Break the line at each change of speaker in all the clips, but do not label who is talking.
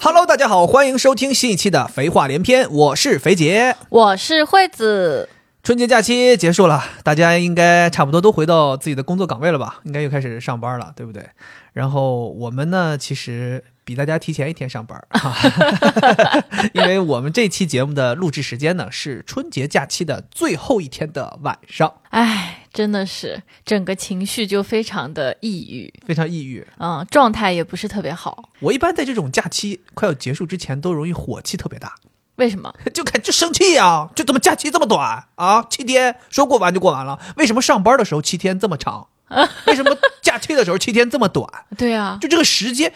Hello，大家好，欢迎收听新一期的《肥话连篇》，我是肥杰。
我是惠子，
春节假期结束了，大家应该差不多都回到自己的工作岗位了吧？应该又开始上班了，对不对？然后我们呢，其实比大家提前一天上班，哈哈 因为我们这期节目的录制时间呢是春节假期的最后一天的晚上，
哎，真的是整个情绪就非常的抑郁，
非常抑郁。
嗯，状态也不是特别好。
我一般在这种假期快要结束之前，都容易火气特别大，
为什么？
就看就生气啊，就怎么假期这么短啊？七天说过完就过完了，为什么上班的时候七天这么长？为什么假期的时候七天这么短？
对啊，
就这个时间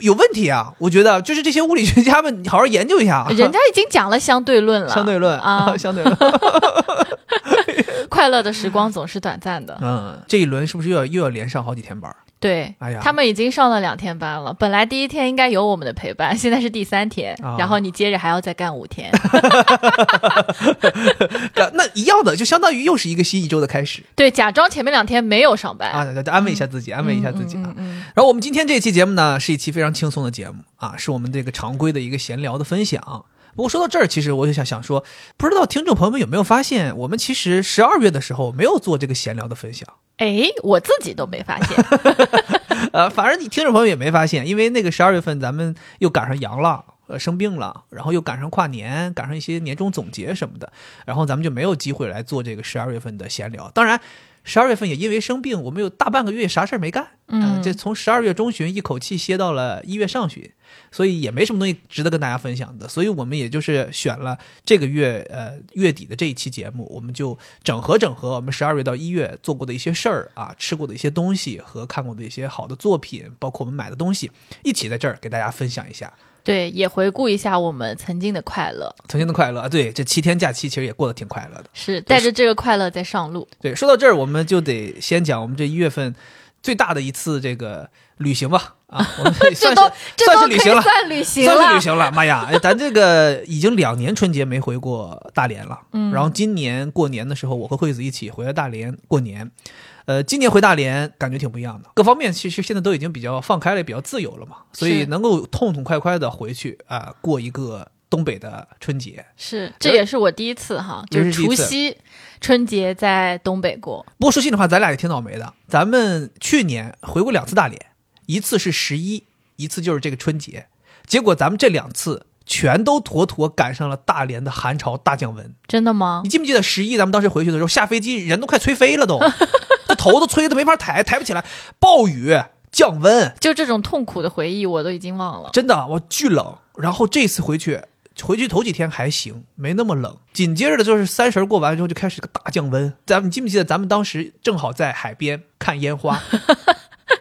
有问题啊！我觉得就是这些物理学家们，你好好研究一下啊。
人家已经讲了相对论了，
相对论
啊
相对论。
快乐的时光总是短暂的。
嗯，这一轮是不是又要又要连上好几天班儿？
对，
哎呀
他们已经上了两天班了，本来第一天应该有我们的陪伴，现在是第三天，
啊
然后你接着还要再干五天。
呃那一样的，就相当于又是一个新一周的开始
对，假装前面两天没有上班，
啊！大家安慰一下自己，安慰一下自己啊。
嗯嗯嗯
然后我们今天这期节目呢，是一期非常轻松的节目啊，是我们这个常规的一个闲聊的分享。不过说到这儿，其实我就想想说，不知道听众朋友们有没有发现，我们其实十二月的时候没有做这个闲聊的分享，
哎，我自己都没发 现。
呃，反正你听众朋友也没发现，因为那个十二月份咱们又赶上阳了。呃，生病了，然后又赶上跨年，赶上一些年终总结什么的，然后咱们就没有机会来做这个十二月份的闲聊。当然，十二月份也因为生病，我们有大半个月啥事儿没干，呃
嗯，
这从十二月中旬一口气歇到了一月上旬，所以也没什么东西值得跟大家分享的，所以我们也就是选了这个月呃月底的这一期节目，我们就整合整合我们十二月到一月做过的一些事儿啊，吃过的一些东西和看过的一些好的作品，包括我们买的东西，一起在这儿给大家分享一下
对，也回顾一下我们曾经的快乐，
曾经的快乐。啊对，这七天假期其实也过得挺快乐的。
是带着这个快乐在上路。
对，说到这儿，我们就得先讲我们这一月份最大的一次这个旅行吧。啊，我们
这
算
都
是
这
算
都
是旅
可以
行了。
算旅行
算是
了
旅，行了，妈呀！哎咱这个已经两年春节没回过大连了，
嗯
然后今年过年的时候，我和惠子一起回了大连过年。呃，今年回大连感觉挺不一样的，各方面其实现在都已经比较放开了，也比较自由了嘛，所以
是
能够痛痛快快的回去啊、过一个东北的春节。
是这也是我第一次哈，
也
就是是
第一
除
次
夕、春节在东北过，
不过说心里话，咱俩也挺倒霉的，咱们去年回过两次大连，一次是十一，一次就是这个春节，结果咱们这两次全都妥妥赶上了大连的寒潮大降温。
真的吗
你？记不记得十一咱们当时回去的时候，下飞机人都快吹飞了 都，这头都吹的没法抬，抬不起来，暴雨降温，
就这种痛苦的回忆，我都已经忘了。
真的我巨冷。然后这次回去，回去头几天还行，没那么冷。紧接着的就是三十儿过完之后就开始个大降温。咱们你记不记得咱们当时正好在海边看烟花，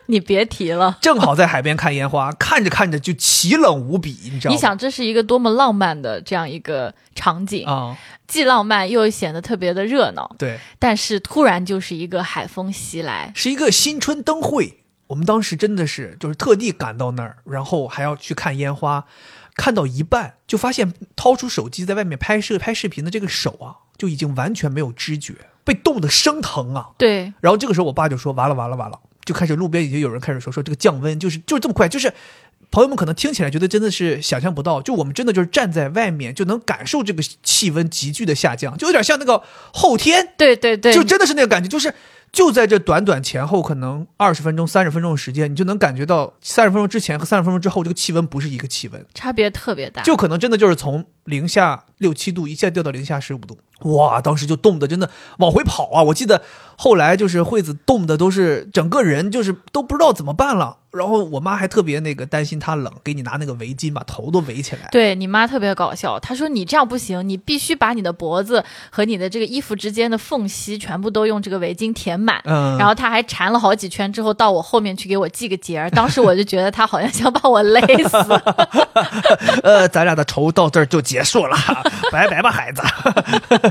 你别提了，
正好在海边看烟花，看着看着就奇冷无比，你知道吗？
你想这是一个多么浪漫的这样一个场景，
啊、
既浪漫又显得特别的热闹，
对，
但是突然就是一个海风袭来，
是一个新春灯会。我们当时真的是就是特地赶到那儿，然后还要去看烟花，看到一半就发现掏出手机在外面拍摄拍视频的这个手啊，就已经完全没有知觉，被冻得生疼啊。
对，
然后这个时候我爸就说：“完了完了完了！”就开始路边已经有人开始说说这个降温就是就是这么快，就是朋友们可能听起来觉得真的是想象不到，就我们真的就是站在外面就能感受这个气温急剧的下降，就有点像那个后天
对对对，
就真的是那个感觉，就是就在这短短前后可能二十分钟、三十分钟的时间，你就能感觉到三十分钟之前和三十分钟之后这个气温不是一个气温，
差别特别大，
就可能真的就是从零下六七度一下掉到零下十五度，哇！当时就冻得真的往回跑啊！我记得后来就是惠子冻的都是整个人就是都不知道怎么办了，然后我妈还特别那个担心她冷，给你拿那个围巾把头都围起来。
对你妈特别搞笑，她说你这样不行，你必须把你的脖子和你的这个衣服之间的缝隙全部都用这个围巾填满。
嗯，
然后她还缠了好几圈，之后到我后面去给我系个结儿。当时我就觉得她好像想把我勒 死。
呃，咱俩的仇到这儿就结束了，拜拜吧，孩子。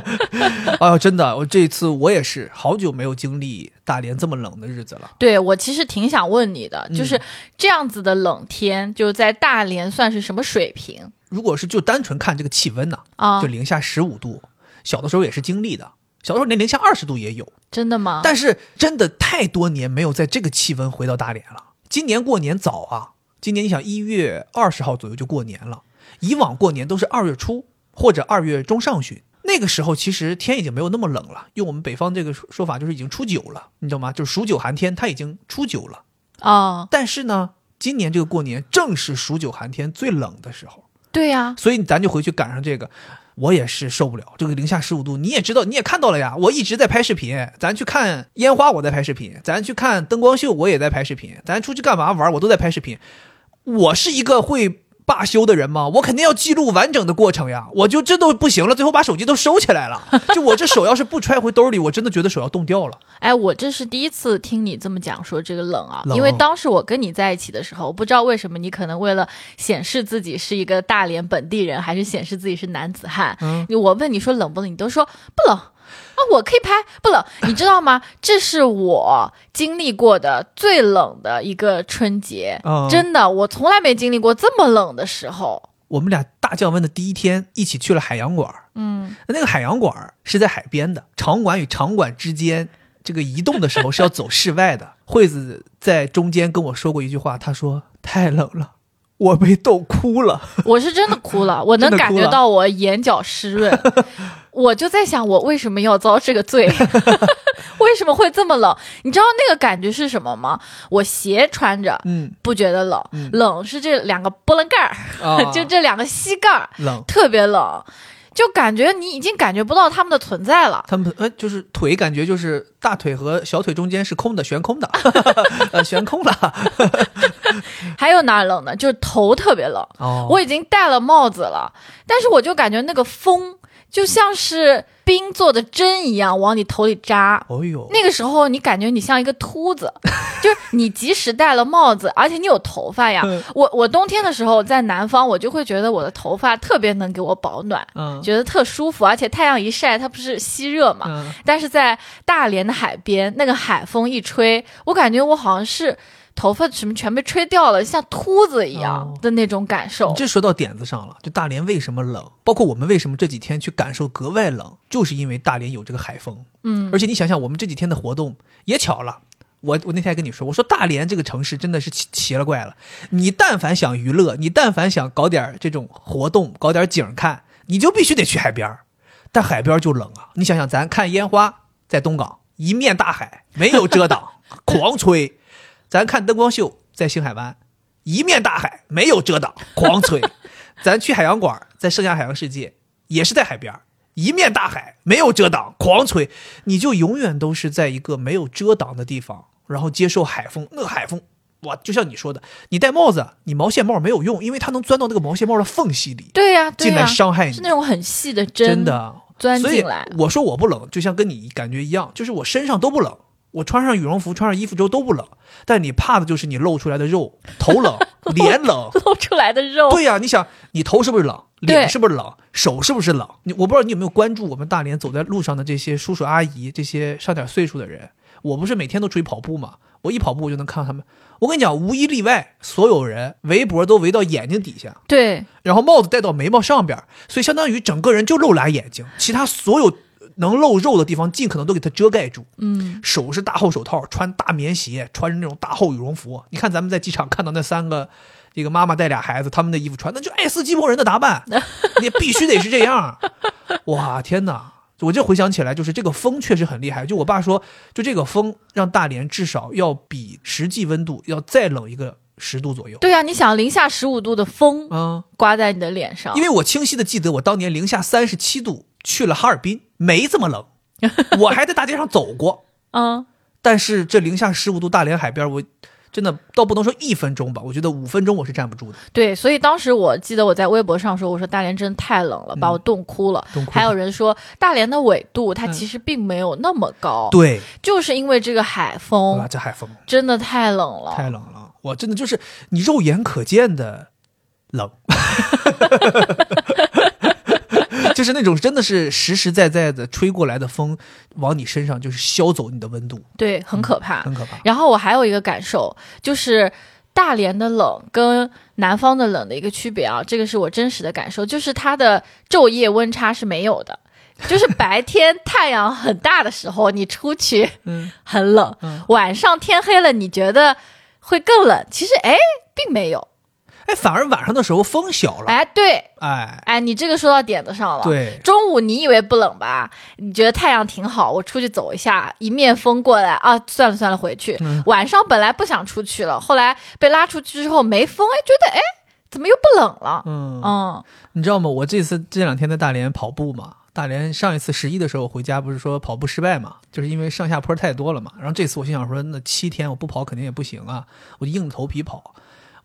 哎呦，真的，我这次我也是好久没有经历大连这么冷的日子了。
对我其实挺想问你的，
嗯
就是这样子的冷天，就在大连算是什么水平
如果是就单纯看这个气温呢、
啊
就？零下十五度，小的时候也是经历的，小的时候连零下二十度也有。
真的吗？
但是真的太多年没有在这个气温回到大连了。今年过年早啊，今年你想一月二十号左右就过年了，以往过年都是二月初或者二月中上旬。那个时候其实天已经没有那么冷了，用我们北方这个说说法就是已经初九了，你懂吗？就是数九寒天，它已经初九了。
哦，
但是呢，今年这个过年正是数九寒天最冷的时候，
对呀、
所以咱就回去赶上这个。我也是受不了这个零下十五度，你也知道，你也看到了呀。我一直在拍视频，咱去看烟花，我在拍视频；咱去看灯光秀，我也在拍视频；咱出去干嘛玩，我都在拍视频。我是一个会罢休的人吗？我肯定要记录完整的过程呀。我就这都不行了，最后把手机都收起来了。就我这手要是不揣回兜里，我真的觉得手要冻掉了。
哎，我这是第一次听你这么讲说这个冷啊，
冷哦
因为当时我跟你在一起的时候，不知道为什么你可能为了显示自己是一个大连本地人，还是显示自己是男子汉，
嗯
我问你说冷不冷，你都说不冷。啊，我可以拍不冷，你知道吗？这是我经历过的最冷的一个春节，
嗯
真的，我从来没经历过这么冷的时候。
我们俩大降温的第一天，一起去了海洋馆。
嗯，
那个海洋馆是在海边的，场馆与场馆之间这个移动的时候是要走室外的。 惠子在中间跟我说过一句话，她说太冷了，我被冻哭 了。
我是真的哭了，我能
真的
感
哭了
觉到我眼角 湿润。我就在想，我为什么要遭这个罪？为什么会这么冷？你知道那个感觉是什么吗？我鞋穿着
嗯
不觉得冷，
嗯
冷是这两个波棱盖儿，
啊
就这两个膝盖儿
冷。
特别冷，就感觉你已经感觉不到它们的存在了。
他们呃，就是腿感觉就是大腿和小腿中间是空的，悬空的， 呃，悬空了。
还有哪儿冷呢？就是头特别冷，
哦
我已经戴了帽子了，但是我就感觉那个风就像是冰做的针一样往你头里扎。
哦呦，
那个时候，你感觉你像一个秃子， 就是你即使戴了帽子，而且你有头发呀
嗯。
我我冬天的时候在南方，我就会觉得我的头发特别能给我保暖，
嗯
觉得特舒服，而且太阳一晒，它不是吸热嘛。
嗯，
但是在大连的海边，那个海风一吹，我感觉我好像是头发什么全被吹掉了，像秃子一样
哦
的那种感受。
你这说到点子上了，就大连为什么冷，包括我们为什么这几天去感受格外冷，就是因为大连有这个海风。
嗯，
而且你想想，我们这几天的活动也巧了。我我那天还跟你说，我说大连这个城市真的是奇奇了怪了。你但凡想娱乐，你但凡想搞点儿这种活动，搞点儿景儿看，你就必须得去海边儿。但海边儿就冷啊！你想想，咱看烟花在东港，一面大海，没有遮 挡，狂吹；咱看灯光秀在星海湾，一面大海，没有遮挡，狂吹；咱去海洋馆儿，在盛夏海洋世界，也是在海边儿，一面大海，没有遮挡，狂吹。你就永远都是在一个没有遮挡的地方，然后接受海风。那个海风，哇，就像你说的，你戴帽子，你毛线帽没有用，因为它能钻到那个毛线帽的缝隙里，
对呀、对
进
呀、
来伤害
是
你。
那种很细的针，
真的，
钻
所以
进来。
我说我不冷，就像跟你感觉一样，就是我身上都不冷，我穿上羽绒服、穿上衣服之后都不冷，但你怕的就是你露出来的肉，头冷、脸 冷。
露出来的肉，
对呀、你想，你头是不是冷？
对
脸是不是冷？手是不是冷？你我不知道你有没有关注我们大连走在路上的这些叔叔阿姨，这些上点岁数的人。我不是每天都出去跑步嘛，我一跑步我就能看到他们。我跟你讲，无一例外，所有人围脖都围到眼睛底下，
对
然后帽子戴到眉毛上边儿，所以相当于整个人就露俩眼睛，其他所有能露肉的地方尽可能都给它遮盖住。
嗯，
手是大厚手套，穿大棉鞋，穿着那种大厚羽绒服。你看咱们在机场看到那三个，这个妈妈带俩孩子，他们的衣服穿，那就爱斯基摩人的打 扮，你必须得是这样。哇，天哪！我这回想起来，就是这个风确实很厉害。就我爸说，就这个风让大连至少要比实际温度要再冷一个十度左右。
对呀、你想零下十五度的风
嗯，
刮在你的脸上，
因为我清晰的记得，我当年零下三十七度去了哈尔滨，没这么冷，我还在大街上走过。
嗯，
但是这零下十五度大连海边，我真的倒不能说一分钟吧，我觉得五分钟我是站不住的。
对，所以当时我记得我在微博上说，我说大连真的太冷了，
嗯
把我冻 哭了。
冻哭
还有人说大连的纬度它
嗯
其实并没有那么高，
对，
就是因为这个海风
哇，这海风
真的太冷了。
太冷了，我真的就是你肉眼可见的冷， 就是那种真的是实实在在的吹过来的风，往你身上就是削走你的温度，
对，很可怕。
很可怕。
然后我还有一个感受，就是大连的冷跟南方的冷的一个区别啊，这个是我真实的感受，就是它的昼夜温差是没有的。就是白天太阳很大的时候，你出去
嗯
很冷；
嗯
晚上天黑了，你觉得会更冷。其实哎，并没有，
哎，反而晚上的时候风小了，
哎，对，
哎，
哎，你这个说到点子上了。，
对，
中午你以为不冷吧？你觉得太阳挺好，我出去走一下，一面风过来啊，算了算了，回去。
嗯
晚上本来不想出去了，后来被拉出去之后没风，哎，觉得哎，怎么又不冷了？
嗯，
嗯
你知道吗？我这次这两天在大连跑步嘛，大连上一次十一的时候回家不是说跑步失败嘛，就是因为上下坡太多了嘛。然后这次我心想说，那七天我不跑肯定也不行啊，我就硬着头皮跑。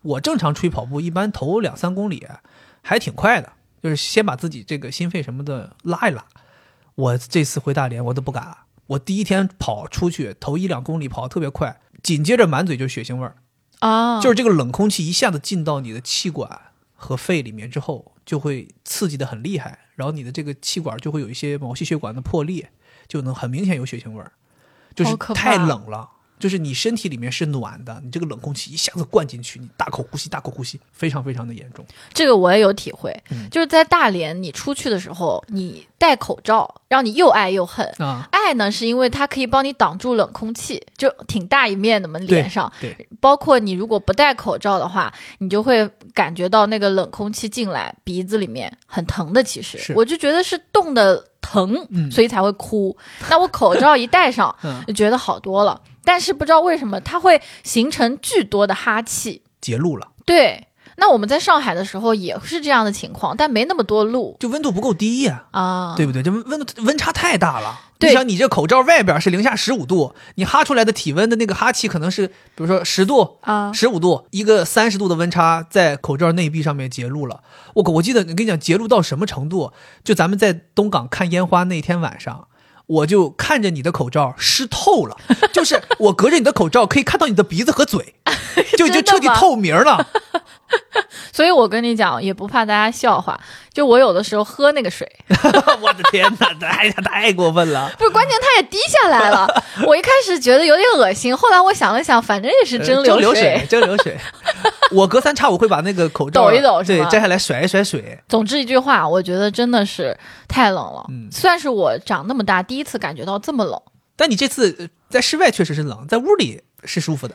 我正常出去跑步，一般头两三公里还挺快的，就是先把自己这个心肺什么的拉一拉。我这次回大连我都不敢，我第一天跑出去头一两公里跑得特别快，紧接着满嘴就血腥味儿。
啊，
就是这个冷空气一下子进到你的气管和肺里面之后，就会刺激的很厉害，然后你的这个气管就会有一些毛细血管的破裂，就能很明显有血腥味儿，就是
好可怕
太冷了。就是你身体里面是暖的，你这个冷空气一下子灌进去，你大口呼吸，大口呼吸，非常非常的严重。
这个我也有体会，
嗯
就是在大连你出去的时候，你戴口罩，让你又爱又恨。
啊，
爱呢，是因为它可以帮你挡住冷空气，就挺大一面的嘛，
对
脸上。
对，
包括你如果不戴口罩的话，你就会感觉到那个冷空气进来鼻子里面很疼的。其实
是
我就觉得是冻的疼，
嗯，
所以才会哭。那我口罩一戴上
嗯，
就觉得好多了。但是不知道为什么，它会形成巨多的哈气。
结露了，
对，那我们在上海的时候也是这样的情况，但没那么多路
就温度不够低呀、
啊。
对不对？这温度温差太大了。
对
你想你这口罩外边是零下十五度，你哈出来的体温的那个哈气可能是，比如说十度
啊，
十五度，一个三十度的温差在口罩内壁上面结露了。我我记得你跟你讲结露到什么程度，就咱们在东港看烟花那天晚上。我就看着你的口罩湿透了， 就是我隔着你的口罩可以看到你的鼻子和 嘴，就已经
真的
彻底
吗
透明了。
所以我跟你讲，也不怕大家笑话。就我有的时候喝那个水，
我的天哪，太太过分了！
不是，关键它也滴下 来了。我一开始觉得有点恶心，后来我想了想，反正 也是
呃
蒸
流
水，
水，蒸馏 水。我隔三差五会把那个口罩
抖一抖是
对
吗，
摘下来甩一甩水。
总之一句话，我觉得真的是太冷了，
嗯
算是我长那么大第一次感觉到这么冷。
但你这次呃在室外确实是冷，在屋里是舒服的，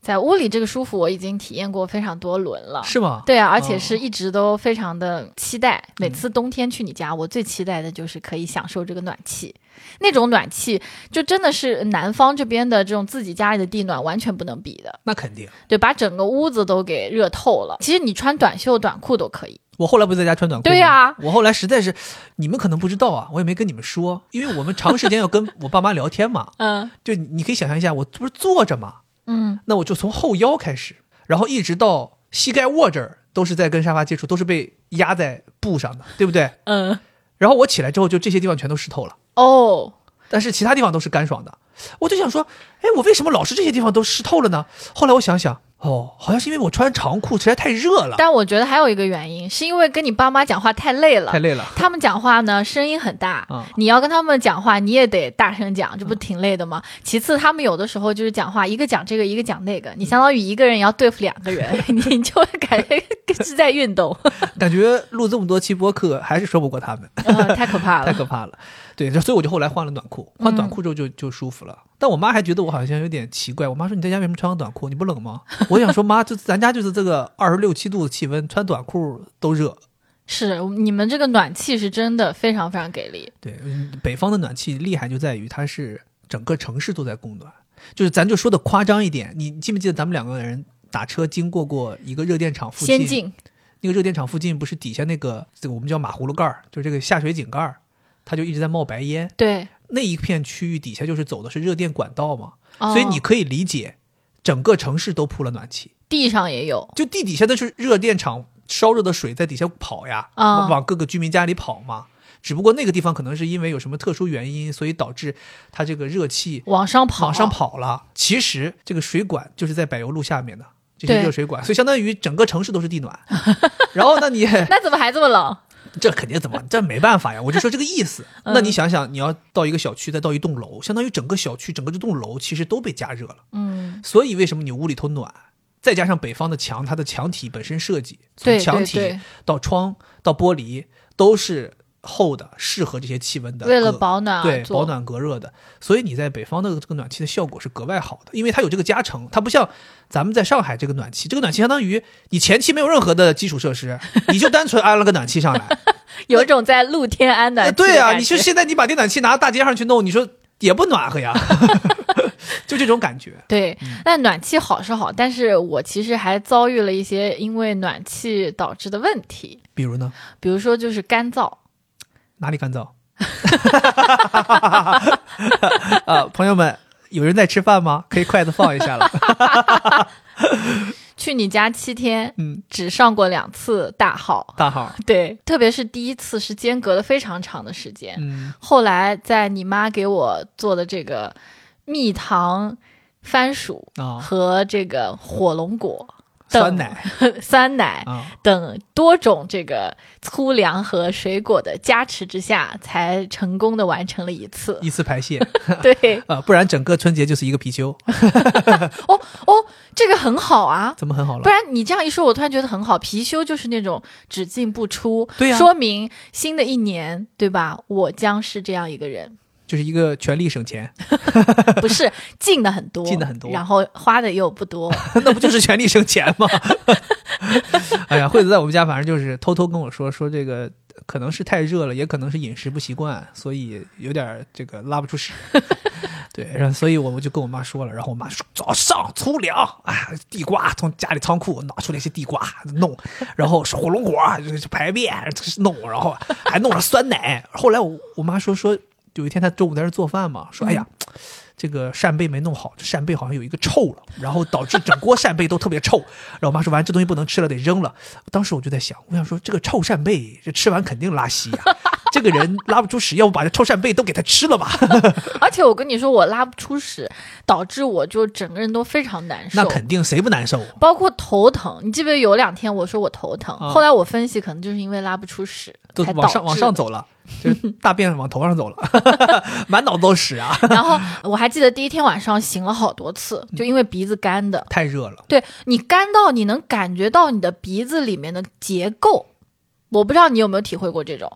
在屋里这个舒服，我已经体验过非常多轮了。
是吗？哦嗯
对啊，而且是一直都非常的期待。每次冬天去你家，我最期待的就是可以享受这个暖气。那种暖气，就真的是南方这边的这种自己家里的地暖完全不能比的，
那肯定。
对，把整个屋子都给热透了。其实你穿短袖短裤都可以。
我后来不是在家穿短裤吗？
对呀
我后来实在是，你们可能不知道啊，我也没跟你们说，因为我们长时间要跟我爸妈聊天嘛，
嗯
就你可以想象一下，我不是坐着嘛，
嗯，
那我就从后腰开始，然后一直到膝盖窝这儿，都是在跟沙发接触，都是被压在布上的，对不对？
嗯，
然后我起来之后，就这些地方全都湿透了。
哦，
但是其他地方都是干爽的。我就想说，哎，我为什么老是这些地方都湿透了呢？后来我想想，哦，好像是因为我穿长裤实在太热了，
但我觉得还有一个原因，是因为跟你爸妈讲话太累了
太。累了。
他们讲话呢，声音很大，
啊
你要跟他们讲话，你也得大声讲，
嗯
这不挺累的吗？其次，他们有的时候就是讲话，一个讲这个，一个讲那个，你相当于一个人也要对付两个人， 你就会感觉是在运动，
感觉录这么多期播客还是说不过他们，
呃太可怕
太
了。嗯
可怕了。对，所以我就后来换了短裤，换短裤之后就就舒服了。但我妈还觉得我好像有点奇怪，我妈说你在家为什么穿个短裤？你不冷吗？ 我想说妈，就咱家就是这个二十六七度的气温，穿短裤都热。
是你们这个暖气是真的非常非常给力，
对，嗯北方的暖气厉害就在于它是整个城市都在供暖，就是咱就说的夸张一点，你记不记得咱们两个人打车经过过一个热电厂附近？
先进
那个热电厂附近不是底下那个这个我们叫马葫芦盖儿，就是这个下水井盖儿，它就一直在冒白烟。
对，
那一片区域底下就是走的是热电管道嘛，
哦
所以你可以理解，整个城市都铺了暖气，
地上也有，
就地底下的是热电厂烧热的水在底下跑呀，
啊
往各个居民家里跑嘛。只不过那个地方可能是因为有什么特殊原因，所以导致它这个热气
往上跑，
往上，跑了。其实这个水管就是在柏油路下面的这些
对
热水管，所以相当于整个城市都是地暖。 然后呢，你
那怎么还这么冷？
这肯定怎么这没办法呀？我就说这个意思。
嗯
那你想想，你要到一个小区，再到一栋楼，相当于整个小区、整个这栋楼其实都被加热了。
嗯，
所以为什么你屋里头暖？再加上北方的墙，它的墙体本身设计，从
对
墙
对
体
对，
到窗到玻璃都是厚的，适合这些气温的，
嗯为了
隔
保暖
对
而做
保暖隔热的，所以你在北方的这个暖气的效果是格外好的，因为它有这个加成，它不像咱们在上海这个暖气，这个暖气相当于你前期没有任何的基础设施，你就单纯安了个暖气上来，
有一种在露天安暖
哎
气的
对啊，
感
你说
觉
现在你把电暖气拿到大街上去弄，你 说也不暖和呀， 就这种感觉。
对，
嗯
那暖气好是好，但是我其实还遭遇了一些因为暖气导致的问题，
比如呢，
比如说就是干燥，
哪里干燥？ 啊，朋友们，有人在吃饭吗？可以筷子放一下 了。
去你家七天
嗯，
只上过两次大号，
大号，
对，特别是第一次是间隔了非常长的时间，
嗯，
后来在你妈给我做的这个蜜糖番薯
啊，
和这个火龙果、
酸奶
酸奶
啊，
等多种这个粗粮和水果的加持之下，才成功的完成了一 次。
一次排泄
对，
啊，不然整个春节就是一个貔貅，
哦哦，这个很好 啊。
怎么很好了
不？然你这样一说，我突然觉得很好。貔貅就是那种只进不出，
对啊呀
说明新的一年，对吧？我将是这样一个 人，
就是一个全力省钱，
不是进的很多，
进得很多
然后花的又 不多。
那不就是全力省钱吗？ 哎呀，惠子在我们家反正就是偷偷跟我说说这个。可能是太热了，也可能是饮食不习惯，所以有点儿这个拉不出屎。 对，然后所以我我就跟我妈说了，然后我妈说早上粗粮啊，地瓜从家里仓库拿出来一些地瓜弄，然后是火龙果就是排便就是弄，然后还弄了酸奶。后来我我妈说说有一天她中午在这做饭嘛，说哎呀。这个扇贝没弄好，这扇贝好像有一个臭了，然后导致整锅扇贝都特别臭。 然后我妈说：“完，这东西不能吃了，得扔了。”当时我就在想，我想说这个臭扇贝，这吃完肯定拉稀呀、 这个人拉不出屎，要不把这臭扇贝都给他吃了吧？
而且我跟你说，我拉不出屎，导致我就整个人都非常难受。
那肯定，谁不难受？
包括头疼，你记不记得有两天我说我头疼，
啊
后来我分析可能就是因为拉不出屎
都
才导
往
致
上往上
的。
走了，就是大便往头上走了， 满脑子都屎啊！
然后我还记得第一天晚上醒了好多次，
嗯
就因为鼻子干的。
太热了，
对你干到你能感觉到你的鼻子里面的结构，我不知道你有没有体会过这种，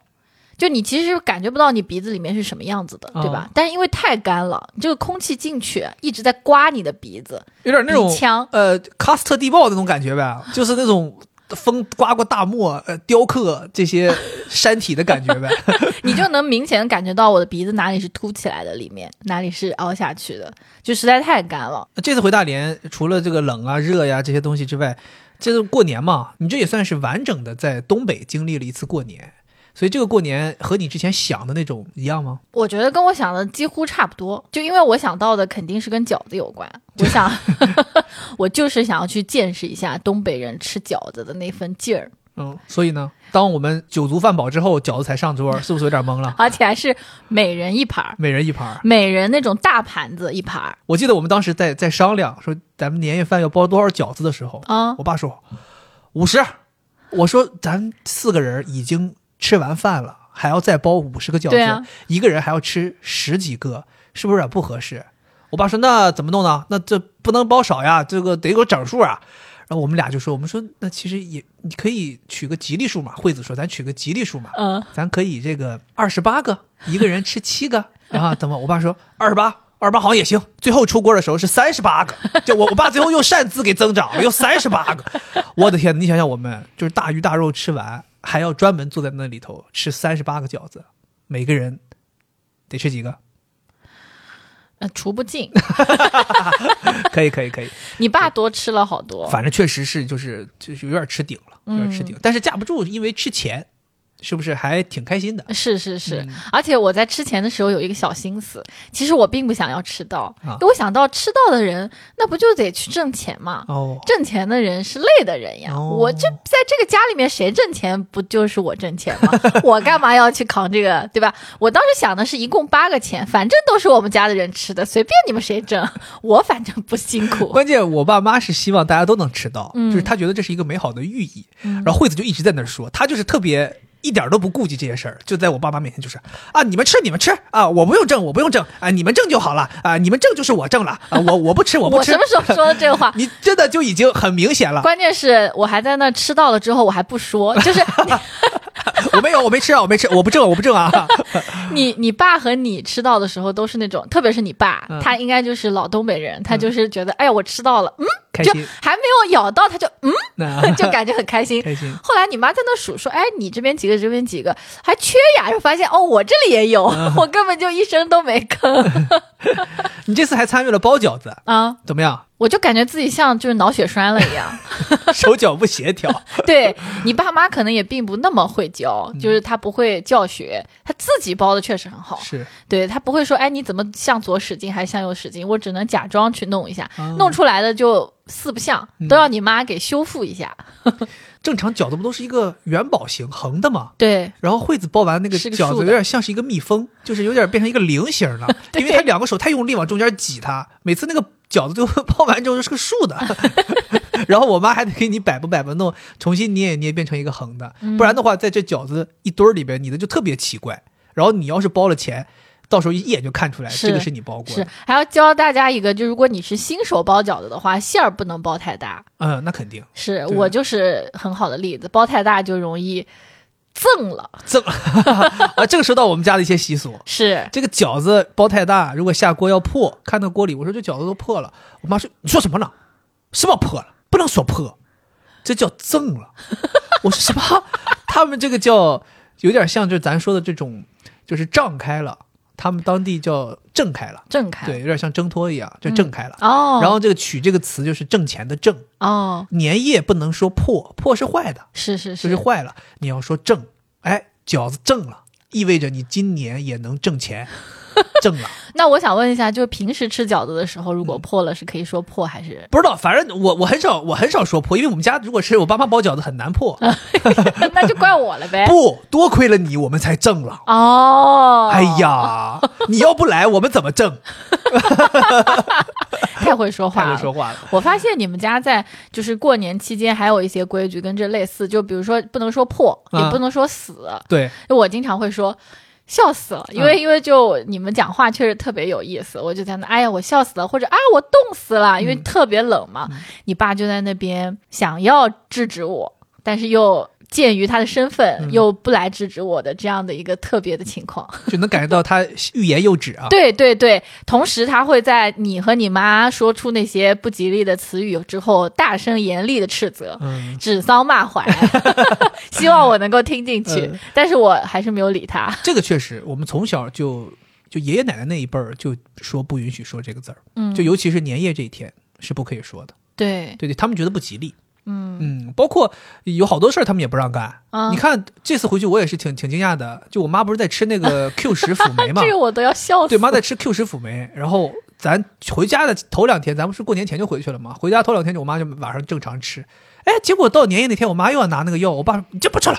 就你其实感觉不到你鼻子里面是什么样子的，
啊
对吧？但是因为太干了，你这个空气进去一直在刮你的鼻子
有点那种
鼻腔，
呃喀斯特地貌那种感觉呗，就是那种风刮过大漠，呃雕刻这些山体的感觉呗。
你就能明显地感觉到我的鼻子哪里是凸起来的，里面哪里是凹下去的，就实在太干了。
这次回大连，除了这个冷啊、热呀、这些东西之外，这个过年嘛，你这也算是完整的在东北经历了一次过年，所以这个过年和你之前想的那种一样吗？
我觉得跟我想的几乎差不多，就因为我想到的肯定是跟饺子有关。我想，我就是想要去见识一下东北人吃饺子的那份劲儿，
嗯，所以呢，当我们酒足饭饱之后，饺子才上桌，是不是有点懵了？
而且还是每人一盘儿，
每人一盘儿。
每人那种大盘子一盘儿
我记得我们当时在在商量说咱们年夜饭要包多少饺子的时候，
啊。
我爸说五十，我说咱四个人已经吃完饭了，还要再包五十个饺子，
对啊
一个人还要吃十几个，是不是有点不合适？我爸说那怎么弄呢？那这不能包少呀，这个得有整数啊。然后我们俩就说，我们说那其实也你可以取个吉利数嘛。惠子说咱取个吉利数嘛，
嗯，
咱可以这个二十八个，一个人吃七个，然后怎么？我爸说二十八，二十八好像也行。最后出锅的时候是三十八个，就我我爸最后又擅自给增长了，又三十八个。我的天，你想想我们就是大鱼大肉吃完，还要专门坐在那里头吃三十八个饺子，每个人得吃几个？
呃除不尽。
可以可以可以，
你爸多吃了好多，
反正确实是就是就是有点吃顶了，有点吃顶，但是架不住因为吃钱，是不是还挺开心的？
是是是，
嗯
而且我在吃前的时候有一个小心思，其实我并不想要吃到，
啊
因为我想到吃到的人，那不就得去挣钱嘛？
哦，
挣钱的人是累的人呀，
哦
我这在这个家里面谁挣钱不就是我挣钱吗？ 我干嘛要去扛这个，对吧？我当时想的是一共八个钱，反正都是我们家的人吃的，随便你们谁挣， 我反正不辛苦。
关键我爸妈是希望大家都能吃到，
嗯
就是他觉得这是一个美好的寓意。然后惠子就一直在那儿说，他就是特别。一点都不顾及这些事儿，就在我爸妈面前就是啊，你们吃你们吃啊，我不用挣我不用挣啊，你们挣就好了啊，你们挣就是我挣 了啊，我我不吃 我
我
不吃？
什，么时候说的这话
你真的就已经很明显了，
关键是我还在那吃到了之后，我还不说，就是
我没有，我没吃啊，我没吃，我不正，我不正 啊。
你你爸和你吃到的时候都是那种，特别是你爸，
嗯
他应该就是老东北人，他就是觉得，哎呀，我吃到了，嗯，
开
就
心，
还没有咬到，他就嗯，
那
就感觉很开心。
开心。
后来你妈在那数说，哎，你这边几个，这边几个，还缺牙，就发现哦，我这里也有，
嗯
我根本就一声都没吭
你这次还参与了包饺子，
啊！
怎么样？
我就感觉自己像就是脑血栓了一样。
手脚不协调，
对你爸妈可能也并不那么会教，
嗯
就是他不会教学，他自己包的确实很 好。
是
对他不会说，哎，你怎么向左使劲还是向右使劲？我只能假装去弄一下，
啊
弄出来的就四不像，
嗯
都要你妈给修复一下。
正常饺子不都是一个元宝形横的吗？
对，
然后惠子包完那个
是个
饺
竖
子，
的
有点像是一个蜜蜂，就是有点变成一个菱形了，
对
因为他两个手太用力往中间挤它，每次那个饺子就 包完之后就是个竖的， 然后我妈还得给你摆吧摆吧弄，重新捏一捏变成一个横的，
嗯
不然的话，在这饺子一堆儿里边，你的就特别奇怪。然后你要是包了钱，到时候一眼就看出来
是
这个是你包过
是
的，
还要教大家一个，就如果你是新手包饺子的话，馅儿不能包太大。
嗯，那肯定
是
对
我就是很好的例子，包太大就容易赠了。
赠啊。这个说到我们家的一些习俗，
是
这个饺子包太大，如果下锅要破，看到锅里，我说这饺子都破了。我妈说你说什么呢？什么破了？不能说破，这叫赠了。我说什么？他们这个叫有点像，就是咱说的这种，就是胀开了，他们当地叫挣开了，
正开。
对，有点像挣脱一样，就挣开了。
哦，
然后这个“取”这个词就是挣钱的“挣
哦”，，
年夜不能说破，破是坏的，
是是
就是坏了。你要说挣，哎，饺子挣了，意味着你今年也能挣钱，挣 了。
那我想问一下，就是平时吃饺子的时候，如
嗯
果破了，是可以说破还 是？
不知道，反正我我很少我很少说破，因为我们家如果是我爸妈包饺子很难破。
哎那就怪我了呗。
不，多亏了你，我们才挣了。
哦，
哎，呀，你要不来，我们怎么 挣？
太会说话
太
了。
会说话了。
我发现你们家在就是过年期间还有一些规矩跟这类似，就比如说不能说破，
嗯
也不能说死。
对，
我经常会说。笑死了，因为、因为就你们讲话确实特别有意思，我就在那，哎呀，我笑死了，或者哎，我冻死了，因为特别冷嘛。你爸就在那边想要制止我，但是又鉴于他的身份，
嗯
又不来制止我的这样的一个特别的情况。
就能感觉到他欲言又止啊。
对对对，同时他会在你和你妈说出那些不吉利的词语之后，大声严厉的斥责，
嗯，
指桑骂槐， 希望我能够听进去，
嗯
但是我还是没有理他。
这个确实，我们从小就就爷爷奶奶那一辈儿就说不允许说这个字儿，
嗯，
就尤其是年夜这一天是不可以说的。
对，
对对，他们觉得不吉利。嗯包括有好多事儿他们也不让干。
啊
你看这次回去我也是挺挺惊讶的，就我妈不是在吃那 个 Q 十辅酶嘛
这，个我都要笑死。
对，妈在吃 Q 十辅酶，然后咱回家的头两天，咱们是过年前就回去了嘛，回家头两天就我妈就晚上正常吃，哎，结果到年夜那天，我妈又要拿那个药，我爸说你这不吃了，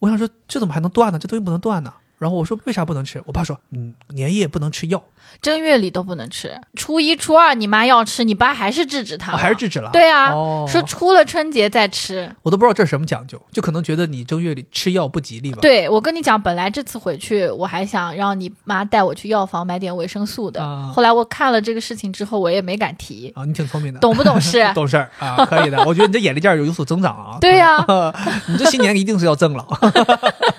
我想说这怎么还能断呢？这东西不能断呢。然后我说为啥不能吃？我爸说嗯，年夜不能吃药，
正月里都不能吃，初一、初二你妈要吃，你爸还是制止他、
啊还是。制止了。
对啊，
哦
说出了春节再吃。
我都不知道这是什么讲究，就可能觉得你正月里吃药不吉利吧。
对我跟你讲，本来这次回去我还想让你妈带我去药房买点维生素的，
啊
后来我看了这个事情之后，我也没敢提，
啊，你挺聪明的，
懂不懂事
？懂事儿啊，可以的。我觉得你这眼力劲儿有有所增长啊。
对呀、
你这新年一定是要挣了。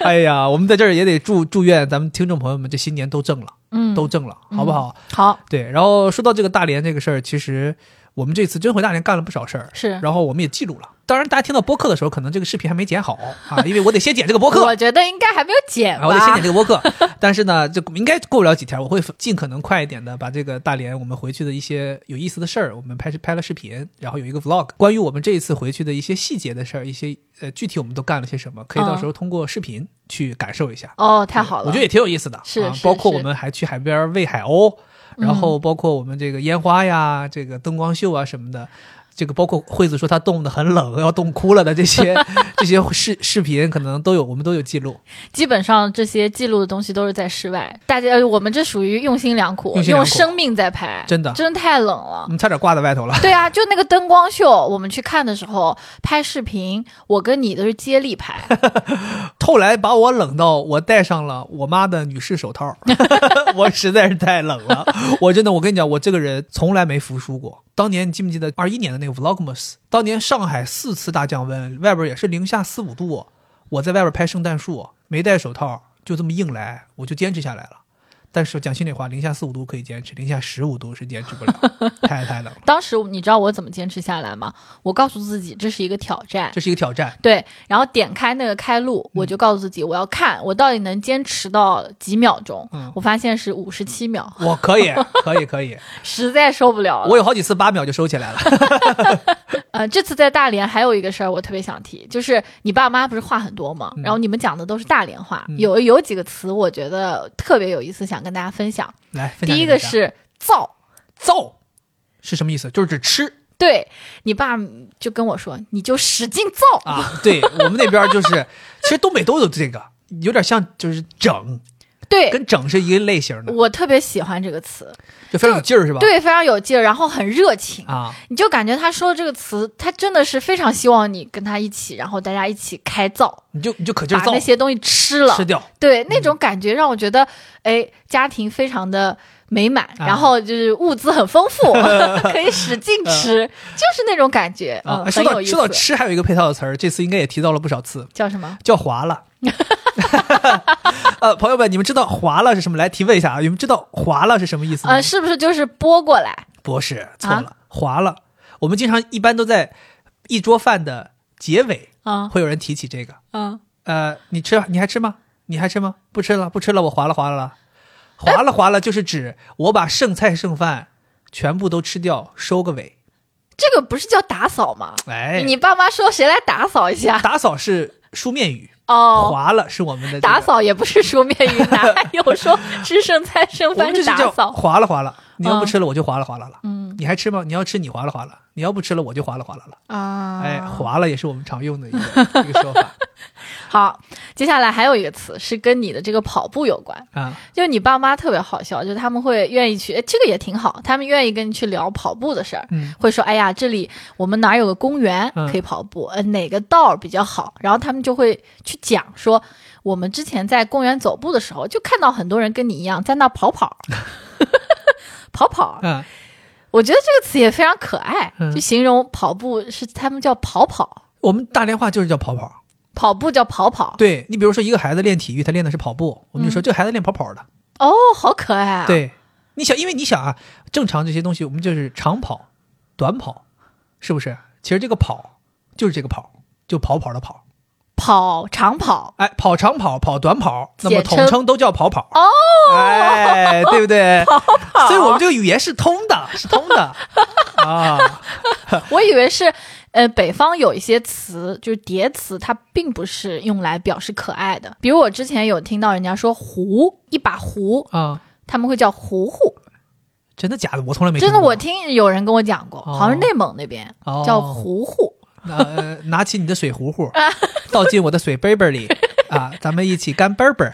哎呀，我们在这儿也得祝祝愿咱们听众朋友们这新年都挣了，
嗯，
都挣了，好不好？
好，
对。然后说到这个大连这个事儿，其实我们这次真回大连干了不少事儿，
是。
然后我们也记录了。当然，大家听到播客的时候，可能这个视频还没剪好啊，因为我得先剪这个播客。
我觉得应该还没有剪
啊，我得先
吧
剪。这个播客，但是呢，这应该过不了几天，我会尽可能快一点的把这个大连我们回去的一些有意思的事儿，我们拍拍了视频，然后有一个 vlog，关于我们这一次回去的一些细节的事儿，一些呃具体我们都干了些什么，可以到时候通过视频去感受一下。
哦，太嗯好了，
我觉得也挺有意思的，
是
啊
是，
包括我
是嗯
们还去海边喂海鸥，然后包括我们这个烟花呀、这个灯光秀啊什么的，这个包括惠子说她冻得很冷，要冻哭了的这些 这些视视频，可能都有我们都有记录。
基本上这些记录的东西都是在室外。大家，呃我们这属于用心良苦，
用心良苦
生命在拍，
真的嗯
真太冷了
我。们差点挂在外头了。
对啊，就那个灯光秀，我们去看的时候拍视频，我跟你都是接力拍，
后来把我冷到我戴上了我妈的女士手 套， 我实在是太冷了。我真的，我跟你讲，我这个人从来没服输过。当年你记不记得二一年的那个 Vlogmas？当年上海四次大降温，外边也是零下四五度，我在外边拍圣诞树，没戴手套，就这么硬来，我就坚持下来了。但是讲心里话，零下四五度可以坚持，零下十五度是坚持不 了，太太冷了。
当时你知道我怎么坚持下来吗？我告诉自己这是一个挑战，
这是一个挑战，
对，然后点开那个开路，
嗯
我就告诉自己我要看我到底能坚持到几秒钟。
嗯
我发现是五十七秒，
我可以，可以，可以。
实在受不了
嗯
了。
我有好几次八秒就收起来了。
呃，这次在大连还有一个事儿我特别想提，就是你爸妈不是话很多嘛，然后你们讲的都是大连话，
嗯
有有几个词我觉得特别有意思，想跟大家分享。
来，分享
第一
给
个
大家
是造，
造是什么意思？就是指吃。
对你爸就跟我说，你就使劲造，
啊，对我们那边 就是，其实东北都有这个，有点像就是整，
对。
跟整是一个类型的，
我特别喜欢这个词，
就非常有劲儿，是吧？
哦对，非常有劲儿，然后很热情，
啊，
你就感觉他说这个词，他真的是非常希望你跟他一起，然后大家一起开灶，
你就你就可劲
把
儿造
那，些东西吃了，
吃掉，
对那种感觉让我觉得，哎，家庭非常的美满，
啊嗯
然后就是物资很丰 富，可以使劲吃，就是那种感觉，
啊，
嗯，
说到
很有意
说到
思。
吃，还有一个配套的词儿，这次应该也提到了不少次，
叫什么？
叫划 拉。呃，朋友们，你们知道划拉是什么？来提问一下啊，你们知道划拉是什么意思吗？
呃，啊是不是就是拨过来？
不是，错了，划拉。我们经常一般都在一桌饭的结尾
啊
会有人提起这个。
啊，
呃，你吃你还吃吗？你还吃吗？不吃了，不吃了，我划拉划拉了，划拉划拉就是指我把剩菜剩饭全部都吃掉，收个尾。
这个不是叫打扫吗？
哎，
你爸妈说谁来打扫一下？
打扫是书面语，
哦，
划拉是我们的这个
打，扫也不是 书面语，哪还有说吃剩菜剩
我们
饭
这
是
就
打
叫
扫？
划拉划拉。你要不
嗯
吃了，我就划拉划拉了。
嗯
你还吃吗？你要吃，你划拉划拉；你要不吃了，我就划拉划拉了。
啊，
哎，划拉也是我们常用的一个一个说 法
好，接下来还有一个词是跟你的这个跑步有关，
啊。
就是你爸妈特别好笑，就是他们会愿意去，哎，这个也挺好，他们愿意跟你去聊跑步的事儿。
嗯，
会说，哎呀，这里我们哪儿有个公园
嗯
可以跑步？呃，哪个道儿比较好？然后他们就会去讲说，我们之前在公园走步的时候，就看到很多人跟你一样在那儿 跑跑，跑跑。
嗯，
我觉得这个词也非常可爱，
嗯
就形容跑步是他们叫跑跑，
我们大连话就是叫跑跑。
跑步叫跑跑。
对你比如说一个孩子练体育，他练的是跑步，我们
嗯
就说这个孩子练跑跑的。
哦，好可爱啊！
对，你想，因为你想啊，正常这些东西，我们就是长跑、短跑，是不是？其实这个跑就是这个跑，就跑跑的跑，
跑长跑，
哎，跑长跑、跑短跑，那
简
么统
称
称都叫跑跑。哦，哎，对不 对？跑跑，所以我们这个语言是通的，是通的啊。
我以为是，呃，北方有一些词就是叠词，它并不是用来表示可爱的。比如我之前有听到人家说“胡”，一把胡，
啊，
他们会叫“胡胡
真的假的？我从来”。没
真的，
听过
我听有人跟我讲过，
哦
好像是内蒙那边、
哦
叫“胡啊胡
拿、呃、拿起你的水壶壶，倒进我的水杯杯里啊，咱们一起干杯 杯。”，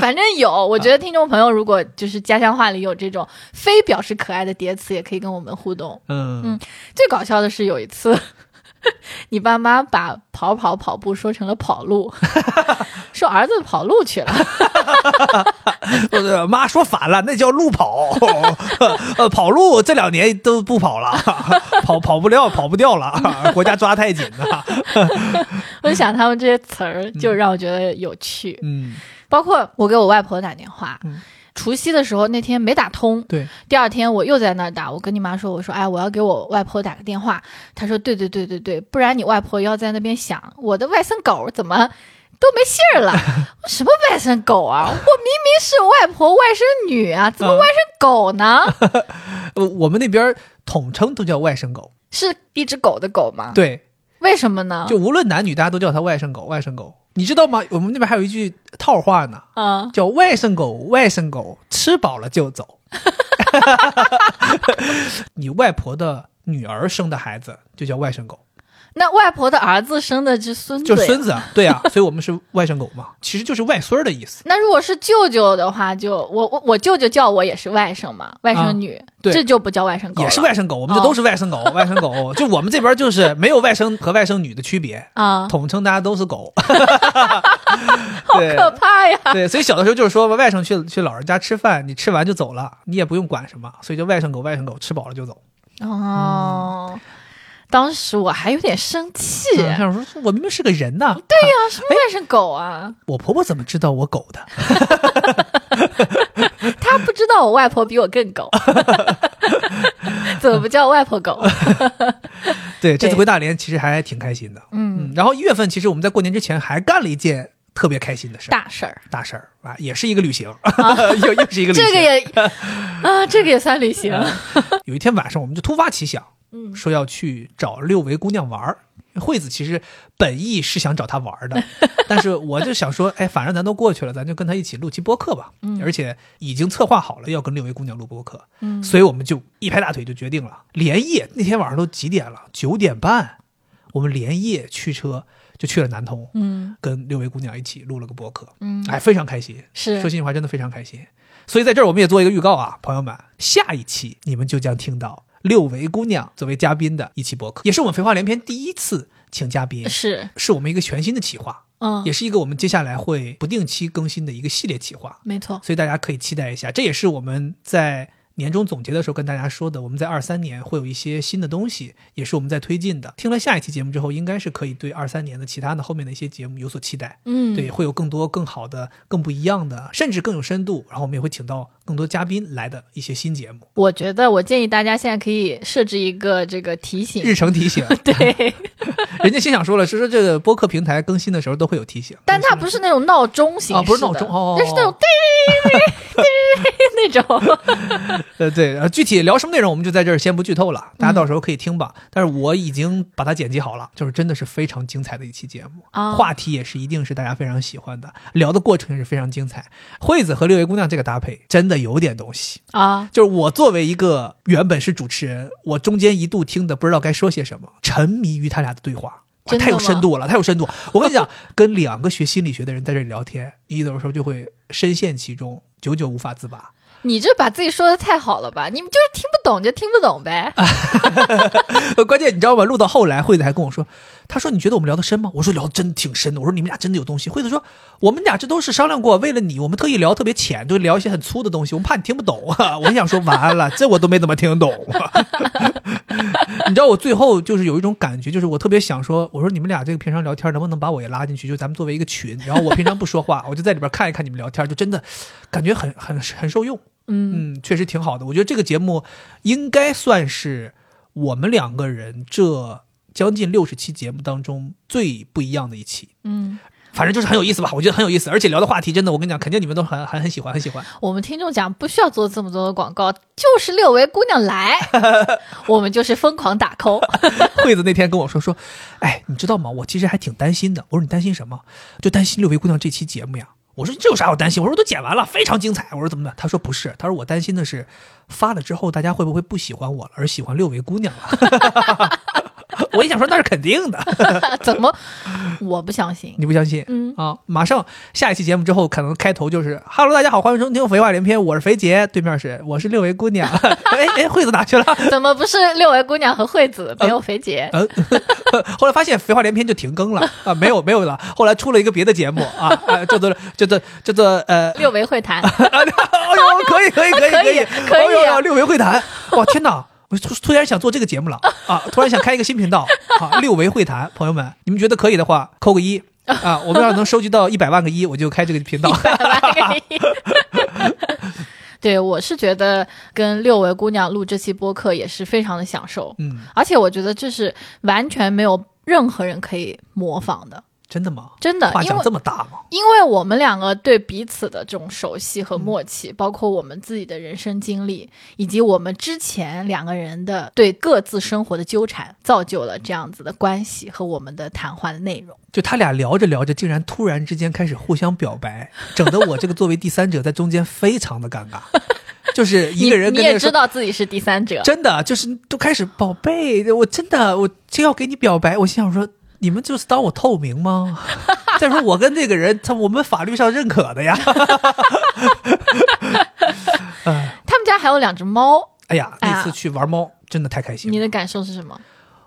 反正有。我觉得听众朋友如果就是家乡话里有这种非表示可爱的叠词，也可以跟我们互动。
嗯，
最搞笑的是有一次，你爸妈把跑跑跑步说成了跑路， 说儿子跑路去了。
我的呃妈说反了，那叫路跑，呃，跑路这两年都不跑了， 跑跑不掉，跑不掉了，国家抓太紧了。
我就想他们这些词儿，就让我觉得有趣。
嗯，
包括我给我外婆打电话，
嗯
除夕的时候那天没打通，
对，
第二天我又在那儿打。我跟你妈说，我说哎，我要给我外婆打个电话。她说对对对对对，不然你外婆要在那边想我的外甥狗怎么。都没信儿了， 我什么外甥狗啊！我明明是外婆外甥女啊，怎么外甥狗呢？
呃我们那边统称都叫外甥狗，
是一只狗的狗吗？
对，
为什么呢？
就无论男女，大家都叫它外甥狗，外甥狗。你知道吗？我们那边还有一句套话呢，
嗯，
叫外甥狗，外甥狗吃饱了就走。 你外婆的女儿生的孩子就叫外甥狗。
那外婆的儿子生的是孙子
就
呀，
是孙子啊，对啊，所以我们是外甥狗嘛，其实就是外孙儿的意思。
那如果是舅舅的话，就我我我舅舅叫我也是外甥嘛，外甥女，
啊对
这就不叫外甥狗
也
了
是外甥狗，我们这
哦
都是外甥狗， 外甥狗。就我们这边就是没有外甥和外甥女的区别，
啊，
统称大家都是 狗。
好
对
可怕呀！
对，所以小的时候就是说外甥去去老人家吃饭，你吃完就嗯走了，你也不用管什么，所以叫外甥狗，外甥狗吃饱了就走。
哦，当时我还有点生气，
嗯
对呀、
想说，我明明是个人呐、
什么外甥狗啊？
我婆婆怎么知道我狗的？哎
他不知道我外婆比我 更狗，怎么不叫外婆狗？
对，这次
对
回大连其实还挺开心的。
嗯，
嗯，然后一月份其实我们在过年之前还干了一件特别开心的事儿，
大事儿，
大事儿啊，也是一个旅行， 又又是一个旅行。
这个也啊，这个也算旅行。
嗯有一天晚上，我们就突发奇想，
嗯
说要去找六维姑娘玩儿。惠子其实本意是想找她玩儿 的，但是我就想说，哎，反正咱都过去了，咱就跟她一起录期播客吧。而且已经策划好了要跟六维姑娘录播客，
嗯
所以我们就一拍大腿就决定了，连夜那天晚上都几点了？九点半，我们连夜驱车就去了南通，
嗯
跟六维姑娘一起录了个播客，
嗯，
哎，非常开心。说
是
心里话，真的非常开心。所以在这儿我们也做一个预告啊，朋友们，下一期你们就将听到六维姑娘作为嘉宾的一期播客，也是我们肥话连篇第一次请嘉宾，
是，
是我们一个全新的企划，
嗯
也，是一个我们接下来会不定期更新的一个系列企划，
没错，
所以大家可以期待一下。这也是我们在年终总结的时候跟大家说的，我们在二三年会有一些新的东西，也是我们在推进的。听了下一期节目之后，应该是可以对二三年的其他的后面的一些节目有所期待。
嗯，
对，，会有更多更好的、更不一样的，甚至更有深度。然后我们也会请到更多嘉宾来的一些新节目，
我觉得我建议大家现在可以设置一个这个提醒，
日程提醒。
嗯 对，
人家心想说了，是说这个播客平台更新的时候都会有提醒，
但它不是那种闹钟形式的，
啊不是闹钟哦哦哦
那是那种叮叮叮那种，
呃对，呃具体聊什么内容我们就在这儿先不剧透了，
嗯
大家到时候可以听吧。但是我已经把它剪辑好了，就是真的是非常精彩的一期节目，
啊
话题也是一定是大家非常喜欢的，聊的过程也是非常精彩。惠子和六位姑娘这个搭配真的有点东西。
啊，
就是我作为一个原本是主持人，我中间一度听的不知道该说些什么，沉迷于他俩的对话，哇
真的
太有
吗
深度了，太有深度。我跟你讲， 跟两个学心理学的人在这里聊天，你有的时候就会深陷其中，久久无法自拔。
你这把自己说的太好了吧？你们就是听不懂就听不懂呗，
呃关键你知道吗？录到后来，惠子还跟我说，他说你觉得我们聊得深吗？我说聊得真挺深的。我说你们俩真的有东西。惠子说我们俩这都是商量过，为了你，我们特意聊特别浅，就聊一些很粗的东西，我们怕你听不懂啊。 我想说完了，这我都没怎么听懂。啊 你知道我最后就是有一种感觉，就是我特别想说，我说你们俩这个平常聊天能不能把我也拉进去？就咱们作为一个群，然后我平常不说话，我就在里边看一看你们聊天，就真的感觉很很很受用。嗯确实挺好的。我觉得这个节目应该算是我们两个人这将近六十期节目当中最不一样的一期。
嗯，
反正就是很有意思吧，我觉得很有意思，而且聊的话题真的，我跟你讲，肯定你们都很 很很喜欢，很喜欢。
我们听众讲不需要做这么多的广告，就是六位姑娘来，我们就是疯狂打 call。
惠子那天跟我说说，哎，你知道吗？我其实还挺担心的。我说你担心什么？就担心六位姑娘这期节目呀。我说这有啥好担心？我说我都剪完了，非常精彩。我说怎么的？他说不是，他说我担心的是发了之后大家会不会不喜欢我了，而喜欢六位姑娘了。 我一想说那是肯定的，
怎么？我不相信。
你不相信？
嗯
啊，马上下一期节目之后，可能开头就是哈喽，大家好，欢迎收听《肥话连篇》，我是肥杰，对面是我是六位姑娘。 哎哎，惠子哪去了？
怎么不是六位姑娘和惠子，没有肥姐？
呃， 后来发现《肥话连篇》就停更了啊，没有没有了。后来出了一个别的节目啊，啊叫做叫做叫做呃，
六维会谈，
哎呦，可以可以可以
可以
以
可以
哎
啊
呦六维会谈，哇天哪！我突突然想做这个节目了啊！突然想开一个新频道啊，六维会谈，朋友们，你们觉得可以的话，扣个一啊！我们要是能收集到一百万个一，我就开这个频道。
对我是觉得跟六维姑娘录这期播客也是非常的享受，
嗯，
而且我觉得这是完全没有任何人可以模仿的，
真的吗？
真的，
话
呃因
讲
为
这么大吗？
因为我们两个对彼此的这种熟悉
嗯
和默契，包括我们自己的人生经历，以及我们之前两个人的对各自生活的纠缠，造就了这样子的关系和我们的谈话的内容。
就他俩聊着聊着，竟然突然之间开始互相表白， 整得我这个作为第三者在中间非常的尴尬。就是一个人
你
跟
你
那
也
个
知
说，
道自己是第三者，
真的就是都开始宝贝，我真的我真要给你表白，我心想说。你们就是当我透明 吗？再说我跟这个人，他我们法律上认可的呀。
他们家还有两只猫，
哎呀，
哎呀
那次去玩猫真的太开心
你
了。
的感受是什么？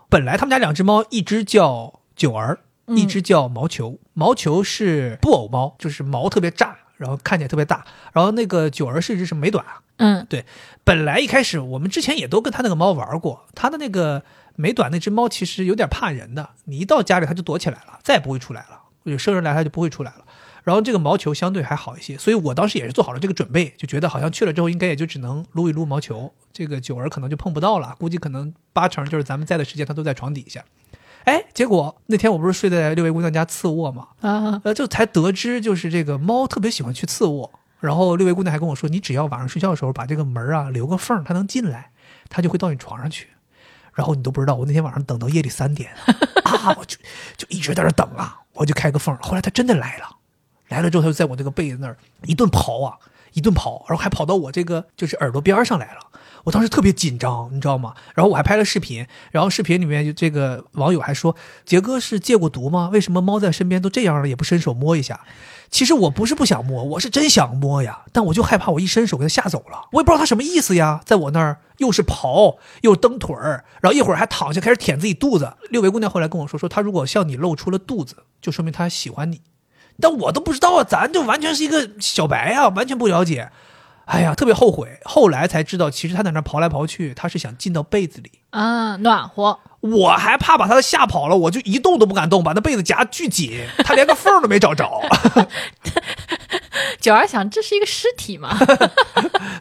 本来他们家两只猫，一只叫九儿，
嗯
一只叫毛球。毛球是布偶猫，就是毛特别炸，然后看起来特别大。然后那个九儿是一只是美短啊，
嗯
本来一开始我们之前也都跟他那个猫玩过，他的那个美短那只猫其实有点怕人的，你一到家里它就躲起来了，再也不会出来了。有生人来它就不会出来了。然后这个毛球相对还好一些，所以我当时也是做好了这个准备，就觉得好像去了之后应该也就只能撸一撸毛球，这个九儿可能就碰不到了，估计可能八成就是咱们在的时间它都在床底下。哎，结果那天我不是睡在六位姑娘家次卧吗？
啊，
呃，就才得知，就是这个猫特别喜欢去次卧。然后六位姑娘还跟我说，你只要晚上睡觉的时候把这个门啊留个缝儿，它能进来，它就会到你床上去。然后你都不知道，我那天晚上等到夜里三点啊，我就就一直在那儿等啊，我就开个缝儿。后来它真的来了，来了之后它就在我这个被子那儿一顿刨啊，一顿刨，然后还跑到我这个就是耳朵边儿上来了。我当时特别紧张，你知道吗？然后我还拍了视频，然后视频里面就这个网友还说：“杰哥是戒过毒吗？为什么猫在身边都这样了也不伸手摸一下？”其实我不是不想摸，我是真想摸呀，但我就害怕我一伸手给它吓走了，我也不知道它什么意思呀，在我那儿又是刨又是蹬腿儿，然后一会儿还躺下开始舔自己肚子。六维姑娘后来跟我说，说她如果向你露出了肚子，就说明她喜欢你，但我都不知道啊，咱就完全是一个小白啊，完全不了解。哎呀，特别后悔。后来才知道，其实他在那儿刨来刨去，他是想进到被子里。
啊，暖和，
我还怕把他吓跑了，我就一动都不敢动，把那被子夹巨紧，他连个缝儿都没找着。
九儿想这是一个尸体 嘛，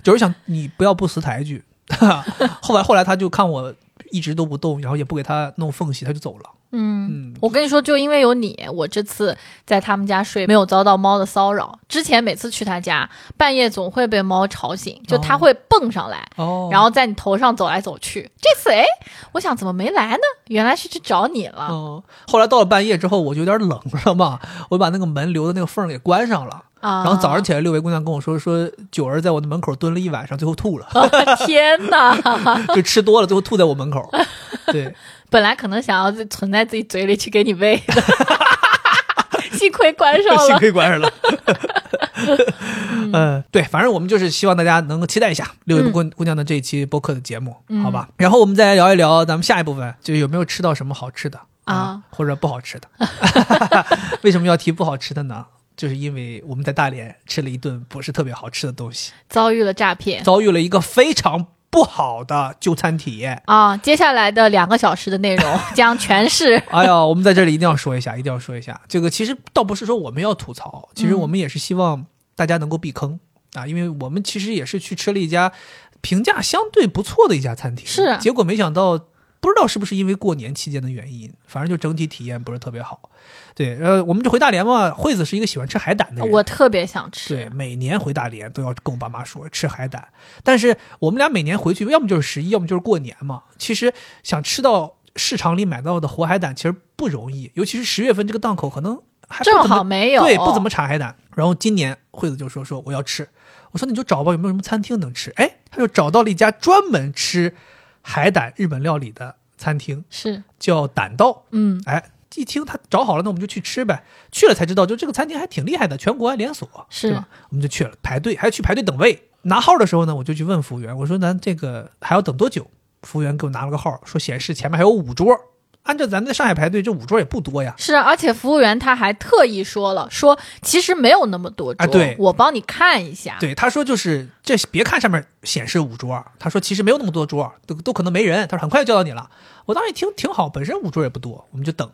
就是想你不要不识抬举。 后来后来他就看我一直都不动，然后也不给他弄缝隙，他就走了。
嗯，我跟你说，就因为有你，我这次在他们家睡没有遭到猫的骚扰。之前每次去他家，半夜总会被猫吵醒，就它
哦
会蹦上来，
哦
然后在你头上走来走去。这次哎，我想怎么没来呢？原来是去找你了。
嗯，后来到了半夜之后，我就有点冷了嘛，我把那个门留的那个缝儿给关上了。
啊！
然后早上起来，六位姑娘跟我说，说九儿在我的门口蹲了一晚上，最后吐了，
上， 天哪！
就吃多了，最后吐在我门口。对，
本来可能想要自存在自己嘴里去给你喂的， 幸亏 关上
幸
了。
亏关上 了。嗯，对，反正我们就是希望大家能够期待一下六
嗯
位姑姑娘的这一期播客的节目，好吧？然后我们再来聊一聊咱们下一部分，就有没有吃到什么好吃的
啊，
或者不好吃的？ 为什么要提不好吃的呢？就是因为我们在大连吃了一顿不是特别好吃的东西，
遭遇了诈骗
遭遇了一个非常不好的就餐体验。
啊！接下来的两个小时的 内容将全是
哎呀，我们在这里一定要说一下，一定要说一下。这个其实倒不是说我们要吐槽，其实我们也是希望大家能够避坑、啊，因为我们其实也是去吃了一家评价相对不错的一家餐厅，
是啊
结果没想到。不知道是不是因为过年期间的原因，反正就整体体验不是特别好。对，呃，我们就回大连嘛。惠子是一个喜欢吃海胆的人，
我特别想吃。
对，哎每年回大连都要跟我爸妈说吃海胆，但是我们俩每年回去，要么就是十一，要么就是过年嘛。其实想吃到市场里买到的活海胆，其实不容易，尤其是十月份这个档口，可能还不
正
怎么
好没有，
对，不怎么产海胆。然后今年惠子就说说我要吃，我说你就找吧，有没有什么餐厅能吃？哎，他就找到了一家专门吃海胆日本料理的餐厅，
是，
叫胆道。
嗯，
哎，一听他找好了，那我们就去吃呗。去了才知道，就这个餐厅还挺厉害的，全国还连锁，
是
对吧？我们就去了，排队还去排队等位。拿号的时候呢，我就去问服务员，我说咱这个还要等多久？服务员给我拿了个号，说显示前面还有五桌。按照咱们在上海排队，这五桌也不多呀。
是，而且服务员他还特意说了，说其实没有那么多桌，
啊对
我帮你看一下。
对，他说就是这，别看上面显示五桌，他说其实没有那么多桌，都都可能没人。他说很快就叫到你了。我当时一听挺好，本身五桌也不多，我们就等。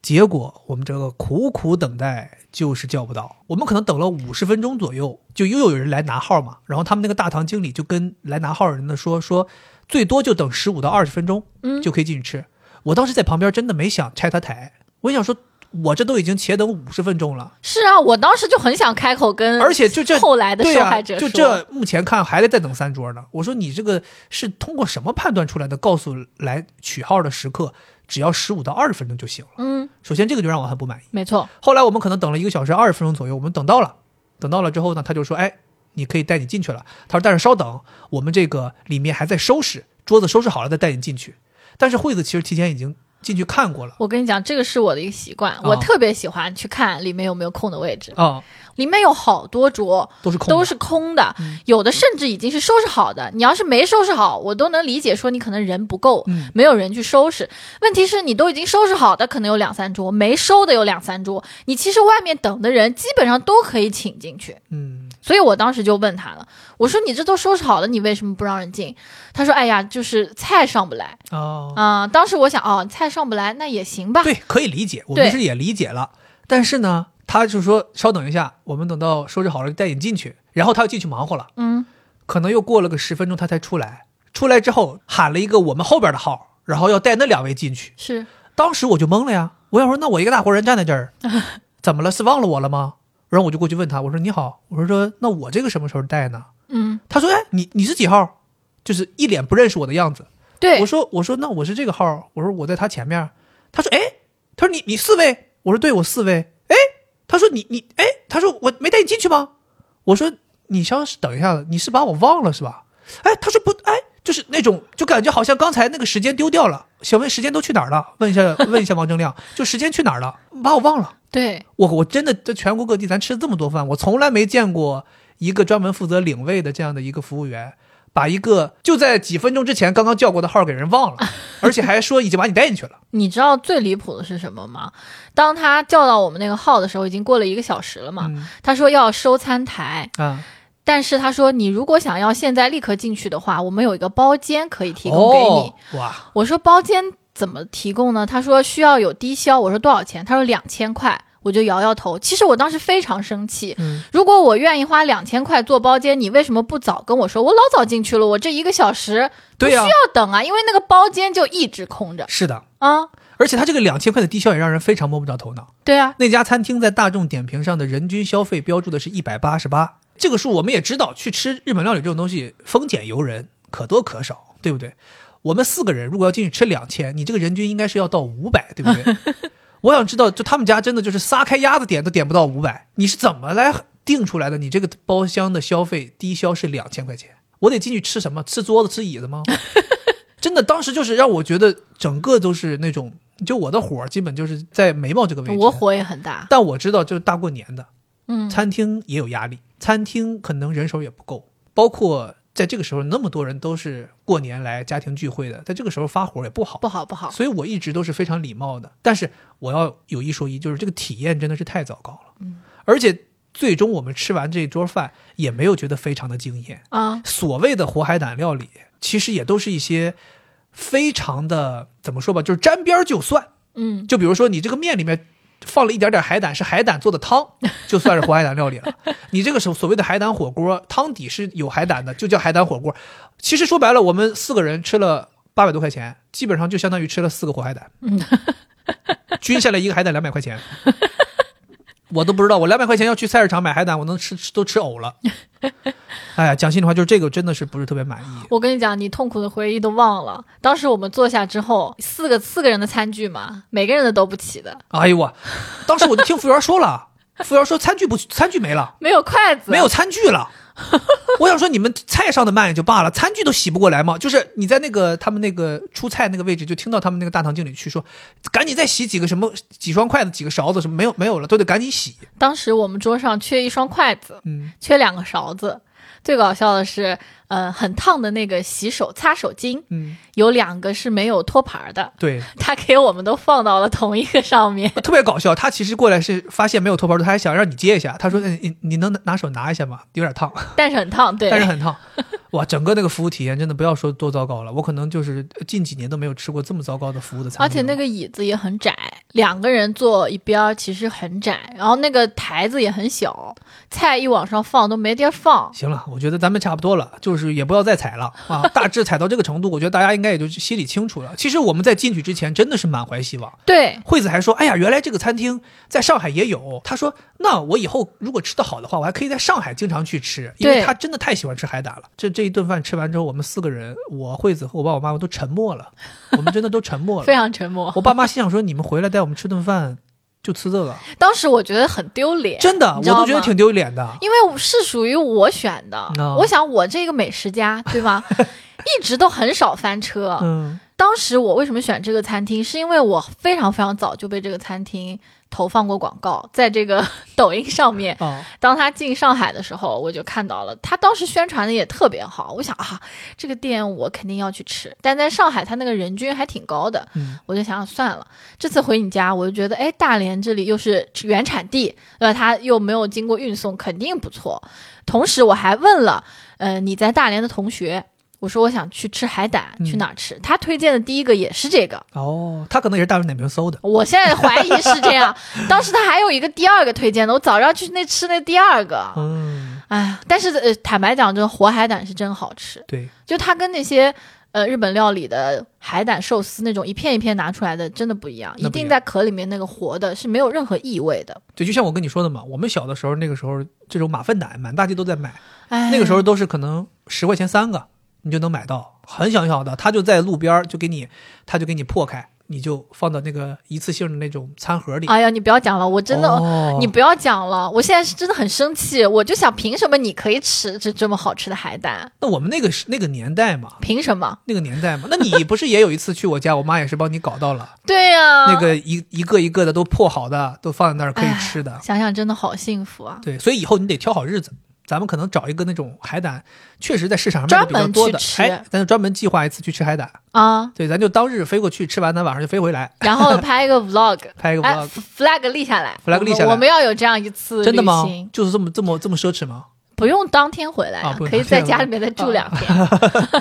结果我们这个苦苦等待就是叫不到，我们可能等了五十分钟左右，就又有人来拿号嘛。然后他们那个大堂经理就跟来拿号的人呢说说，最多就等十五到二十分钟，
嗯
就可以进去吃。我当时在旁边真的没想拆他台，我想说，我这都已经且等五十分钟了。
是啊，我当时就很想开口跟，
而且就这
嗯后来的
对
受
呀，
害者说，
就这目前看还得再等三桌呢。我说你这个是通过什么判断出来的？告诉来取号的食客，只要十五到二十分钟就行了。
嗯，
首先这个就让我很不满意。
没错，
后来我们可能等了一个小时二十分钟左右，我们等到了，等到了之后呢，他就说：“哎，你可以带你进去了。”他说：“但是稍等，我们这个里面还在收拾，桌子收拾好了再带你进去。”但是惠子其实提前已经进去看过了。
我跟你讲，这个是我的一个习惯，我
哦
特别喜欢去看里面有没有空的位置，
啊、
里面有好多桌
都是空的，
都是空的，
嗯
有的甚至已经是收拾好的。你要是没收拾好，我都能理解，说你可能人不够，
嗯
没有人去收拾。问题是你都已经收拾好的，可能有两三桌，没收的有两三桌，你其实外面等的人基本上都可以请进去。
嗯，
所以我当时就问他了，我说你这都收拾好了，你为什么不让人进？他说，哎呀，就是菜上不来
哦，
啊、当时我想，哦，菜上不来那也行吧，
对，可以理解，我们
对
是也理解了。但是呢，他就说稍等一下，我们等到收拾好了带你进去，然后他又进去忙活了，
嗯，
可能又过了个十分钟他才出来，出来之后喊了一个我们后边的号，然后要带那两位进去。
是
当时我就懵了呀，我想说那我一个大活人站在这 儿，怎么了？是忘了我了吗？然后我就过去问他，我说你好，我说说那我这个什么时候带呢？
嗯，
他说哎，你你是几号？就是一脸不认识我的样子。
对
我，说我说那我是这个号，我说我在他前面，他说哎，他说你你四位，我说对我四位，哎，他说你你哎，他说我没带你进去吗？我说你稍等一下子，你是把我忘了是吧？哎，他说不哎，就是那种就感觉好像刚才那个时间丢掉了，想问时间都去哪儿了？问一下问一下王铮亮，就时间去哪儿了？把我忘了。
对，
我我真的在全国各地，咱吃了这么多饭，我从来没见过一个专门负责领位的这样的一个服务员，把一个就在几分钟之前刚刚叫过的号给人忘 了，而且还说已经把你带进去了。
你知道最离谱的是什么吗？当他叫到我们那个号的时候，已经过了一个小时了嘛。
嗯
他说要收餐台，
啊，
但是他说你如果想要现在立刻进去的话，我们有一个包间可以提供给你。
哦，哇，
我说包间怎么提供呢？他说需要有低消。我说多少钱？他说两千块。我就摇摇头。其实我当时非常生气。
嗯
如果我愿意花两千块做包间，你为什么不早跟我说？我老早进去了，我这一个小时
对呀、
要等啊，因为那个包间就一直空着
是的，
啊、
而且他这个两千块的低消也让人非常摸不着头脑。
对啊，
那家餐厅在大众点评上的人均消费标注的是一百八十八，这个数我们也知道，去吃日本料理这种东西，丰俭由人，可多可少，对不对？我们四个人如果要进去吃两千，你这个人均应该是要到五百，对不对？ 我想知道，就他们家真的就是撒开鸭子点都点不到五百，你是怎么来定出来的？你这个包厢的消费低消是两千块钱，我得进去吃什么？吃桌子吃椅子吗？ 真的，当时就是让我觉得整个都是那种，就我的火儿基本就是在眉毛这个位置。
我火也很大。
但我知道，就是大过年的，
嗯，
餐厅也有压力，餐厅可能人手也不够，包括在这个时候，那么多人都是过年来家庭聚会的，在这个时候发火也不好。
不好不好。
所以我一直都是非常礼貌的，但是我要有一说一，就是这个体验真的是太糟糕了，
嗯，
而且最终我们吃完这一桌饭也没有觉得非常的惊艳。
啊，
所谓的火海胆料理，其实也都是一些非常的怎么说吧，就是沾边儿就蒜，
嗯，
就比如说你这个面里面放了一点点海胆，是海胆做的汤，就算是火海胆料理了。你这个所所谓的海胆火锅，汤底是有海胆的，就叫海胆火锅。其实说白了，我们四个人吃了八百多块钱，基本上就相当于吃了四个火海胆，均下来一个海胆两百块钱。我都不知道，我两百块钱要去菜市场买海胆，我能吃吃都吃呕了。哎呀，讲心里话，就是这个真的是不是特别满意。
我跟你讲，你痛苦的回忆都忘了。当时我们坐下之后，四个四个人的餐具嘛，每个人的都不齐的，
哎呦我，当时我就听服务员说了，服务员说餐具不餐具没了。
没有筷子，
没有餐具 了。我想说，你们菜上的慢也就罢了，餐具都洗不过来吗？就是你在那个他们那个出菜那个位置，就听到他们那个大堂经理去说，赶紧再洗几个什么几双筷子、几个勺子什么没有没有了，都得赶紧洗。
当时我们桌上缺一双筷子，
嗯，
缺两个勺子。最搞笑的是，呃，很烫的那个洗手擦手巾，
嗯，
有两个是没有托盘儿的，
对，
他给我们都放到了同一个上面。
特别搞笑。他其实过来是发现没有托盘的，他还想让你接一下。他说：“哎你你能拿手拿一下吗？有点烫，
但是很烫，嗯对，
但是 很烫。”哇，整个那个服务体验真的不要说多糟糕了，我可能就是近几年都没有吃过这么糟糕的服务的餐厅了。
而且那个椅子也很窄，两个人坐一边儿其实很窄，然后那个台子也很小，菜一往上放都没地儿放。
行了，我觉得咱们差不多了，就是也不要再踩了啊。大致踩到这个程度，我觉得大家应该也就心里清楚了。其实我们在进去之前真的是满怀希望。
对，
惠子还说：“哎呀，原来这个餐厅在上海也有。”她说：“那我以后如果吃得好的话，我还可以在上海经常去吃，因为
对
她真的太喜欢吃海胆了。”这这一顿饭吃完之后，我们四个人，我惠子和我爸我妈妈都沉默 了，我们真的都沉默
非
了。
常沉默。
我爸妈心想说：“你们回来带我们吃顿饭，就吃这个，
当时我觉得很丢脸，
真的，我
哎你知道
都觉得
吗哎
挺丢脸的。
因为我是属于我选的。
哦
我想我这个美食家，对吧？一直都很少翻车，”
嗯，
当时我为什么选这个餐厅，是因为我非常非常早就被这个餐厅投放过广告，在这个 抖音上面。
哦，
当他进上海的时候，我就看到了，他当时宣传的也特别好。我想啊，这个店我肯定要去吃。但在上海，他那个人均还挺高的，
嗯，
我就想想算了。这次回你家，我就觉得，哎，大连这里又是原产地，对吧？它又没有经过运送，肯定不错。同时，我还问了，呃，你在大连的同学，我说我想去吃海胆，
嗯
去哪儿吃？他推荐的第一个也是这个。
哦，他可能也是大众点评搜的。
我现在怀疑是这样， 当时他还有一个第二个推荐的，我早上去那吃那第二个，
嗯，
哎呀，但是呃，坦白讲，这活海胆是真好吃，
对，
就它跟那些呃日本料理的海胆寿司那种一片一片拿出来的真的不一样，
那不一样
一定在壳里面那个活的是没有任何异味的。
对，就像我跟你说的嘛，我们小的时候那个时候，这种马粪奶满大街都在买，
哎，
那个时候都是可能十块钱三个，你就能买到，很小很小的，他就在路边儿就给你，他就给你破开，你就放到那个一次性的那种餐盒里。
哎呀，你不要讲了，我真的。
哦
你不要讲了，我现在是真的很生气，我就想凭什么你可以吃这这么好吃的海胆？
那我们那个时那个年代嘛，
凭什么？
那个年代嘛，那你不是也有一次去我家，我妈也是帮你搞到了
对呀、
那个一一个一个的都破好的，都放在那儿可
哎
以吃的。
想想真的好幸福啊！
对，所以以后你得挑好日子，咱们可能找一个那种海胆，确实在市场上卖的比较
专门
多
去
的，
吃
哎，咱就专门计划一次去吃海胆。
啊，
对，咱就当日飞过去，吃完咱晚上就飞回来，
然后拍一个 vlog，
拍一个 vlog。
哎，flag 立下来
flag 立下来
我们我们要有这样一次
真的吗
旅行？
就是这么这么这么奢侈吗？
不用当天回来、
啊不用
可以在家里面再住两天，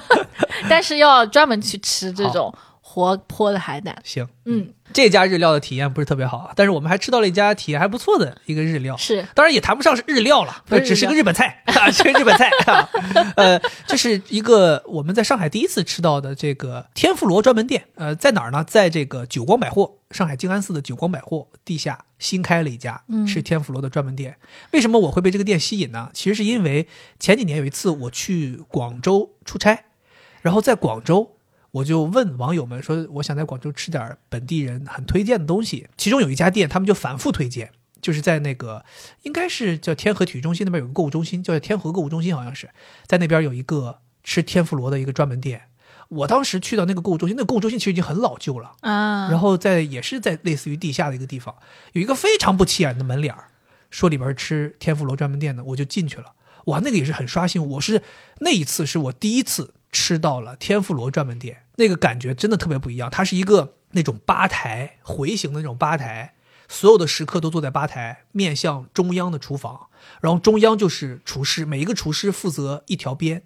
但是要专门去吃这种活泼的海胆。
行，
嗯，
这家日料的体验不是特别好啊，但是我们还吃到了一家体验还不错的一个日料，
是
当然也谈不上是日料了，
不是日料
只是个日本菜啊，是个日本菜啊。 呃，这是一个我们在上海第一次吃到的这个天妇罗专门店，呃，在哪儿呢？在这个久光百货，上海静安寺的久光百货地下新开了一家
嗯
吃天妇罗的专门店。为什么我会被这个店吸引呢？其实是因为前几年有一次我去广州出差，然后在广州。我就问网友们说，我想在广州吃点儿本地人很推荐的东西。其中有一家店，他们就反复推荐，就是在那个应该是叫天河体育中心那边有个购物中心，叫天河购物中心，好像是在那边有一个吃天妇罗的一个专门店。我当时去到那个购物中心，那个购物中心其实已经很老旧了，
啊，
然后在也是在类似于地下的一个地方，有一个非常不起眼的门脸儿，说里边儿吃天妇罗专门店的，我就进去了。哇，那个也是很刷新，我是那一次是我第一次吃到了天妇罗专门店，那个感觉真的特别不一样。它是一个那种吧台回形的那种吧台，所有的食客都坐在吧台，面向中央的厨房，然后中央就是厨师，每一个厨师负责一条边，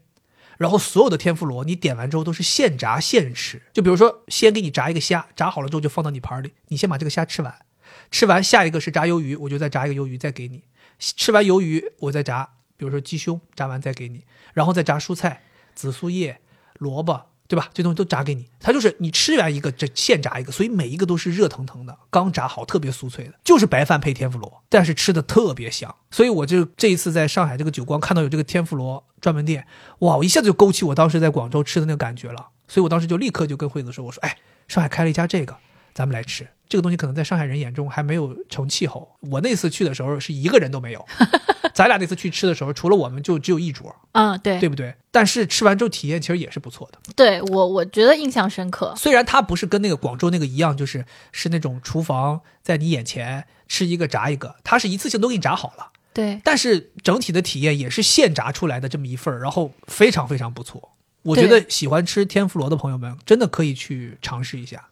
然后所有的天妇罗你点完之后都是现炸现吃，就比如说先给你炸一个虾，炸好了之后就放到你盘里，你先把这个虾吃完，吃完下一个是炸鱿鱼，我就再炸一个鱿鱼再给你，吃完鱿鱼我再炸，比如说鸡胸炸完再给你，然后再炸蔬菜、紫苏叶、萝卜。对吧？这东西都炸给你，它就是你吃完一个，这现炸一个，所以每一个都是热腾腾的，刚炸好，特别酥脆的，就是白饭配天妇罗，但是吃的特别香。所以我就这一次在上海这个久光看到有这个天妇罗专门店，哇，我一下子就勾起我当时在广州吃的那个感觉了，所以我当时就立刻就跟惠子说，我说，哎，上海开了一家这个，咱们来吃。这个东西可能在上海人眼中还没有成气候。我那次去的时候是一个人都没有，咱俩那次去吃的时候，除了我们就只有一桌，
嗯，对
对不对？但是吃完之后体验其实也是不错的。
对我我觉得印象深刻。
虽然它不是跟那个广州那个一样，就是是那种厨房在你眼前吃一个炸一个，它是一次性都给你炸好了，
对，
但是整体的体验也是现炸出来的这么一份儿，然后非常非常不错。我觉得喜欢吃天妇罗的朋友们真的可以去尝试一下，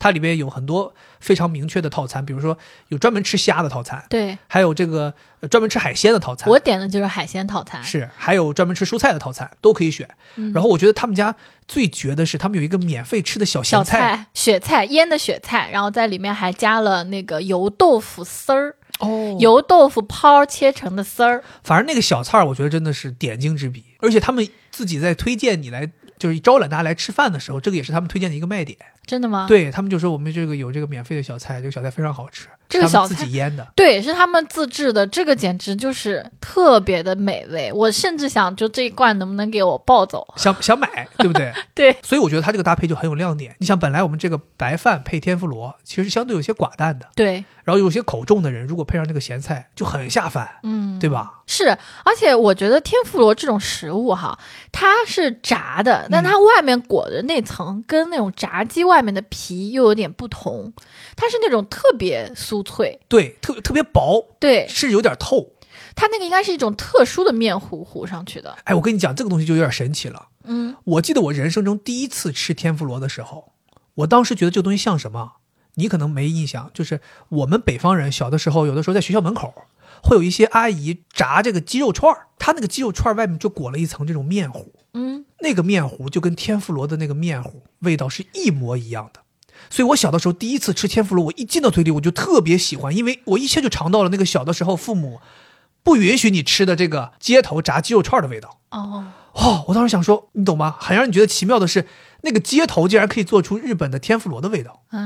它里边有很多非常明确的套餐，比如说有专门吃虾的套餐，
对
还有这个呃专门吃海鲜的套餐。
我点的就是海鲜套餐。
是，还有专门吃蔬菜的套餐都可以选。
嗯
然后我觉得他们家最绝的是，他们有一个免费吃的小
小
咸
菜、雪菜腌的雪菜，然后在里面还加了那个油豆腐丝儿、
哦
油豆腐泡切成的丝儿，
反正那个小菜儿，我觉得真的是点睛之笔，而且他们自己在推荐你来，就是招揽大家来吃饭的时候，这个也是他们推荐的一个卖点。
真的吗？，
对他们就说我们这个有这个免费的小菜，这个小菜非常好吃，
这个
他
小
们自
菜
己腌 的。
对，是他们自制的，这个简直就是特别的美味。我甚至想，就这一罐能不能给我抱走？
想想买，对不对？
对，
所以我觉得它这个搭配就很有亮点。你想，本来我们这个白饭配天妇罗，其实相对有些寡淡的，
对，
然后有些口重的人，如果配上这个咸菜，就很下饭，
嗯，
对吧？
是，而且我觉得天妇罗这种食物哈，它是炸的，
嗯
但它外面裹的那层跟那种炸鸡外面的皮又有点不同，它是那种特别酥脆，
对，特特别薄，
对，
是有点透。
它那个应该是一种特殊的面糊糊上去的，
哎，我跟你讲，这个东西就有点神奇了。
嗯，
我记得我人生中第一次吃天妇罗的时候，我当时觉得这东西像什么？你可能没印象，就是我们北方人小的时候，有的时候在学校门口会有一些阿姨炸这个鸡肉串儿，她那个鸡肉串儿外面就裹了一层这种面糊，
嗯，
那个面糊就跟天妇罗的那个面糊味道是一模一样的。所以我小的时候第一次吃天妇罗，我一进到嘴里我就特别喜欢，因为我一下就尝到了那个小的时候父母不允许你吃的这个街头炸鸡肉串儿的味道。
哦，
哦，我当时想说，你懂吗？很让人觉得奇妙的是，那个街头竟然可以做出日本的天妇罗的味道，
啊，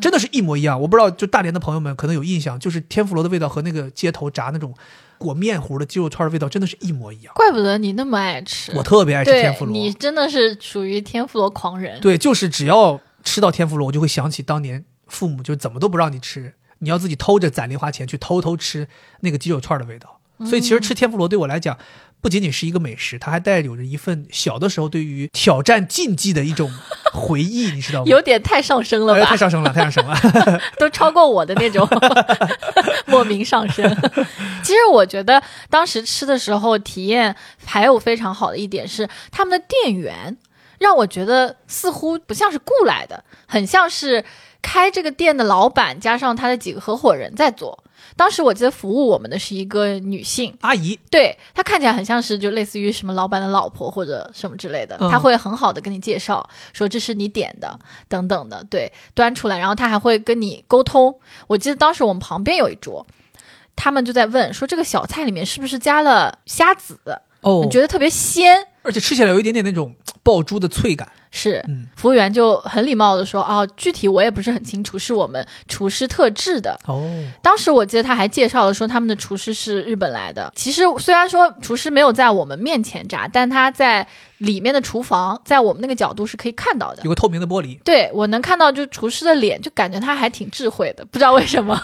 真的是一模一样。我不知道，就大连的朋友们可能有印象，就是天妇罗的味道和那个街头炸那种裹面糊的鸡肉串的味道真的是一模一样。
怪不得你那么爱吃，
我特别爱吃天
对
妇
你
罗，
真的是属于天妇罗狂人，
对，就是只要吃到天妇罗，我就会想起当年父母就怎么都不让你吃，你要自己偷着攒零花钱去偷偷吃那个鸡肉串的味道。所以其实
嗯
吃天妇罗对我来讲，不仅仅是一个美食，它还带有着一份小的时候对于挑战禁忌的一种回忆，你知道吗？
有点太上升了
哦哎
吧？
太上升了，太上升了。
都超过我的 那种莫名上升。其实我觉得当时吃的时候体验还有非常好的一点是他们的店员让我觉得似乎不像是雇来的，很像是开这个店的老板加上他的几个合伙人在做。当时我记得服务我们的是一个女性，
阿姨，
对她看起来很像是就类似于什么老板的老婆或者什么之类的，
嗯
她会很好的跟你介绍说这是你点的等等的，对，端出来，然后她还会跟你沟通。我记得当时我们旁边有一桌，他们就在问说这个小菜里面是不是加了虾子，
哦
你觉得特别鲜。
而且吃起来有一点点那种嘖爆珠的脆感。
是
嗯，
服务员就很礼貌的说：“哦，具体我也不是很清楚，是我们厨师特制的。”
哦，
当时我记得他还介绍了说他们的厨师是日本来的。其实虽然说厨师没有在我们面前炸，但他在里面的厨房，在我们那个角度是可以看到的
有。个透明的玻璃，
对我能看到，就厨师的脸，就感觉他还挺智慧的，不知道为什么。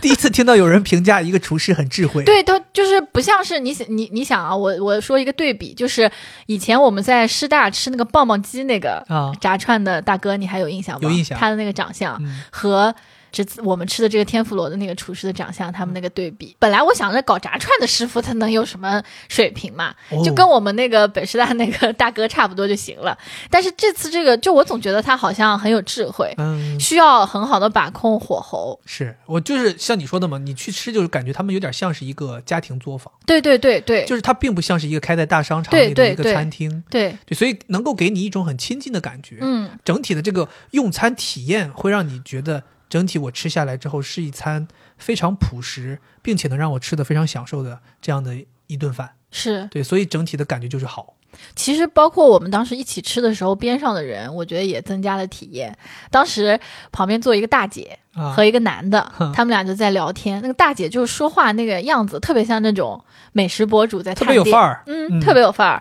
第一次听到有人评价一个厨师很智慧。，
对，都就是不像是你想你你想啊，我我说一个对比，就是以前我们在师大吃那个棒棒鸡那个
啊
炸串的大哥，你还有印象吗？
有印象
他的那个长相、
嗯
和这次我们吃的这个天妇罗的那个厨师的长相，他们那个对
嗯
比。本来我想着搞炸串的师傅他能有什么水平嘛，
哦
就跟我们那个北师大那个大哥差不多就行了。但是这次这个，就我总觉得他好像很有智慧，
嗯，
需要很好的把控火候。
是我就是像你说的嘛，你去吃就是感觉他们有点像是一个家庭作坊，
对对对对，
就是它并不像是一个开在大商场
对
里的
对
一个
对
餐厅。
对，
对，所以能够给你一种很亲近的感觉。
嗯。
整体的这个用餐体验会让你觉得，整体我吃下来之后是一餐非常朴实，并且能让我吃的非常享受的这样的一顿饭。
是，
对，所以整体的感觉就是好。
其实包括我们当时一起吃的时候，边上的人，我觉得也增加了体验。当时旁边坐一个大姐
啊
和一个男的，
哼
他们俩就在聊天。那个大姐就是说话那个样子，特别像那种美食博主在
特
探
别有
店
范儿嗯
嗯，特别有范儿。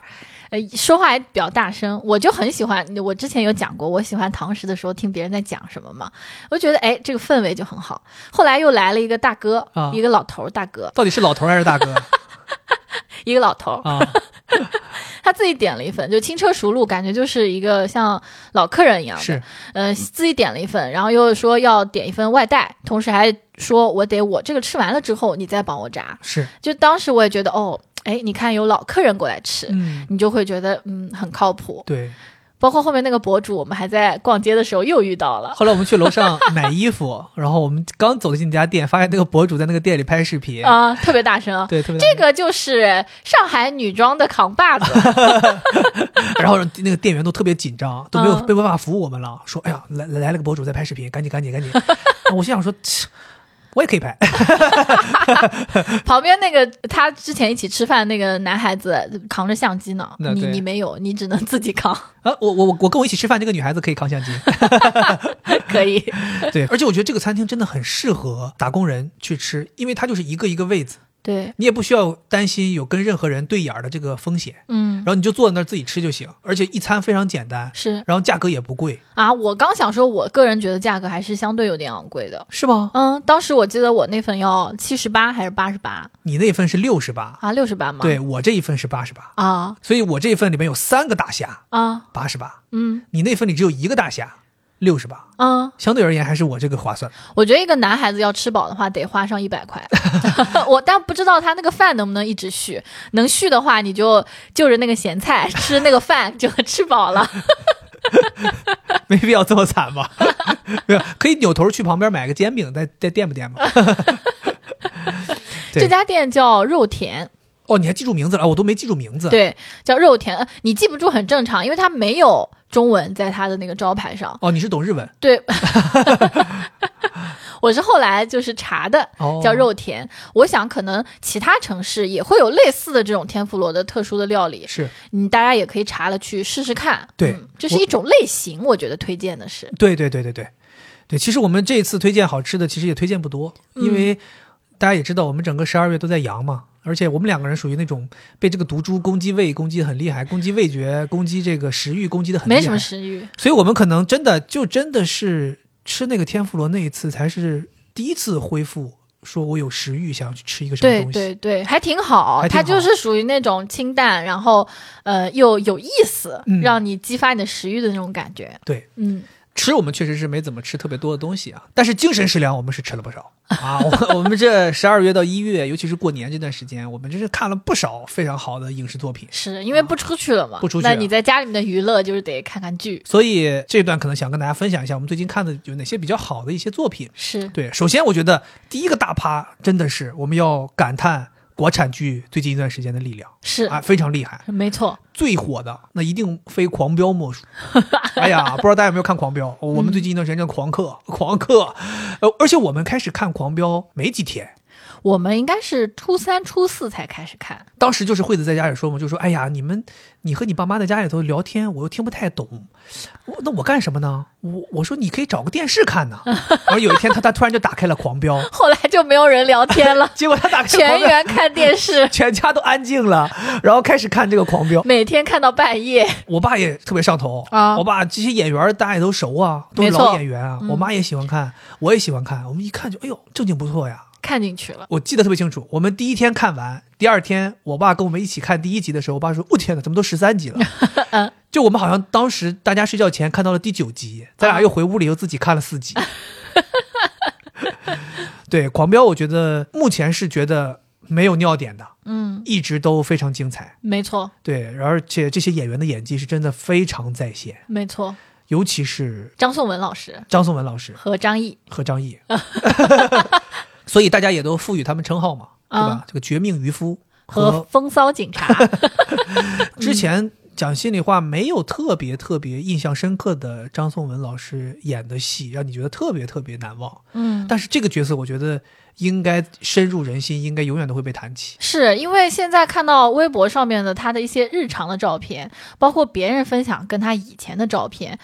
呃，说话也比较大声，我就很喜欢。我之前有讲过，我喜欢堂食的时候听别人在讲什么嘛，我就觉得哎，这个氛围就很好。后来又来了一个大哥，
啊
一个老头儿大哥，
到底是老头儿还是大哥
一个老头 儿，
啊？
他自己点了一份，就轻车熟路，感觉就是一个像老客人一样的。
是，
呃，自己点了一份，然后又说要点一份外带，同时还说我得我这个吃完了之后你再帮我炸。
是，
就当时我也觉得哦，哎，你看有老客人过来吃，
嗯，
你就会觉得嗯很靠谱。
对。
包括后面那个博主，我们还在逛街的时候又遇到了。
后来我们去楼上买衣服， 然后我们刚走进那家店，发现那个博主在那个店里拍视频，
啊、特别大声，
对，特别
这个就是上海女装的扛把子，
然后那个店员都特别紧张，都没有
嗯
没有办法服务我们了，说：“哎呀，来来来了个博主在拍视频，赶紧赶紧赶紧。”我心想说切：“我也可以拍。
旁边那个他之前一起吃饭那个男孩子扛着相机呢，
那
你
对
你没有，你只能自己扛，
啊，我我我我跟我一起吃饭这个女孩子可以扛相机，
可以。
对，而且我觉得这个餐厅真的很适合打工人去吃，因为它就是一个一个位子，
对，
你也不需要担心有跟任何人对眼儿的这个风险，
嗯
然，后你就坐在那儿自己吃就行，而且一餐非常简单，
是
然后价格也不贵，
啊，我刚想说，我个人觉得价格还是相对有点昂贵的。
是吗？
嗯，当时我记得我那份要七十八还是八十八
你那份是六十八，
啊，六十八吗？
对我这一份是八十八，
啊
所以我这一份里面有三个大虾，
啊
八十八，
嗯
你那份里只有一个大虾，六十八，
啊，
相对而言还是我这个划 算。
我觉得一个男孩子要吃饱的话，得花上一 百块。我但不知道他那个饭能不能一直续，能续的话，你就就着那个咸菜吃那个饭 就吃饱了。
没必要这么惨吧？ 没有，可以扭头去旁边买个煎饼，再再垫吧垫 吧。对
这家店叫肉田，
哦，你还记住名字了？我都没记住名字。，
对，叫肉田。呃你记不住很正常，因为它没有中文在它的那个招牌上。
哦，你是懂日文
对， 我是后来就是查的，
哦，
叫肉田。我想可能其他城市也会有类似的这种天妇罗的特殊的料理，
是
你大家也可以查了去试试看。
对
嗯这是一种类型，我觉得推荐的是，
对对对对对对。其实我们这一次推荐好吃的，其实也推荐不多，因
嗯
为大家也知道，我们整个十二月都在阳嘛。而且我们两个人属于那种被这个毒株攻击胃攻击得很厉害，攻击味觉、攻击这个食欲、攻击的很厉害，
没什么食欲。
所以我们可能真的就真的是吃那个天妇罗那一次才是第一次恢复，说我有食欲想要去吃一个什么
对
东西。
对对，还挺好。
还挺
它
好
就是属于那种清淡，然后呃又有意思，
嗯
让你激发你的食欲的那种感觉。
对
嗯，
吃我们确实是没怎么吃特别多的东西啊，但是精神食粮我们是吃了不少啊。我我们这十二月到一月，尤其是过年这段时间，我们真是看了不少非常好的影视作品。
是因为不出去了嘛，
不出去啊
那
了
你在家里面的娱乐就是得看看剧。
所以这段可能想跟大家分享一下，我们最近看的有哪些比较好的一些作品。
是
对，首先我觉得第一个大趴真的是我们要感叹国产剧最近一段时间的力量
是、
啊，非常厉害。
没错，
最火的那一定非《狂飙》莫 属。哎呀，不知道大家有没有看《狂飙》？我们最近一段时间叫《狂客》， 狂客。呃，而且我们开始看《狂飙》没几天，
我们应该是初三、初四才开始看。
当时就是惠子在家里说嘛，就说：“哎呀，你们，你和你爸妈在家里头聊天，我又听不太懂，我那我干什么呢？我我说你可以找个电视看 呢。”然后有一天他他突然就打开了《狂飙》，，
后来就没有人聊天了
结果他打开了《
全
狂飙》，，
员看电视
全家都安静了，然后开始看这个《狂飙》。
每天看到半夜。
我爸也特别上头
啊
我爸这些演员大家也都熟啊，都是
没错嗯
老演员啊。我妈也喜欢看，我也喜欢看。我们一看就，哎呦，正经不错呀！
看进去了，
我记得特别清楚，我们第一天看完，第二天我爸跟我们一起看第一集的时候，我爸说：“我、哦天哪，怎么都十三 集了？”
嗯
就我们好像当时大家睡觉前看到了第九集，咱俩又回屋里又自己看了 四集。对，《狂飙》我觉得目前是觉得没有尿点的，
嗯，
一直都非常精彩。
没错，
对，而且这些演员的演技是真的非常在线。
没错。
尤其是
张颂文老师
张颂文老师
和张译，
和张译，所以大家也都赋予他们称号嘛，对吧？
啊
这个绝命渔夫
和
和
风骚警察，
之前讲心里话没有特别特别印象深刻的张颂文老师演的戏，让你觉得特别特别难忘。
嗯，
但是这个角色，我觉得应该深入人心，应该永远都会被谈起。
是因为现在看到微博上面的他的一些日常的照片，包括别人分享跟他以前的照片，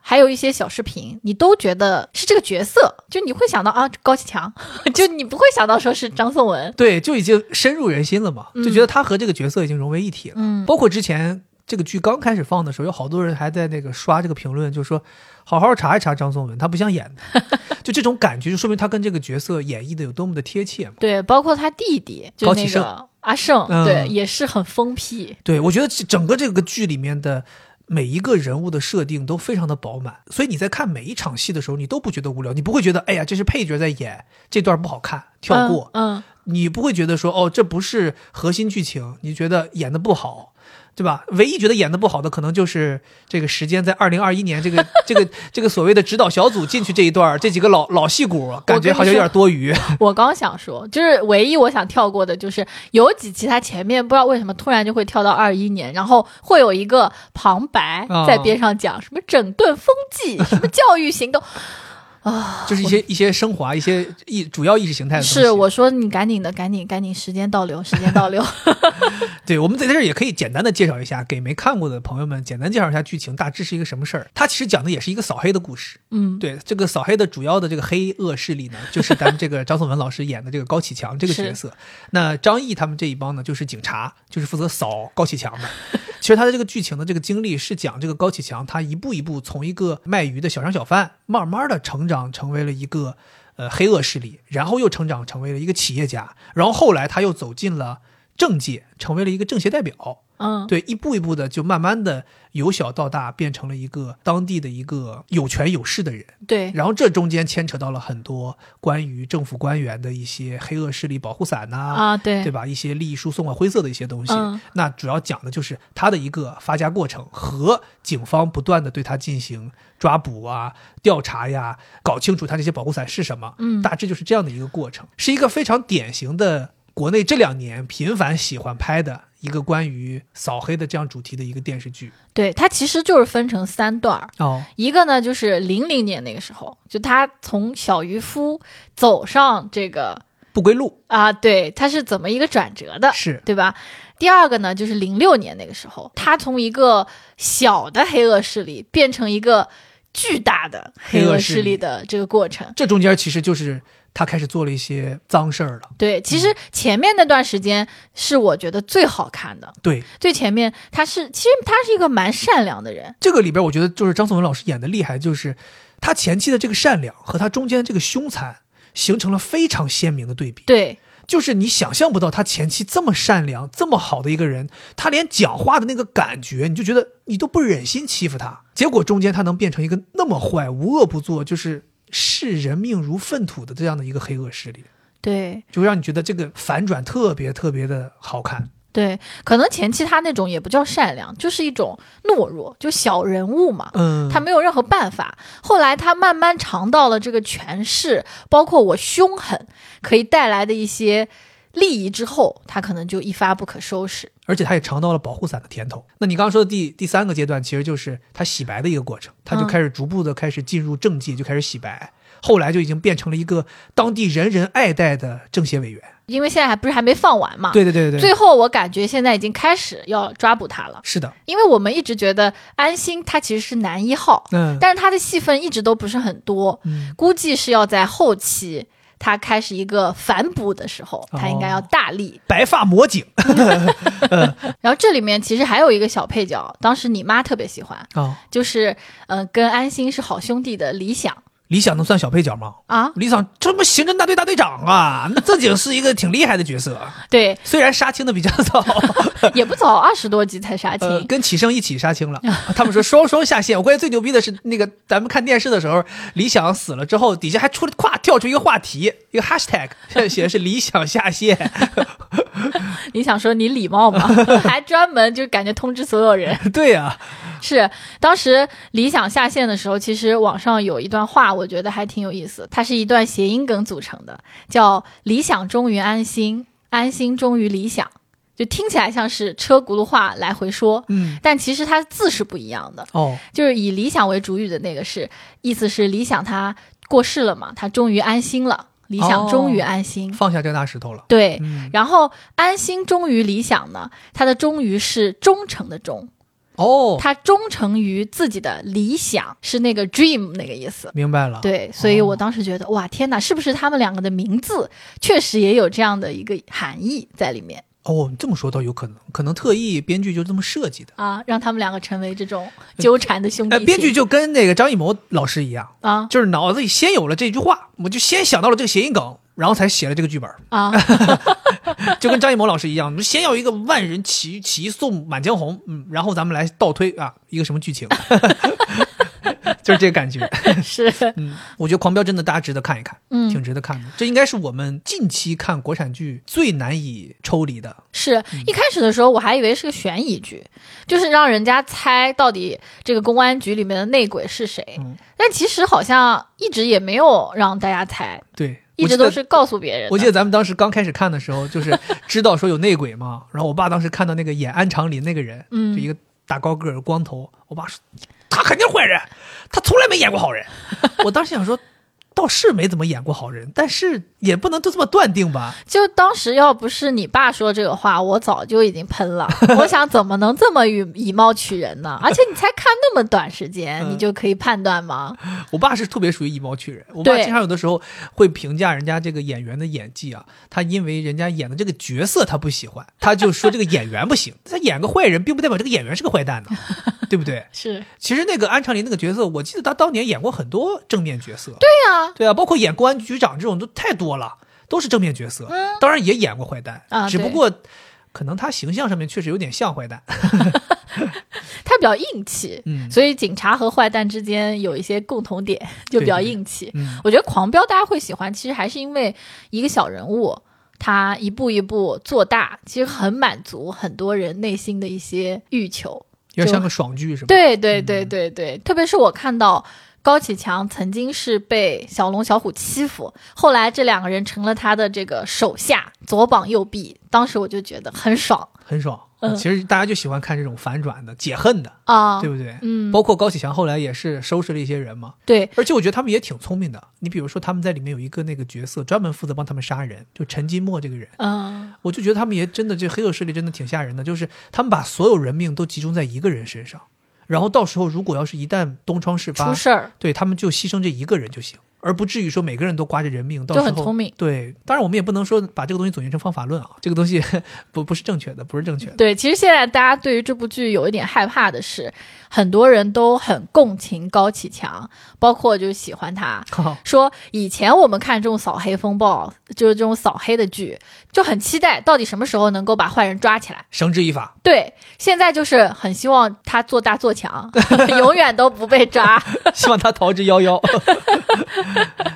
还有一些小视频，你都觉得是这个角色，就你会想到啊高启强， 就你不会想到说是张颂文，
对，就已经深入人心了嘛，就觉得他和这个角色已经融为一体了。
嗯，
包括之前这个剧刚开始放的时候，有好多人还在那个刷这个评论，就说好好查一查张颂文，他不像演的， 就这种感觉，就说明他跟这个角色演绎的有多么的贴切嘛。
对，包括他弟弟，就
高启
那
盛
个阿胜，
嗯
对，也是很疯批，
对，我觉得整个这个剧里面的每一个人物的设定都非常的饱满，所以你在看每一场戏的时候，你都不觉得无聊，你不会觉得哎呀这是配角在演，这段不好看，跳过，
嗯，嗯
你不会觉得说哦这不是核心剧情，你觉得演的不好。对吧？唯一觉得演的不好的，可能就是这个时间在二零二一年这个 这个这个所谓的指导小组进去这一段儿，这几个老老戏骨感觉好像有点多余。
我刚想说，就是唯一我想跳过的，就是有几期它前面不知道为什么突然就会跳到二一年，然后会有一个旁白
啊
在边上讲什么整顿风气、什么教育行动。啊，
就是一些一些升华、一些意主要意识形态的东西。
是我说你赶紧的，赶紧赶紧，时间倒流，时间倒 流。
对，我们在这儿也可以简单的介绍一下，给没看过的朋友们简单介绍一下剧情，大致是一个什么事儿。它其实讲的也是一个扫黑的故事。
嗯，
对，这个扫黑的主要的这个黑恶势力呢，就是咱们这个张颂文老师演的这个高启强这个角色。那张译他们这一帮呢，就是警察，就是负责扫高启强的。其实他的这个剧情的这个经历是讲这个高启强他一步一步从一个卖鱼的小商小贩，慢慢的成长成为了一个呃黑恶势力，然后又成长成为了一个企业家，然后后来他又走进了政界，成为了一个政协代表。
嗯，
对，一步一步的就慢慢的由小到大变成了一个当地的一个有权有势的人。
对，
然后这中间牵扯到了很多关于政府官员的一些黑恶势力保护伞呐、
啊，对
对，吧？一些利益输送啊、灰色的一些东西。
嗯
那主要讲的就是他的一个发家过程和警方不断的对他进行抓捕啊、调查呀，搞清楚他这些保护伞是什么。
嗯
大致就是这样的一个过程，是一个非常典型的国内这两年频繁喜欢拍的一个关于扫黑的这样主题的一个电视剧。
对，它其实就是分成三段儿。
哦，
一个呢，就是零零年那个时候，就他从小渔夫走上这个
不归路
啊，对，他是怎么一个转折的，
是
对吧？第二个呢，就是零六年那个时候，他从一个小的黑恶势力变成一个巨大的黑恶势力的这个过程。
这中间其实就是他开始做了一些脏事儿了。
对，其实前面那段时间是我觉得最好看的，
对，
最前面他是其实他是一个蛮善良的人，
这个里边我觉得就是张颂文老师演的厉害，就是他前期的这个善良和他中间的这个凶残形成了非常鲜明的对比。
对
就是你想象不到他前期这么善良、这么好的一个人，他连讲话的那个感觉，你就觉得你都不忍心欺负他。结果中间他能变成一个那么坏、无恶不作，就是视人命如粪土的这样的一个黑恶势力，
对
就让你觉得这个反转特别特别的好看。
对，可能前期他那种也不叫善良，就是一种懦弱，就小人物嘛。
嗯，
他没有任何办法。后来他慢慢尝到了这个权势，包括我凶狠可以带来的一些利益之后，他可能就一发不可收拾。
而且他也尝到了保护伞的甜头。那你刚刚说的第第三个阶段，其实就是他洗白的一个过程，他就
嗯
开始逐步的开始进入政界，就开始洗白，后来就已经变成了一个当地人人爱戴的政协委员。
因为现在还不是还没放完嘛。
对对对对对，
啊最后我感觉现在已经开始要抓捕他了，
是的，
因为我们一直觉得安心他其实是男一号，
嗯
但是他的戏份一直都不是很多，
嗯，
估计是要在后期。他开始一个反哺的时候，他应该要大力。
白发魔警
然后这里面其实还有一个小配角，当时你妈特别喜欢，
啊、
就是呃，跟安心是好兄弟的理想
理想能算小配角吗？
啊，
理想这不刑侦大队大队长啊，那正经是一个挺厉害的角色，，
对
虽然杀青的比较早，
也不早，二十多集才杀青。
呃，跟启胜一起杀青 了。他们说双双下线。我关键最牛逼的是，那个咱们看电视的时候，李想死了之后，底下还出了咵跳出一个话题，一个 hashtag，写的是李想下线。
你想说你礼貌吗？ 还专门就感觉通知所有人。
对啊呀、
是当时理想下线的时候，其实网上有一段话，我觉得还挺有意思，它是一段谐音梗组成的，叫“理想忠于安心，安心忠于理想”，就听起来像是车轱辘话来回说，
嗯，
但其实它字是不一样的。
哦，
就是以理想为主语的那个是，意思是理想他过世了嘛，他终于安心了，理想终于安心。
放下这大石头了。
对，
嗯，
然后安心忠于理想呢，他的忠于是忠诚的忠，
哦，
他忠诚于自己的理想，是那个 dream 那个意思。
明白了。，
对，所
哦
以我当时觉得，哇，天哪，是不是他们两个的名字确实也有这样的一个含义在里面
哦，你这么说倒有可能，可能特意编剧就这么设计的。
啊？让他们两个成为这种纠缠的兄弟
呃，
情。
编剧就跟那个张艺谋老师一样，
啊
就是脑子里先有了这句话，我就先想到了这个谐音梗，然后才写了这个剧本。
啊，
就跟张艺谋老师一样，我们先要一个万人齐齐颂《满江红》，嗯，然后咱们来倒推啊，一个什么剧情， 就是这个感觉。
是，
嗯，我觉得《狂飙》真的大家值得看一看，
嗯，
挺值得看的。这应该是我们近期看国产剧最难以抽离的。
是
嗯
一开始的时候我还以为是个悬疑剧，就是让人家猜到底这个公安局里面的内鬼是谁。
嗯
但其实好像一直也没有让大家猜，
对，
一
我记
直
得
都是告诉别人的。
我记得咱们当时刚开始看的时候，就是 知道说有内鬼嘛，然后我爸当时看到那个演安长林那个人，
嗯
就一个大高个儿 光头，我爸说他肯定是坏人，他从来没演过好人。我当时想说，倒是没怎么演过好人，但是也不能就这么断定吧。
就当时要不是你爸说这个话，我早就已经喷 了。我想怎么能这么以以貌取人呢？而且你才看那么短时间，
嗯
你就可以判断吗？
我爸是特别属于以貌取人，我爸
对
经常有的时候会评价人家这个演员的演技啊，他因为人家演的这个角色他不喜欢，他就说这个演员不行。他演个坏人，并不代表这个演员是个坏蛋呢，对不对？
是对
其实那个安长林那个角色，我记得他当年演过很多正面角色，
啊，
对啊，包括演公安局长这种都太多了，都是正面角色。当然也演过坏蛋，
嗯啊
只不
对
过可能他形象上面确实有点像 坏蛋。
他比较硬气，
嗯
所以警察和坏蛋之间有一些共同点，就比较
对对对
硬气。
嗯，
我觉得《狂飙》大家会喜欢，其实还是因为一个小人物，他一步一步做大，其实很满足很多人内心的一些欲求。
有点像个爽剧是吧？
对对对对对，特别是我看到高启强曾经是被小龙小虎欺负，后来这两个人成了他的这个手下，左膀右臂，当时我就觉得很爽
很爽。
嗯
其实大家就喜欢看这种反转的、解恨的，
啊。
对不对？
嗯，
包括高启强后来也是收拾了一些人嘛，
对，
而且我觉得他们也挺聪明的。你比如说，他们在里面有一个那个角色专门负责帮他们杀人，就陈金墨这个人，
嗯，
我就觉得他们也真的这黑恶势力真的挺吓人的，就是他们把所有人命都集中在一个人身上，然后到时候如果要是一旦东窗事
出
发，
事儿
对他们就牺牲这一个人就行，而不至于说每个人都挂着人命，到
就
时
很
候
聪明。
对，当然我们也不能说把这个东西总结成方法论啊，这个东西 不不是正确的，不是正确的。
对，其实现在大家对于这部剧有一点害怕的是，很多人都很共情高启强，包括就喜欢他。
好，
说以前我们看这种扫黑风暴，就是这种扫黑的剧，就很期待到底什么时候能够把坏人抓起来。
绳之以法，
对，现在就是很希望他做大做强，永远都不被抓。
希望他逃之夭 夭。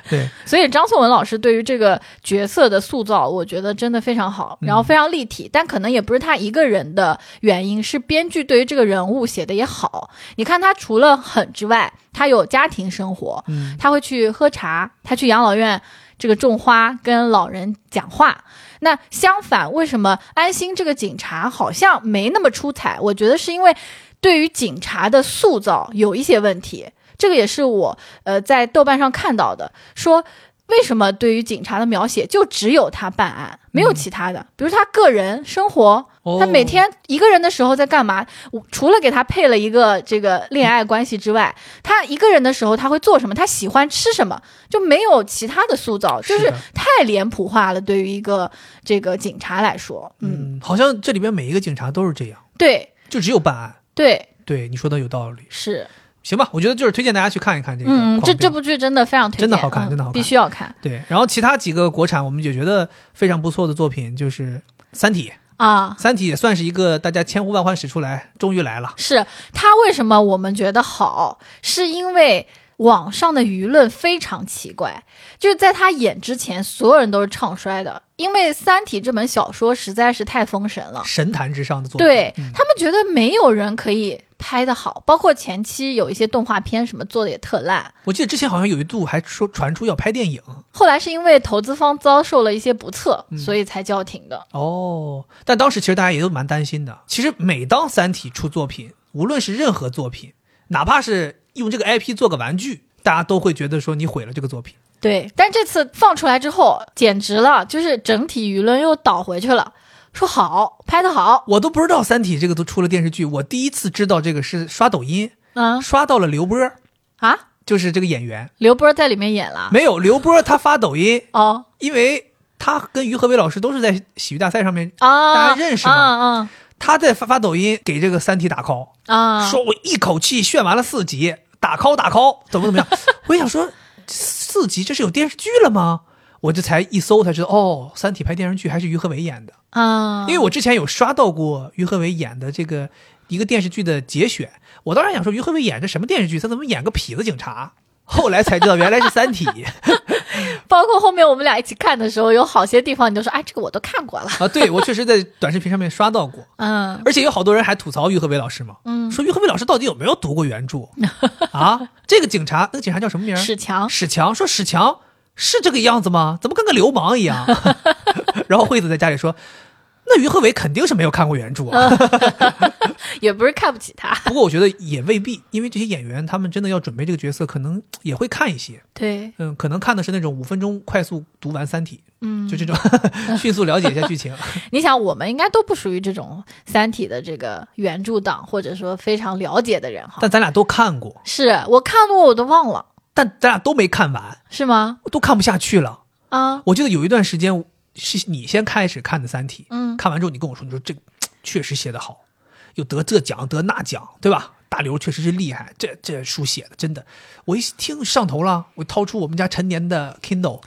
对，
所以张颂文老师对于这个角色的塑造，我觉得真的非常好，
嗯
然后非常立体。但可能也不是他一个人的原因，是编剧对于这个人物写的也好。你看他除了狠之外，他有家庭生活，
嗯，
他会去喝茶，他去养老院这个种花，跟老人讲话。那相反，为什么安心这个警察好像没那么出彩？我觉得是因为对于警察的塑造有一些问题。这个也是我呃在豆瓣上看到的，说为什么对于警察的描写就只有他办案，没有其他的？比如他个人生活，
哦
他每天一个人的时候在干嘛？我除了给他配了一个这个恋爱关系之外，他一个人的时候他会做什么？他喜欢吃什么？就没有其他的塑造，就是是
的
太脸谱化了。对于一个这个警察来说，嗯，
嗯，好像这里边每一个警察都是这样，
对
就只有办案。
对
对，你说的有道理。
是，
行吧，我觉得就是推荐大家去看一看这个狂飙。
嗯，这这部剧真的非常推荐，
真的好看
嗯
真的好看
必须要看
对。然后其他几个国产我们也觉得非常不错的作品就是《三体》，
啊。
《三体》也算是一个大家千呼万唤始出来，终于来了。
是它为什么我们觉得好，是因为网上的舆论非常奇怪，就是在他演之前，所有人都是唱衰的，因为《三体》这本小说实在是太封神了。
神坛之上的作品，
对、
嗯
他们觉得没有人可以拍得好，包括前期有一些动画片什么做的也特烂。
我记得之前好像有一度还说传出要拍电影
后来是因为投资方遭受了一些不测，所以才叫停的。
哦，但当时其实大家也都蛮担心的。其实每当《三体》出作品，无论是任何作品，哪怕是用这个 IP 做个玩具，大家都会觉得说你毁了这个作品。
对，但这次放出来之后，简直了，就是整体舆论又倒回去了，说好拍得好，
我都不知道《三体》这个都出了电视剧，我第一次知道这个是刷抖音
嗯
刷到了刘波，
啊，
就是这个演员。
刘波在里面演了。
没有刘波，他发抖音，
哦
因为他跟于和伟老师都是在喜剧大赛上面，
啊，
大家认识吗
啊
他在发发抖音给这个《三体》打 call，、
啊啊！
说我一口气炫完了四集，打 call 打 call，怎么 怎么样？我想说四集这是有电视剧了吗？我这才一搜才知道，哦，《三体》拍电视剧还是于和伟演的，
啊，
因为我之前有刷到过于和伟演的这个一个电视剧的节选，我当时想说于和伟演这什么电视剧？他怎么演个痞子警察？后来才知道原来是《三体》
包括后面我们俩一起看的时候，有好些地方你就说，哎，这个我都看过了。
啊！对我确实在短视频上面刷到过，
嗯，
而且有好多人还吐槽于和伟老师嘛，嗯，说于和伟老师到底有没有读过原 著啊？这个警察，那个警察叫什么名儿？
史强
史强说史 强是这个样子吗？怎么跟个流氓一样？然后惠子在家里说，那于和伟肯定是没有看过原著啊。
也不是看不起他。
不过我觉得也未必，因为这些演员他们真的要准备这个角色，可能也会看一些。
对，
嗯，可能看的是那种五分钟快速读完《三体》，
嗯
就，这种 迅速了解一下剧情。
你想，我们应该都不属于这种《三体》的这个原著党，或者说非常了解的人哈。
但咱俩都看过，
是我看过，我都忘了，
但咱俩都没看完，
是吗？
都看不下去了。
啊，
我记得有一段时间是你先开始看的《三体》，
嗯，
看完之后你跟我说，你说这个确实写得好，又得这奖得那奖，对吧？大刘确实是厉害，这这书写的真的，我一听上头了，我掏出我们家陈年的 Kindle，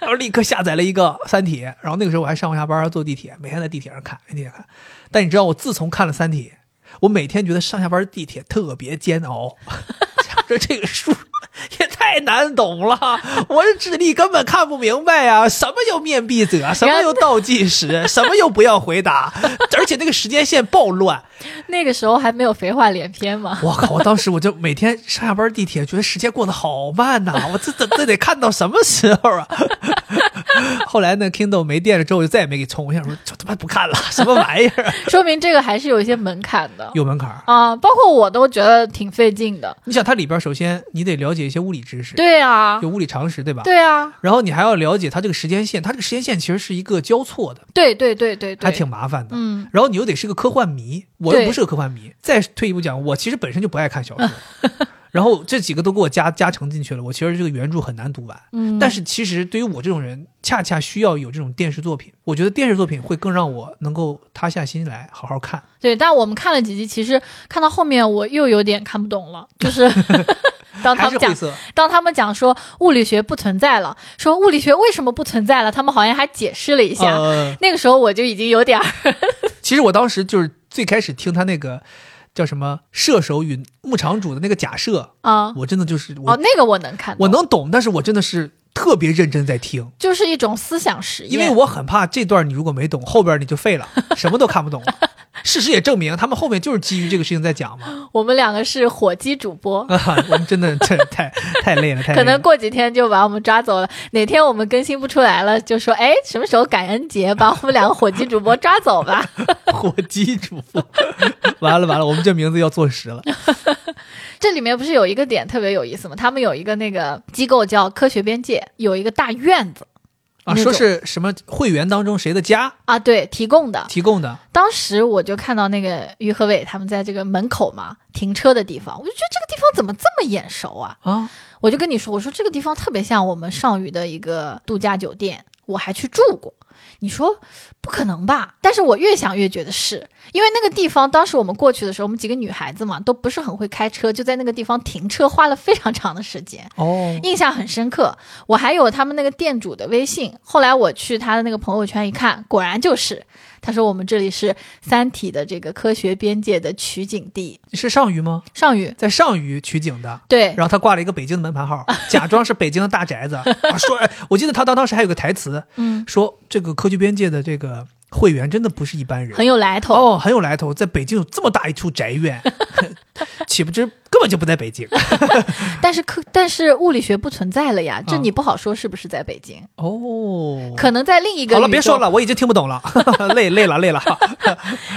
然后立刻下载了一个《三体》，然后那个时候我还上下班坐地铁，每天在地铁上看，在地铁看。但你知道，我自从看了《三体》，我每天觉得上下班地铁特别煎熬， 想着这个书也太难懂了，我这智力根本看不明白呀、什么叫面壁者，什么又倒计时，什么又不要回答，而且那个时间线暴乱。
那个时候还没有肥话连 篇嘛。
我靠！我当时我就每天上下班地铁，觉得时间过得好慢呐、 我这这这得看到什么时候啊？ 后来那 Kindle 没电了之后，我就再也没给充。我想说，这他妈不 看了，什么玩意儿啊？
说明这个还是有一些门槛的
有门槛儿。
啊，包括我都觉得挺费劲的。
你想，它里边首先你得了解一些物理知识，
对啊，
有物理常识，对吧？
对啊，
然后你还要了解它这个时间线，它这个时间线其实是一个交错的，
对对对对对，
还挺麻烦的。
嗯，
然后你又得是个科幻迷，我又
对
不是个科幻迷。再退一步讲，我其实本身就不爱看小 说，然后这几个都给我加加成进去了，我其实这个原著很难读完。
嗯
但是其实对于我这种人，恰恰需要有这种电视作品。我觉得电视作品会更让我能够塌下心来好好看。
对，但我们看了几集，其实看到后面我又有点看不懂了，就是 当他
还是
们
晦
讲
涩，
当他们讲说物理学不存在了，说物理学为什么不存在了，他们好像还解释了一下。
呃，
那个时候我就已经有点儿
其实我当时就是最开始听他那个叫什么射手与牧场主的那个假设，
啊，
我真的就是我、
哦，那个我能看懂，
我能懂，但是我真的是特别认真在听。
就是一种思想实验，
因为我很怕这段你如果没懂，后边你就废 了，什么都看不懂了。事实也证明，他们后面就是基于这个事情在讲 嘛。
我们两个是火鸡主播，
啊，我们真的这太太累了，太累
可能
了。
过几天就把我们抓走了。哪天我们更新不出来了，就说哎，什么时候感恩节把我们两个火鸡主播抓走吧？
火鸡主播，完了完了，我们这名字要坐实了。
这里面不是有一个点特别有意思吗？他们有一个那个机构叫科学边界，有一个大院子
啊，
那种
说是什么会员当中谁的家
啊，对，提供的。
提供的？
当时我就看到那个于和伟他们在这个门口嘛停车的地方，我就觉得这个地方怎么这么眼熟啊？
啊，
我就跟你说，我说这个地方特别像我们上虞的一个度假酒店，我还去住过。你说不可能吧？但是我越想越觉得是，因为那个地方当时我们过去的时候，我们几个女孩子嘛都不是很会开车，就在那个地方停车，花了非常长的时间。
哦，
印象很深刻。我还有他们那个店主的微信，后来我去他的那个朋友圈一看，果然就是。他说我们这里是《三体》的这个科学边界的取景地，
是上虞吗？
上虞。
在上虞取景的。
对，
然后他挂了一个北京的门牌号，假装是北京的大宅子。啊、说，哎我记得他当当时还有个台词，
嗯，
说这个科技边界的这个会员真的不是一般人，
很有来头。
哦，很有来头，在北京有这么大一处宅院， 岂不知根本就不在北京。
但是科，但是物理学不存在了呀，这
啊
你不好说是不是在北京，
哦，
可能在另一个。
好了，别说了，。我已经听不懂了， 累累了累了。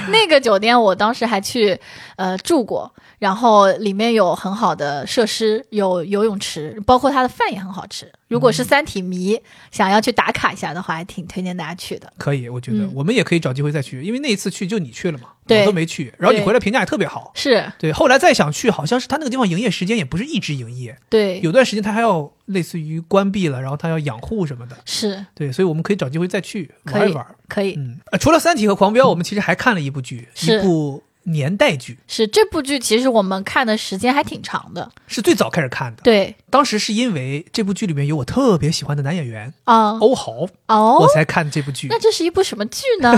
那个酒店我当时还去呃住过，然后里面有很好的设施，有游泳池，包括它的饭也很好吃。如果是三体迷、想要去打卡一下的话，还挺推荐大家去的。
可以，我觉得
嗯
我们也可以找机会再去，因为那一次去就你去了嘛，
对
我都没去，然后你
对
回来评价也特别好。
是
对，后来再想去，好像是他那个地方营业时间也不是一直营业，
对，
有段时间他还要类似于关闭了，然后他要养护什么的。
是
对，所以我们可以找机会再去
可以
玩一玩。
可以。
嗯，呃除了《三体》和《狂飙》，我们其实还看了一部剧，一
是
部年代剧，
是这部剧其实我们看的时间还挺长的，
是最早开始看的。
对
当时是因为这部剧里面有我特别喜欢的男演员
啊、
欧豪，我
哦，
才看这部剧，
那这是一部什么剧 呢？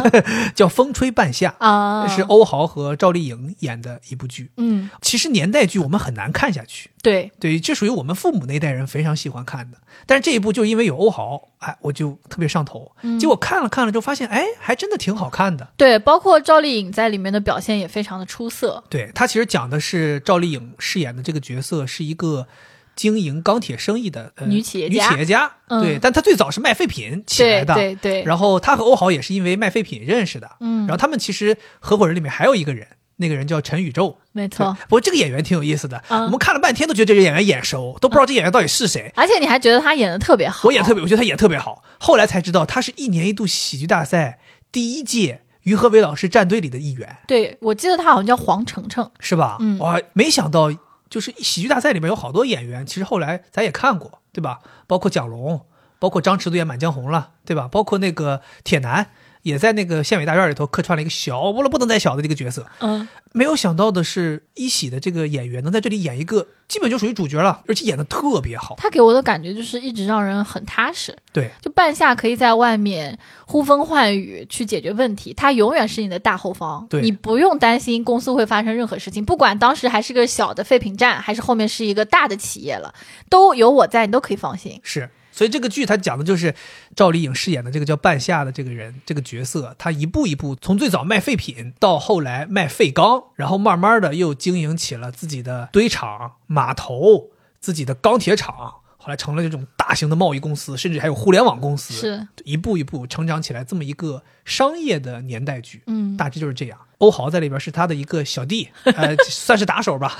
叫《风吹半夏》，
啊，
是欧豪和赵丽颖演的一部剧。
嗯，
其实年代剧我们很难看下去，
对，
对，这属于我们父母那代人非常喜欢看的。但是这一部就因为有欧豪，哎，我就特别上头。
嗯
结果看了看了之后，发现哎，还真的挺好看的。
对，包括赵丽颖在里面的表现也非常的出色。
对，它其实讲的是赵丽颖饰演的这个角色是一个经营钢铁生意的、呃、
女企业家
女企业家，
嗯
对，但她最早是卖废品起来
对
的，
对对，
然后她和欧豪也是因为卖废品认识的，
嗯
然后他们其实合伙人里面还有一个人，那个人叫陈宇宙，
没
对
错，
不过这个演员挺有意思的，
嗯
我们看了半天都觉得这个演员眼熟，都不知道这演员到底是谁。
而且你还觉得他演的特别好，
我演得特别，我觉得他演得特别好。后来才知道，他是一年一度喜剧大赛第一届于和伟老师战队里的一员，
对我记得他好像叫黄澄澄，
是吧？
嗯
哇，没想到就是喜剧大赛里面有好多演员，其实后来咱也看过，对吧？包括蒋龙，包括张弛都演《满江红》了，对吧？包括那个铁男也在那个县委大院里头客串了一个小不了不能再小的这个角色。
嗯，
没有想到的是，一喜的这个演员能在这里演一个基本就属于主角了，而且演的特别好。
他给我的感觉就是一直让人很踏实，
对，
就半夏可以在外面呼风唤雨去解决问题，他永远是你的大后方，
对
你不用担心公司会发生任何事情，不管当时还是个小的废品站，还是后面是一个大的企业了，都有我在，你都可以放心。
是，所以这个剧它讲的就是赵丽颖饰演的这个叫半夏的这个人，这个角色，她一步一步从最早卖废品，到后来卖废钢，然后慢慢的又经营起了自己的堆场、码头、自己的钢铁厂，后来成了这种大型的贸易公司，甚至还有互联网公司，
是，
一步一步成长起来这么一个商业的年代剧。
嗯，
大致就是这样。欧豪在里边是他的一个小弟，呃，算是打手吧，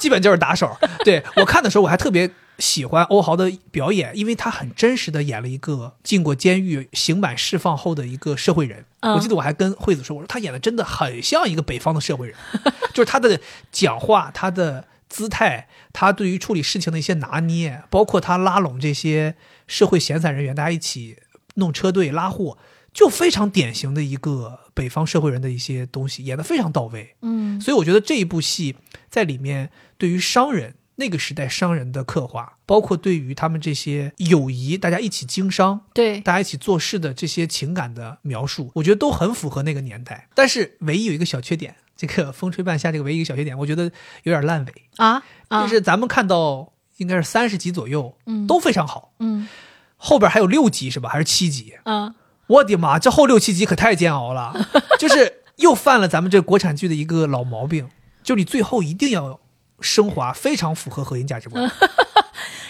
基本就是打手。对我看的时候，我还特别喜欢欧豪的表演，因为他很真实的演了一个进过监狱、刑满释放后的一个社会人。
嗯
我记得我还跟惠子说，我说他演的真的很像一个北方的社会人， 就是他的讲话、他的姿态、他对于处理事情的一些拿捏，包括他拉拢这些社会闲散人员，大家一起弄车队拉货，就非常典型的一个北方社会人的一些东西，演得非常到位。
嗯，
所以我觉得这一部戏在里面对于商人那个时代商人的刻画，包括对于他们这些友谊，大家一起经商。
对，
大家一起做事的这些情感的描述，我觉得都很符合那个年代。但是唯一有一个小缺点，这个《风吹半夏》这个唯一一个小缺点，我觉得有点烂尾。
啊，啊
就是咱们看到应该是三十集左右，
嗯
都非常好。
嗯
后边还有六集是吧？还是七集？
嗯
我的妈，这后六七集可太煎熬了， 就是又犯了咱们这国产剧的一个老毛病，就你最后一定要升华，非常符合核心价值观，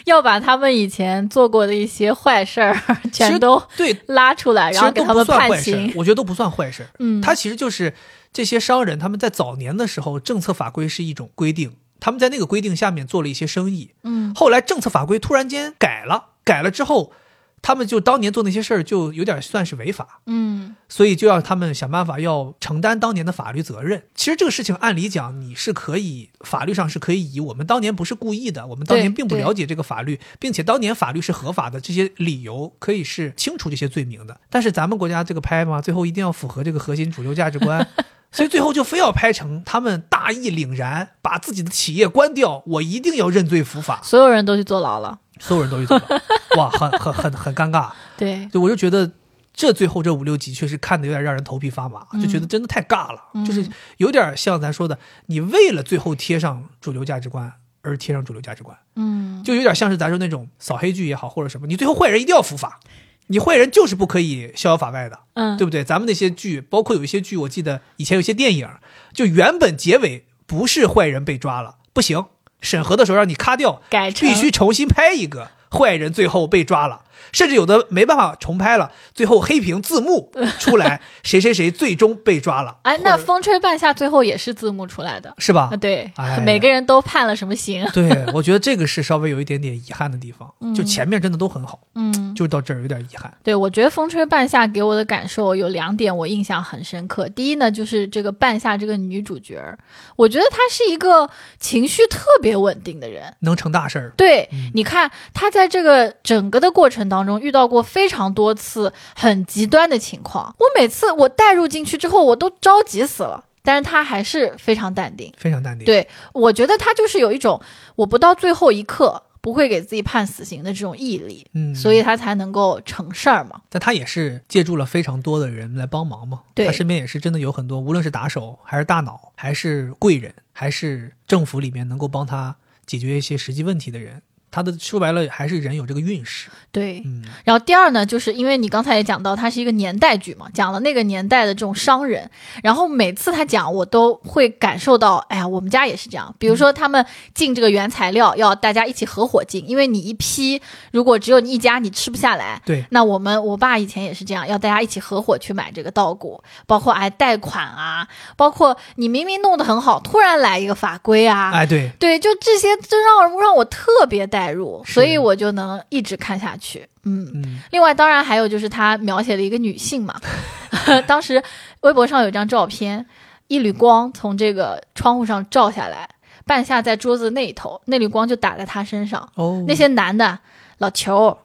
要把他们以前做过的一些坏事儿
其实
全都
对，
拉出来，
其
然后
实
给
都
他
不
们
算
判
坏事
刑，。
我觉得都不算坏事。
嗯，
它其实就是这些商人他们在早年的时候，政策法规是一种规定，他们在那个规定下面做了一些生意，
嗯
后来政策法规突然间改了，改了之后，他们就当年做那些事儿就有点算是违法，
嗯
所以就要他们想办法要承担当年的法律责任。其实这个事情按理讲你是可以法律上是可以以我们当年不是故意的，我们当年
对
并不了解这个法律，并且当年法律是合法的这些理由可以是清除这些罪名的。但是咱们国家这个拍嘛，最后一定要符合这个核心主流价值观。所以最后就非要拍成他们大义凛然，把自己的企业关掉，我一定要认罪伏法。
所有人都去坐牢了。
所有人都去走了，哇，很很很很尴尬。
对，
对，我就觉得这最后这五六集确实看的有点让人头皮发麻，就觉得真的太尬了，就是有点像咱说的，你为了最后贴上主流价值观而贴上主流价值观，
嗯，
就有点像是咱说那种扫黑剧也好或者什么，你最后坏人一定要伏法，你坏人就是不可以逍遥法外的，
嗯
对不对？咱们那些剧，包括有一些剧，我记得以前有些电影，就原本结尾不是坏人被抓了，不行，审核的时候让你咔掉，
改成
必须重新拍一个坏人最后被抓了，甚至有的没办法重拍了，最后黑屏字幕出来，谁谁谁最终被抓了，
哎，那
或者
风吹半夏最后也是字幕出来的
是吧
啊，？对
哎呀，
每个人都判了什么刑？
对，我觉得这个是稍微有一点点遗憾的地方，就
嗯
前面真的都很好，
嗯，
就到这儿有点遗憾。
对，我觉得《风吹半夏》给我的感受有两点，我印象很深刻。第一呢，就是这个半夏这个女主角儿，我觉得她是一个情绪特别稳定的人。
能成大事儿，
对，你看她在这个整个的过程当中遇到过非常多次很极端的情况，我每次我带入进去之后，我都着急死了，但是她还是非常淡定。
非常淡定。
对，我觉得他就是有一种我不到最后一刻不会给自己判死刑的这种毅力，
嗯，
所以他才能够成事儿嘛。
但他也是借助了非常多的人来帮忙嘛。
对
他身边也是真的有很多，无论是打手，还是大脑，还是贵人，还是政府里面能够帮他解决一些实际问题的人，它的说白了还是人有这个运势。
对。
嗯，
然后第二呢，就是因为你刚才也讲到，它是一个年代剧嘛，讲了那个年代的这种商人。然后每次他讲，我都会感受到，哎呀，我们家也是这样。比如说他们进这个原材料，要大家一起合伙进，因为你一批，如果只有你一家，你吃不下来。
对。
那我们我爸以前也是这样，要大家一起合伙去买这个稻谷，包括哎贷款啊，包括你明明弄得很好，突然来一个法规啊，
哎，对，
对，就这些，就让让我特别代入，
是
所以我就能一直看下去。嗯，
嗯，
另外当然还有就是他描写了一个女性嘛， 当时微博上有一张照片，一缕光从这个窗户上照下来，半夏在桌子那一头，那缕光就打在她身上。
哦，
那些男的，老裘、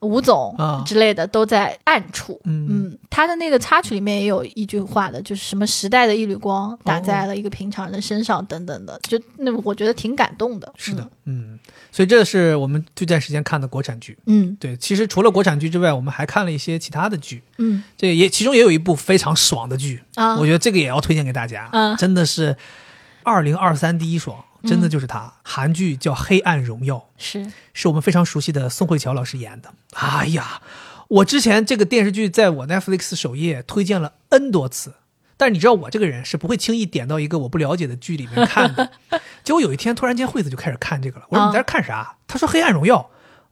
吴总
啊
之类的都在暗处。
嗯，
嗯，他的那个插曲里面也有一句话的，就是什么时代的一缕光打在了一个平常人的身上，等等的，就那我觉得挺感动的。
是的，嗯，所以这是我们最段时间看的国产剧。
嗯，
对，其实除了国产剧之外，我们还看了一些其他的剧，
嗯
这也其中也有一部非常爽的剧，
嗯啊
我，觉得这个也要推荐给大家，
嗯
真的是二零二三第一爽，真的就是它。韩剧叫《黑暗荣耀》，
是
是我们非常熟悉的宋慧乔老师演的。哎呀，我之前这个电视剧在我 Netflix 首页推荐了 N 多次，但是你知道我这个人是不会轻易点到一个我不了解的剧里面看的。结果有一天突然间惠子就开始看这个了，我说
啊
你在这看啥？她说《黑暗荣耀》，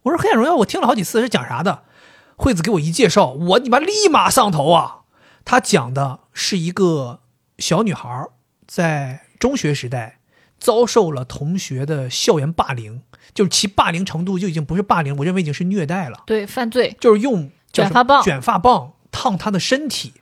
我说《黑暗荣耀》我听了好几次是讲啥的。惠子给我一介绍，我你妈立马上头啊！她讲的是一个小女孩儿在中学时代遭受了同学的校园霸凌，就是其霸凌程度就已经不是霸凌，我认为已经是虐待了，
对犯罪，
就是用叫
卷
什么
发棒
卷发棒烫她的身体，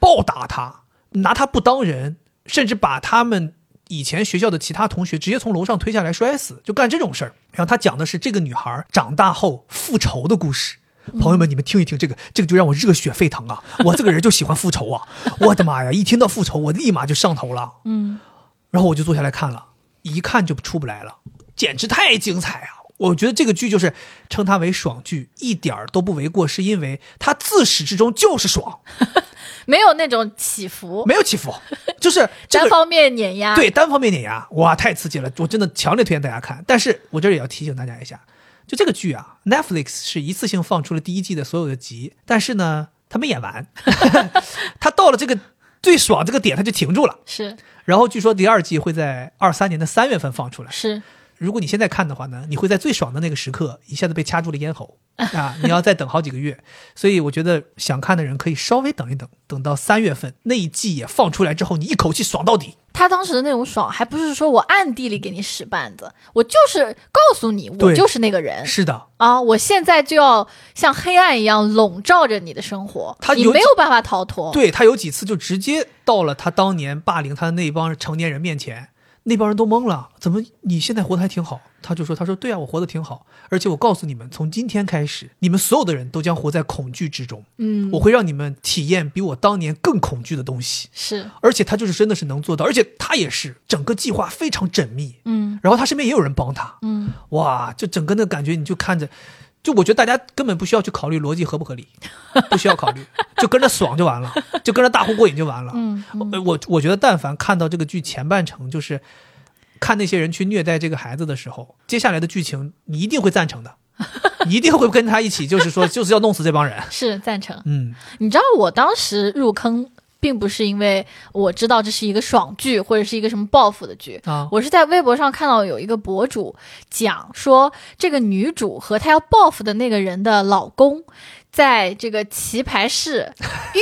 暴打她，拿她不当人，甚至把他们以前学校的其他同学直接从楼上推下来摔死，就干这种事儿。然后她讲的是这个女孩长大后复仇的故事。朋友们，你们听一听这个，这个就让我热血沸腾啊！我这个人就喜欢复仇啊！我的妈呀，一听到复仇，我立马就上头了。
嗯
然后我就坐下来看了，一看就出不来了，简直太精彩啊！我觉得这个剧就是称它为爽剧，一点儿都不为过，是因为它自始至终就是爽，
没有那种起伏，
没有起 伏，就是这
单
个
方面碾压。
对单方面碾压，哇，太刺激了！我真的强烈推荐大家看。但是我这儿也要提醒大家一下，就这个剧啊，Netflix 是一次性放出了第一季的所有的集，但是呢，它没演 完，它到了这个最爽这个点，它就停住了。
是
然后据说第二季会在二三年的三月份放出来。
是，
如果你现在看的话呢，你会在最爽的那个时刻一下子被掐住了咽喉啊！你要再等好几个月， 所以我觉得想看的人可以稍微等一等，等到三月份那一季也放出来之后，你一口气爽到底。
他当时的那种爽，还不是说我暗地里给你使绊子，我就是告诉你，我
对
就是那个人
是的，
啊！我现在就要像黑暗一样笼罩着你的生活，
他
你
有
没
几
有办法逃脱。
对他有几次就直接到了他当年霸凌他的那帮成年人面前，那帮人都懵了，怎么你现在活得还挺好？他就说：“他说对啊，我活得挺好，而且我告诉你们，从今天开始，你们所有的人都将活在恐惧之中，
嗯，
我会让你们体验比我当年更恐惧的东西。”
是，
而且他就是真的是能做到，而且他也是整个计划非常缜密，
嗯
然后他身边也有人帮他，
嗯，
哇，就整个那感觉你就看着，就我觉得大家根本不需要去考虑逻辑合不合理， 不需要考虑，就跟着爽就完了，就跟着大呼过瘾就完了。
嗯
呃我我觉得但凡看到这个剧前半程，就是看那些人去虐待这个孩子的时候，接下来的剧情你一定会赞成的，你一定会跟他一起，就是说就是要弄死这帮人。
是赞成。
嗯，
你知道我当时入坑，并不是因为我知道这是一个爽剧或者是一个什么报复的剧，
啊，
我是在微博上看到有一个博主讲说，这个女主和她要报复的那个人的老公，在这个棋牌室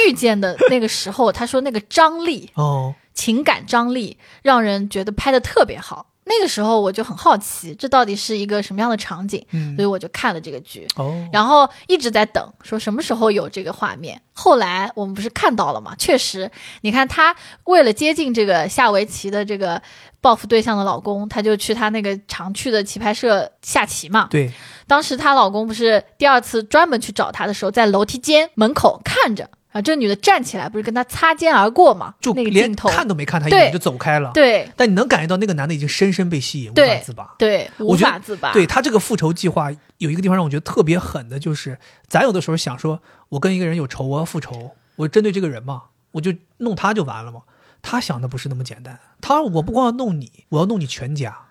遇见的那个时候， 她说那个张力、
哦，
情感张力，让人觉得拍的特别好。那个时候我就很好奇，这到底是一个什么样的场景，
嗯
所以，我就看了这个剧。
哦，
然后一直在等，说什么时候有这个画面。后来我们不是看到了吗？确实，你看她为了接近这个下围棋的这个报复对象的老公，她就去她那个常去的棋牌社下棋嘛。
对，
当时她老公不是第二次专门去找她的时候，在楼梯间门口看着啊，这女的站起来，不是跟她擦肩而过嘛？
就
那个
连
镜头，
看都没看他一
对
眼就走开了。
对
但你能感觉到那个男的已经深深被吸引，无法
对
自拔。
对，无
我觉得
法自拔。
对他这个复仇计划有一个地方让我觉得特别狠的，就是咱有的时候想说，我跟一个人有仇，我要复仇，我针对这个人嘛，我就弄他就完了嘛。他想的不是那么简单，他我不光要弄你，我要弄你全 家，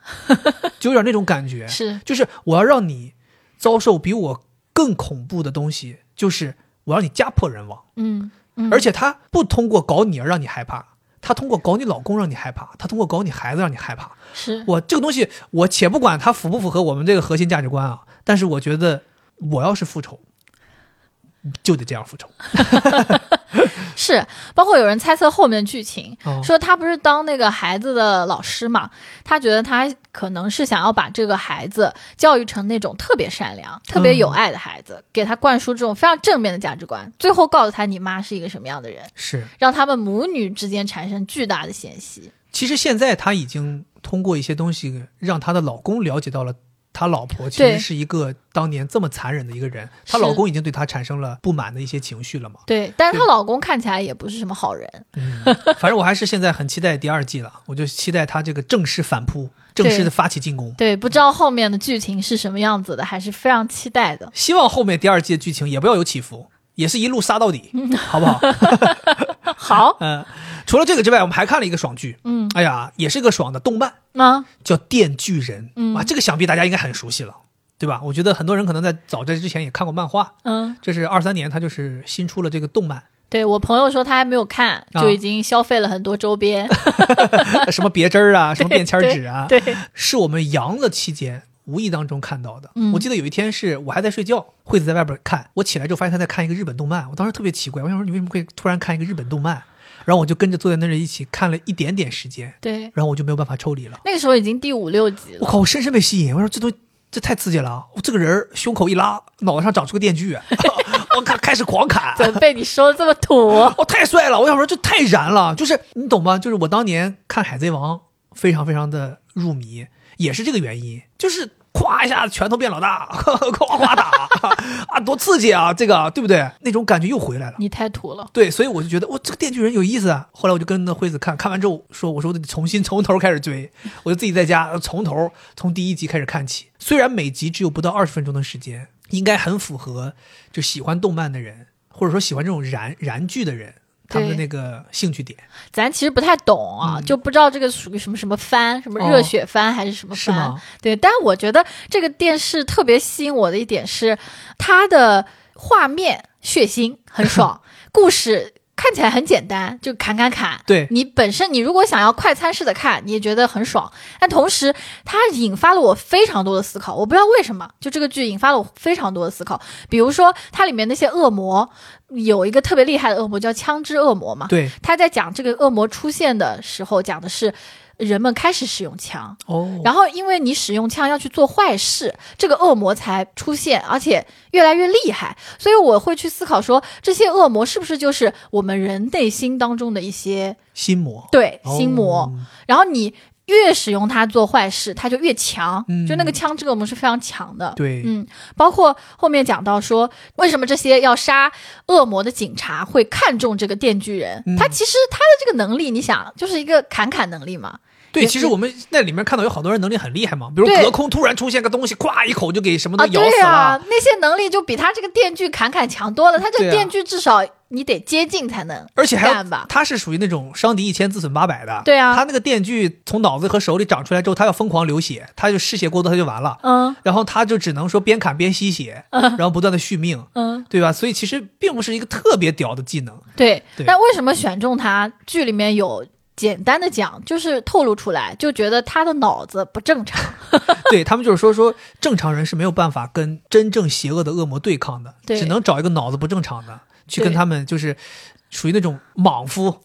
就有点那种感觉，
是
就是我要让你遭受比我更恐怖的东西，就是我让你家破人亡。
嗯嗯，
而且他不通过搞你而让你害怕，他通过搞你老公让你害怕，他通过搞你孩子让你害怕。
是
我这个东西，我且不管它符不符合我们这个核心价值观啊，但是我觉得我要是复仇，就得这样复仇。
是，包括有人猜测后面剧情，
哦
说他不是当那个孩子的老师嘛，他觉得他可能是想要把这个孩子教育成那种特别善良、特别有爱的孩子，给他灌输这种非常正面的价值观，最后告诉他你妈是一个什么样的人，
是，
让他们母女之间产生巨大的嫌隙。
其实现在她已经通过一些东西让她的老公了解到了。她老婆其
对
实是一个当年这么残忍的一个人，她
是
老公已经对她产生了不满的一些情绪了嘛？
对，但是她
对
老公看起来也不是什么好人，
嗯，反正我还是现在很期待第二季了，我就期待她这个正式反扑，正式的发起进攻。
对，不知道后面的剧情是什么样子的，还是非常期 待的。
希望后面第二季的剧情也不要有起伏，也是一路杀到底，
嗯
好不 好？
好，
嗯，除了这个之外，我们还看了一个爽剧，
嗯，
哎呀，也是个爽的动漫，
啊，
叫《电锯人》。
嗯
啊，这个想必大家应该很熟悉了，对吧？我觉得很多人可能在早在之前也看过漫画。
嗯，
这是二三年，它就是新出了这个动漫，
对我朋友说他还没有看，
啊
就已经消费了很多周边。
什么别针儿啊，什么便签纸啊，
对，
是我们阳了期间无意当中看到的。
嗯
我记得有一天是我还在睡觉，惠子在外边看，我起来之后发现她在看一个日本动漫，我当时特别奇怪，我想说你为什么会突然看一个日本动漫？然后我就跟着坐在那儿一起看了一点点时间，
对，
然后我就没有办法抽离了。
那个时候已经第五六集
我
了，
靠，我深深被吸引，我说这东西这太刺激了啊！我这个人儿胸口一拉，脑袋上长出个电锯， 我开开始狂砍。
怎么被你说的这么土？
我、哦太帅了！我想说这太燃了，就是你懂吗？就是我当年看《海贼王》非常非常的入迷，也是这个原因，就是咵一下子拳头变老大， 夸夸打 啊，多刺激啊！这个对不对？那种感觉又回来了。
你太土了。
对，所以我就觉得哇，这个电锯人有意思啊。后来我就跟那惠子看看完之后说，我说我得重新从头开始追，我就自己在家呃从头从第一集开始看起。虽然每集只有不到二十分钟的时间，应该很符合就喜欢动漫的人，或者说喜欢这种燃燃剧的人。他们的
对
那个兴趣点
咱其实不太懂啊，就不知道这个属于什么什么番，什么热血番哦还是什么
是
番。
吗？
对，但我觉得这个电视特别吸引我的一点是，它的画面血腥很 爽，故事。看起来很简单，就砍砍砍。
对
你本身，你如果想要快餐式的看，你也觉得很爽。但同时，它引发了我非常多的思考。我不知道为什么，就这个剧引发了我非常多的思考。比如说，它里面那些恶魔，有一个特别厉害的恶魔叫枪支恶魔嘛。
对
他在讲这个恶魔出现的时候，讲的是人们开始使用枪，
哦，
然后因为你使用枪要去做坏事，这个恶魔才出现，而且越来越厉害。所以我会去思考说，这些恶魔是不是就是我们人内心当中的一些
心魔，
对
哦
心魔？然后你越使用它做坏事，它就越强。
嗯
就那个枪支恶魔是非常强的。
对，
嗯，包括后面讲到说，为什么这些要杀恶魔的警察会看中这个电锯人？
嗯
他其实他的这个能力，你想，就是一个砍砍能力嘛。
对，
也
其实我们那里面看到有好多人能力很厉害嘛，比如
对
隔空突然出现个东西，咵一口就给什么
啊，
都咬死
对
了，
啊，那些能力就比他这个电锯砍砍强多了。他这
对啊
个电锯至少你得接近才能
而且还要
干吧。
他是属于那种伤敌一千自损八百的。
对啊
他那个电锯从脑子和手里长出来之后，他要疯狂流血，他就失血过多，他就完了。
嗯
然后他就只能说边砍边吸血，然后不断的续命，
嗯，
对吧？所以其实并不是一个特别屌的技 能。
对。
对
但为什么选中他？剧里面有简单的讲，就是透露出来，就觉得他的脑子不正常。
对他们就是说说正常人是没有办法跟真正邪恶的恶魔对抗的，
对
只能找一个脑子不正常的去跟
对
他们就是。属于那种莽 夫，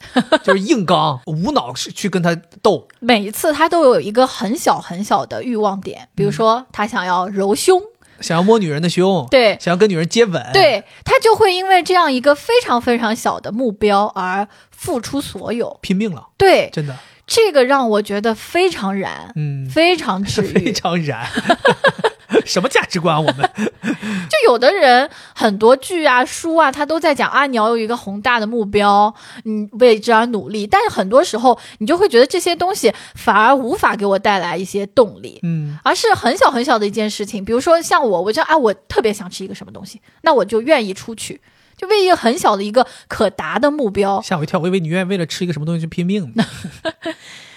就是硬刚、无脑是去跟他斗，
每一次他都有一个很小很小的欲望点，比如说他想要揉胸，
想要摸女人的胸，
对
想要跟女人接吻，，
对他就会因为这样一个非常非常小的目标而付出所有。
拼命了，
对，
真的。
这个让我觉得非常燃，
嗯，
非常治
是 非
愈。
常燃。什么价值观啊？我们
就有的人很多剧啊、书啊，他都在讲啊，你要有一个宏大的目标，你为之而努力。但是很多时候，你就会觉得这些东西反而无法给我带来一些动力。
嗯，
而是很小很小的一件事情，比如说像我，我就啊，我特别想吃一个什么东西，那我就愿意出去就为一个很小的一个可达的目标，
吓我一跳，我以为你愿意为了吃一个什么东西去拼命呢。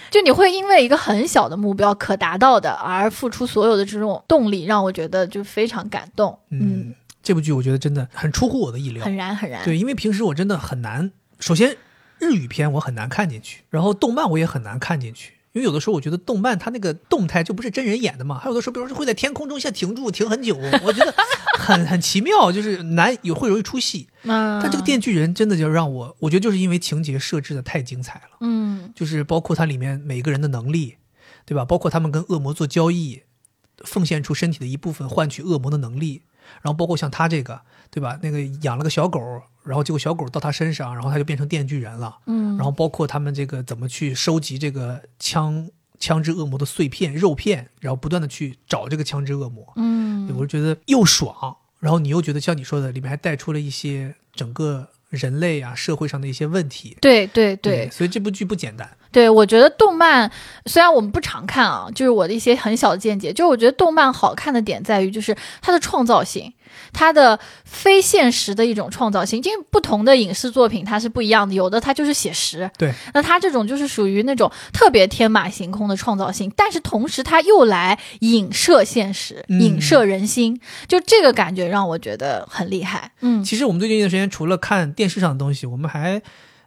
就你会因为一个很小的目标可达到的而付出所有的这种动力，让我觉得就非常感动。嗯，
嗯，这部剧我觉得真的很出乎我的意料。
很燃很燃。
嗯对，因为平时我真的很难，首先日语片我很难看进去，然后动漫我也很难看进去。因为有的时候我觉得动漫它那个动态就不是真人演的嘛，还有的时候比如说会在天空中下停住停很久，我觉得很很奇妙，就是难有会容易出戏。
嗯，
但这个电锯人真的就让我，我觉得就是因为情节设置的太精彩了，
嗯，
就是包括它里面每个人的能力，对吧？包括他们跟恶魔做交易，奉献出身体的一部分换取恶魔的能力，然后包括像他这个，对吧？那个养了个小狗，然后结果小狗到他身上，然后他就变成电锯人了。
嗯，
然后包括他们这个怎么去收集这个枪枪支恶魔的碎片肉片，然后不断的去找这个枪支恶魔。
嗯
对我就觉得又爽，然后你又觉得像你说的，里面还带出了一些整个人类啊社会上的一些问题。
对对对
所以这部剧不简单。
对，我觉得动漫虽然我们不常看啊，就是我的一些很小的见解，就是我觉得动漫好看的点在于就是它的创造性，它的非现实的一种创造性，因为不同的影视作品它是不一样的，有的它就是写实，
对，
那它这种就是属于那种特别天马行空的创造性，但是同时它又来影射现实，
嗯
影射人心，就这个感觉让我觉得很厉害，嗯
其实我们最近一段时间除了看电视上的东西，我们还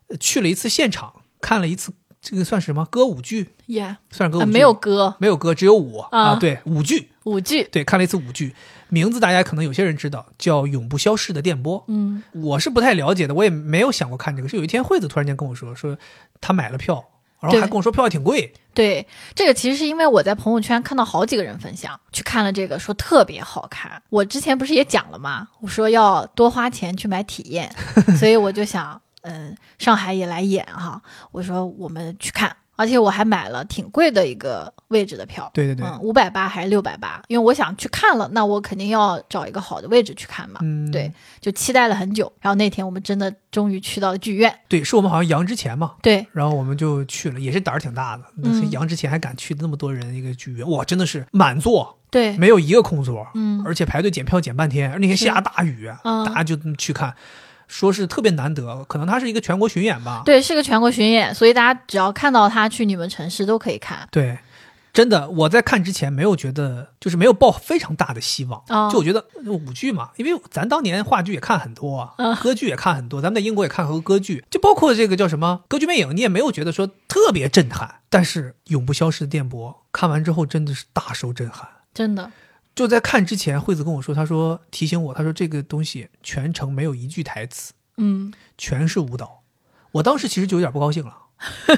呃去了一次现场，看了一次这个算什么歌舞剧，
，Yeah，、
算是歌舞
呃、
剧、
没有歌
没有歌，只有舞
啊
对，舞剧，
舞剧，
对，看了一次舞剧，名字大家可能有些人知道，叫《永不消逝的电波》。
嗯
我是不太了解的，我也没有想过看这个。是有一天惠子突然间跟我说，说她买了票，然后
对
还跟我说票还挺贵，
对，这个其实是因为我在朋友圈看到好几个人分享，去看了这个，说特别好看。我之前不是也讲了吗？我说要多花钱去买体 验，所以我就想，嗯，上海也来演哈。我说我们去看，而且我还买了挺贵的一个位置的票，
对对对
嗯，五百八还是六百八？因为我想去看了，那我肯定要找一个好的位置去看嘛。
嗯，
对，就期待了很久。然后那天我们真的终于去到了剧院，
对，是我们好像阳之前嘛，
对，
然后我们就去了，也是胆儿挺大的，那是
嗯
阳之前还敢去那么多人一个剧院，哇，真的是满座，
对，
没有一个空座，
嗯，
而且排队检票检半天，而那天
是
下大雨，啊
嗯
大家就去看，说是特别难得，可能它是一个全国巡演吧，
对，是个全国巡演，所以大家只要看到他去你们城市都可以看。
对，真的，我在看之前没有觉得，就是没有抱非常大的希望。
哦
就我觉得呃舞剧嘛，因为咱当年话剧也看很多啊，
嗯
歌剧也看很多，咱们在英国也看很多歌剧，就包括这个叫什么《歌剧魅影》，你也没有觉得说特别震撼。但是《永不消逝的电波》看完之后真的是大受震撼。
真的，
就在看之前，惠子跟我说，她说提醒我，她说这个东西全程没有一句台词，
嗯，
全是舞蹈。我当时其实就有点不高兴了，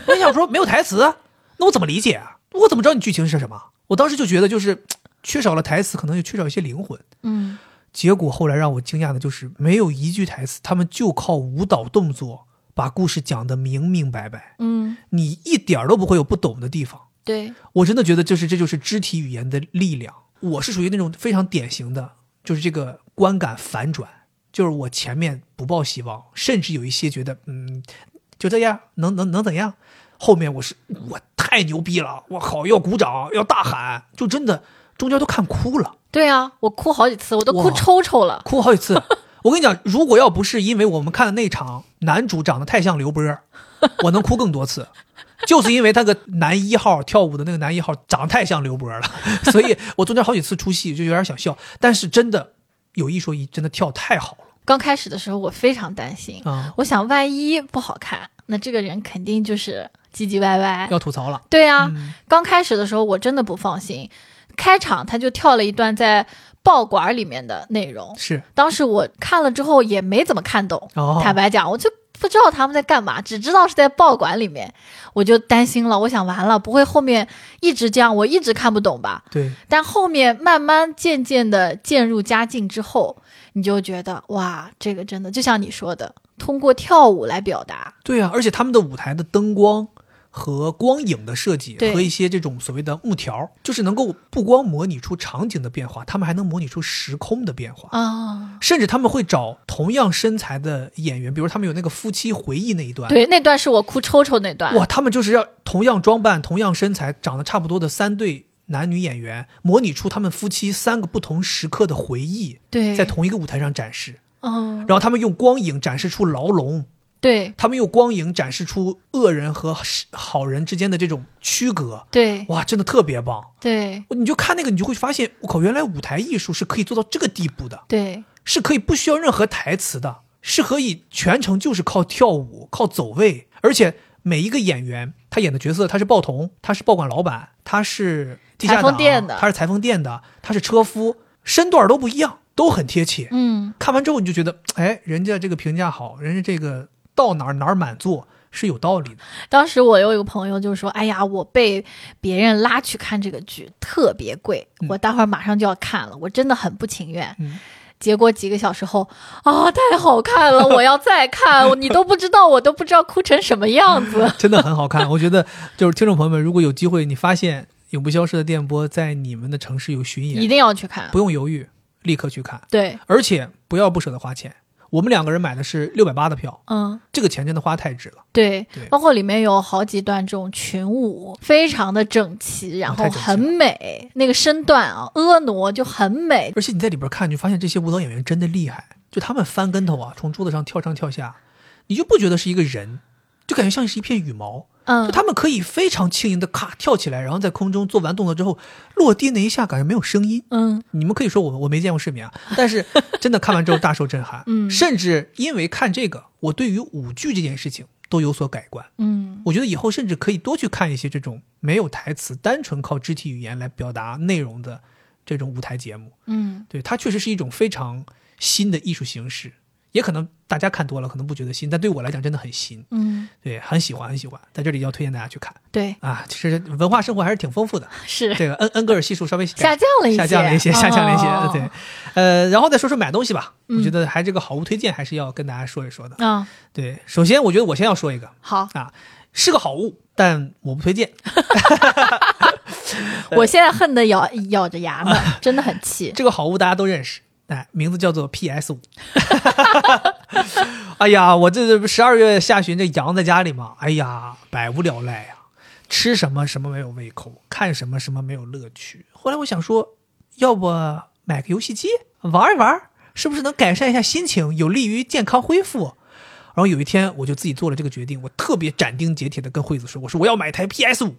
我想说没有台词，啊那我怎么理解啊？我怎么知道你剧情是什么？我当时就觉得就是嘖缺少了台词，可能就缺少一些灵魂。
嗯，
结果后来让我惊讶的就是，没有一句台词，他们就靠舞蹈动作把故事讲得明明白白，
嗯，
你一点儿都不会有不懂的地方。
对，
我真的觉得这是这就是肢体语言的力量。我是属于那种非常典型的，就是这个观感反转，就是我前面不抱希望，甚至有一些觉得嗯就这样，能能能怎样？后面我是我太牛逼了，我靠，要鼓掌，要大喊，就真的中间都看哭了，
对啊，我哭好几次，我都哭
哇
抽抽了。
哭好几次。 我跟你讲，如果要不是因为我们看的那场男主长得太像刘波 儿，我能哭更多次。就是因为那个男一号跳舞的那个男一号长得太像刘波儿了， 所以我中间好几次出戏就有点想笑。但是真的有一说一，真的跳太好
刚开始的时候，我非常担心，
了啊！
我想万一不好看，那这个人肯定就是唧唧歪歪。
要吐槽了，
对啊，
嗯
刚开始的时候我真的不放心，开场他就跳了一段在报馆里面的内容，
是
当时我看了之后也没怎么看懂，
哦，
坦白讲，我就不知道他们在干嘛，只知道是在报馆里面，我就担心了。我想完了，不会后面一直这样，我一直看不懂吧？
对，
但后面慢慢渐渐的渐入佳境之后，你就觉得哇，这个真的就像你说的，通过跳舞来表达，
对啊，而且他们的舞台的灯光和光影的设计，
对
和一些这种所谓的木条，就是能够不光模拟出场景的变化，他们还能模拟出时空的变化。
啊。
甚至他们会找同样身材的演员，比如他们有那个夫妻回忆那一段，
对，那段是我哭抽抽那段。
哇，他们就是要同样装扮、同样身材、长得差不多的三对男女演员，模拟出他们夫妻三个不同时刻的回忆，
对，
在同一个舞台上展示。
嗯，
然后他们用光影展示出牢笼，
对
他们用光影展示出恶人和好人之间的这种区隔，
对
哇，真的特别棒！
对
你就看那个，你就会发现，我靠，原来舞台艺术是可以做到这个地步的，
对
是可以不需要任何台词的，是可以全程就是靠跳舞、靠走位，而且每一个演员他演的角色，他是报童，他是报馆老板，他是地下
裁
党
缝店的
他是裁缝店的，他是车夫，身段都不一样，都很贴切。
嗯
看完之后你就觉得，哎，人家这个评价好，人家这个到哪儿哪儿满座是有道理的。
当时我有一个朋友就说：“哎呀，我被别人拉去看这个剧，特别贵，
嗯
我待会儿马上就要看了，我真的很不情愿。
嗯
结果几个小时后，啊，太好看 了，我要再看，你都不知道，我都不知道哭成什么样子。
真的很好 看。我觉得就是听众朋友们，如果有机会你发现《永不消失的电波》在 你们的城市有巡
一
演，
定要去看
不，用犹豫，立刻去看，
对，
而且不要不舍得花钱。我们两个人买的是六百八的票，
嗯。”
这个钱真的花太值了。
对
对，
包括里面有好几段这种群舞，非常的整齐，然后
哦太整齐了
很美，那个身段啊，婀娜就很美。
而且你在里边看，你就发现这些舞蹈演员真的厉害，就他们翻跟头啊，从桌子上跳上跳下，你就不觉得是一个人，就感觉像是一片羽毛。
嗯
就，他们可以非常轻盈的咔跳起来，然后在空中做完动作之后，落地那一下感觉没有声音。
嗯，
你们可以说我我没见过世面 啊，但是真的看完之后大受震撼。
嗯
甚至因为看这个，我对于舞剧这件事情都有所改观。
嗯，
我觉得以后甚至可以多去看一些这种没有台词、单纯靠肢体语言来表达内容的这种舞台节目。
嗯，
对，它确实是一种非常新的艺术形式，也可能大家看多了可能不觉得新，但对我来讲真的很新。
嗯，
对，很喜欢，很喜欢，在这里要推荐大家去看。
对，
啊，其实文化生活还是挺丰 富的。
是
这个恩恩格尔系数稍微
下降了一些，
下降了一些，下降了一些。
哦
对，，呃，然后再说说买东西吧，
嗯
我觉得还这个好物推荐还是要跟大家说一说的。
啊，
对，首先我觉得我先要说一个
好，
啊，是个好物，但我不推荐。
我现在恨得咬咬着牙 呢，真的很气。
这个好物大家都认识，哎，名字叫做 PS 五。 哎呀，我这这十二月下旬这羊在家里嘛，哎呀，百无聊赖呀、吃什么什么没有胃口，看什么什么没有乐趣。后来我想说，要不买个游戏机玩一玩，是不是能改善一下心情，有利于健康恢复？然后有一天，我就自己做了这个决定，我特别斩钉截铁的跟惠子说：“我说我要买一台 PS 五。”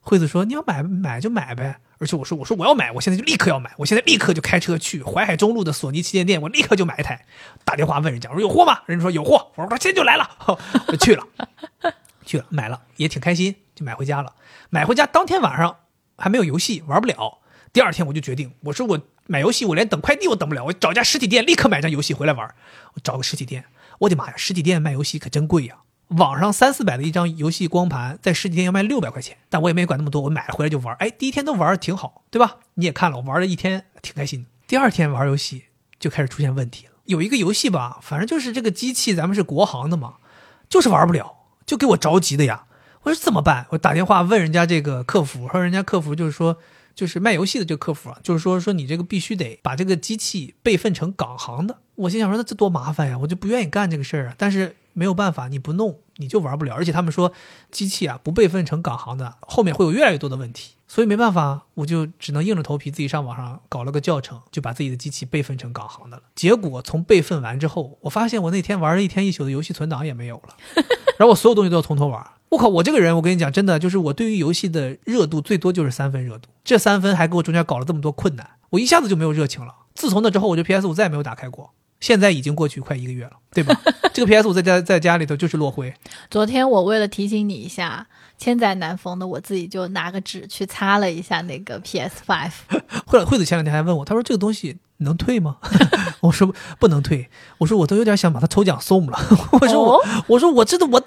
惠子说：“你要买买就买呗。”而且我说：“我说我要买，我现在就立刻要买，我现在立刻就开车去淮海中路的索尼旗舰店，我立刻就买一台。”打电话问人家：“我说有货吗？”人家说：“有货。”我说：“现在就来了。” 我去了，去了，买了，也挺开心，就买回家了。买回家当天晚上还没有游戏玩不了，第二天我就决定，我说我买游戏我连等快递我等不了，我找一家实体店立刻买张游戏回来玩。我找个实体店，我的妈呀，实体店卖游戏可真贵呀、网上三四百的一张游戏光盘，在实体店要卖六百块钱，但我也没管那么多，我买了回来就玩。哎，第一天都玩的挺好，对吧？你也看了，我玩了一天，挺开心。第二天玩游戏就开始出现问题了，有一个游戏吧，反正就是这个机器咱们是国行的嘛，就是玩不了，就给我着急的呀。我说怎么办？我打电话问人家这个客服，说人家客服就是说，就是卖游戏的这个客服啊，就是说说你这个必须得把这个机器备份成港行的。我心想说那这多麻烦呀，我就不愿意干这个事儿啊。但是没有办法，你不弄你就玩不了。而且他们说机器啊不备份成港行的，后面会有越来越多的问题。所以没办法，我就只能硬着头皮自己上网上搞了个教程，就把自己的机器备份成港行的了。结果从备份完之后，我发现我那天玩了一天一宿的游戏存档也没有了。然后我所有东西都要从头玩。我靠，我这个人，我跟你讲，真的就是我对于游戏的热度最多就是三分热度，这三分还给我中间搞了这么多困难，我一下子就没有热情了。自从那之后，我这 PS 五再也没有打开过，现在已经过去快一个月了，对吧？ 这个 PS 五在家在家里头就是落灰，
昨天我为了提醒你一下，千载难逢的，我自己就拿个纸去擦了一下那个 PS Five。
惠惠子前两天还问我，她说这个东西能退吗？ 我说不能退，我说我都有点想把它抽奖送了。 我说我、
哦
我说我真的我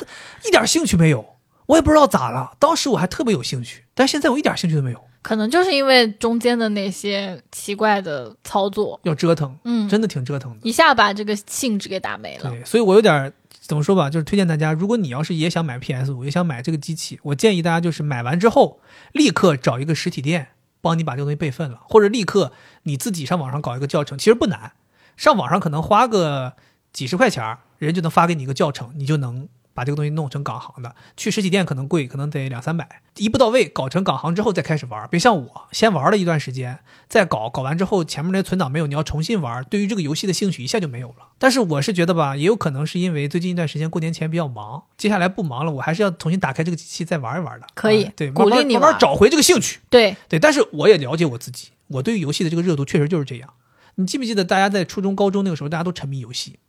一点兴趣没有，我也不知道咋了。当时我还特别有兴趣，但现在我一点兴趣都没有，
可能就是因为中间的那些奇怪的操作，
要折腾，
嗯，
真的挺折腾的。
一下把这个兴致给打没了。
对，所以我有点儿怎么说吧，就是推荐大家，如果你要是也想买 PS 五，也想买这个机器，我建议大家就是买完之后立刻找一个实体店帮你把这个东西备份了，或者立刻你自己上网上搞一个教程，其实不难，上网上可能花个几十块钱儿，人就能发给你一个教程，你就能把把这个东西弄成港行的。去实体店可能贵，可能得两三百，一步到位搞成港行之后再开始玩。别像我，先玩了一段时间，再搞，搞完之后前面那些存档没有，你要重新玩，对于这个游戏的兴趣一下就没有了。但是我是觉得吧，也有可能是因为最近一段时间过年前比较忙，接下来不忙了，我还是要重新打开这个机器再玩一玩的。
可以
啊对，
鼓励
慢慢
你
慢慢
玩
找回这个兴趣。
对，
对，但是我也了解我自己，我对于游戏的这个热度确实就是这样。你记不记得大家在初中、高中那个时候，大家都沉迷游戏？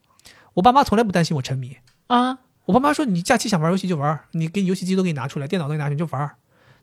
我爸妈从来不担心我沉迷，
啊，
我爸妈说你假期想玩游戏就玩，你给你游戏机都给你拿出来，电脑都给你拿出来你就玩。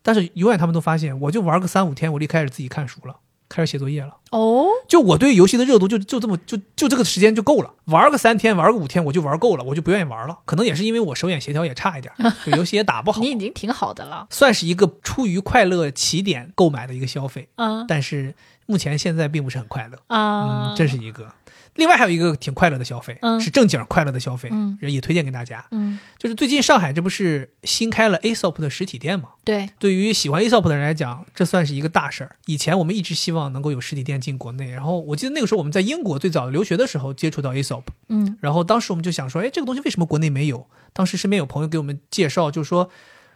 但是永远他们都发现，我就玩个三五天，我就开始自己看书了，开始写作业了。
哦，
就我对游戏的热度就就这么就就这个时间就够了，玩个三天，玩个五天我就玩够了，我就不愿意玩了。可能也是因为我手眼协调也差一点儿，就游戏也打不好
你，已经挺好的了，
算是一个出于快乐起点购买的一个消费。
啊
但是目前现在并不是很快乐，
啊
嗯，，这是一个。另外还有一个挺快乐的消费，
嗯
是正经快乐的消费，
嗯
也推荐给大家。
嗯，
就是最近上海这不是新开了 ASOP 的实体店吗？
对，
对于喜欢 ASOP 的人来讲，这算是一个大事儿。以前我们一直希望能够有实体店进国内，然后我记得那个时候我们在英国最早留学的时候接触到 ASOP，
嗯
然后当时我们就想说，哎，这个东西为什么国内没有？当时身边有朋友给我们介绍，就说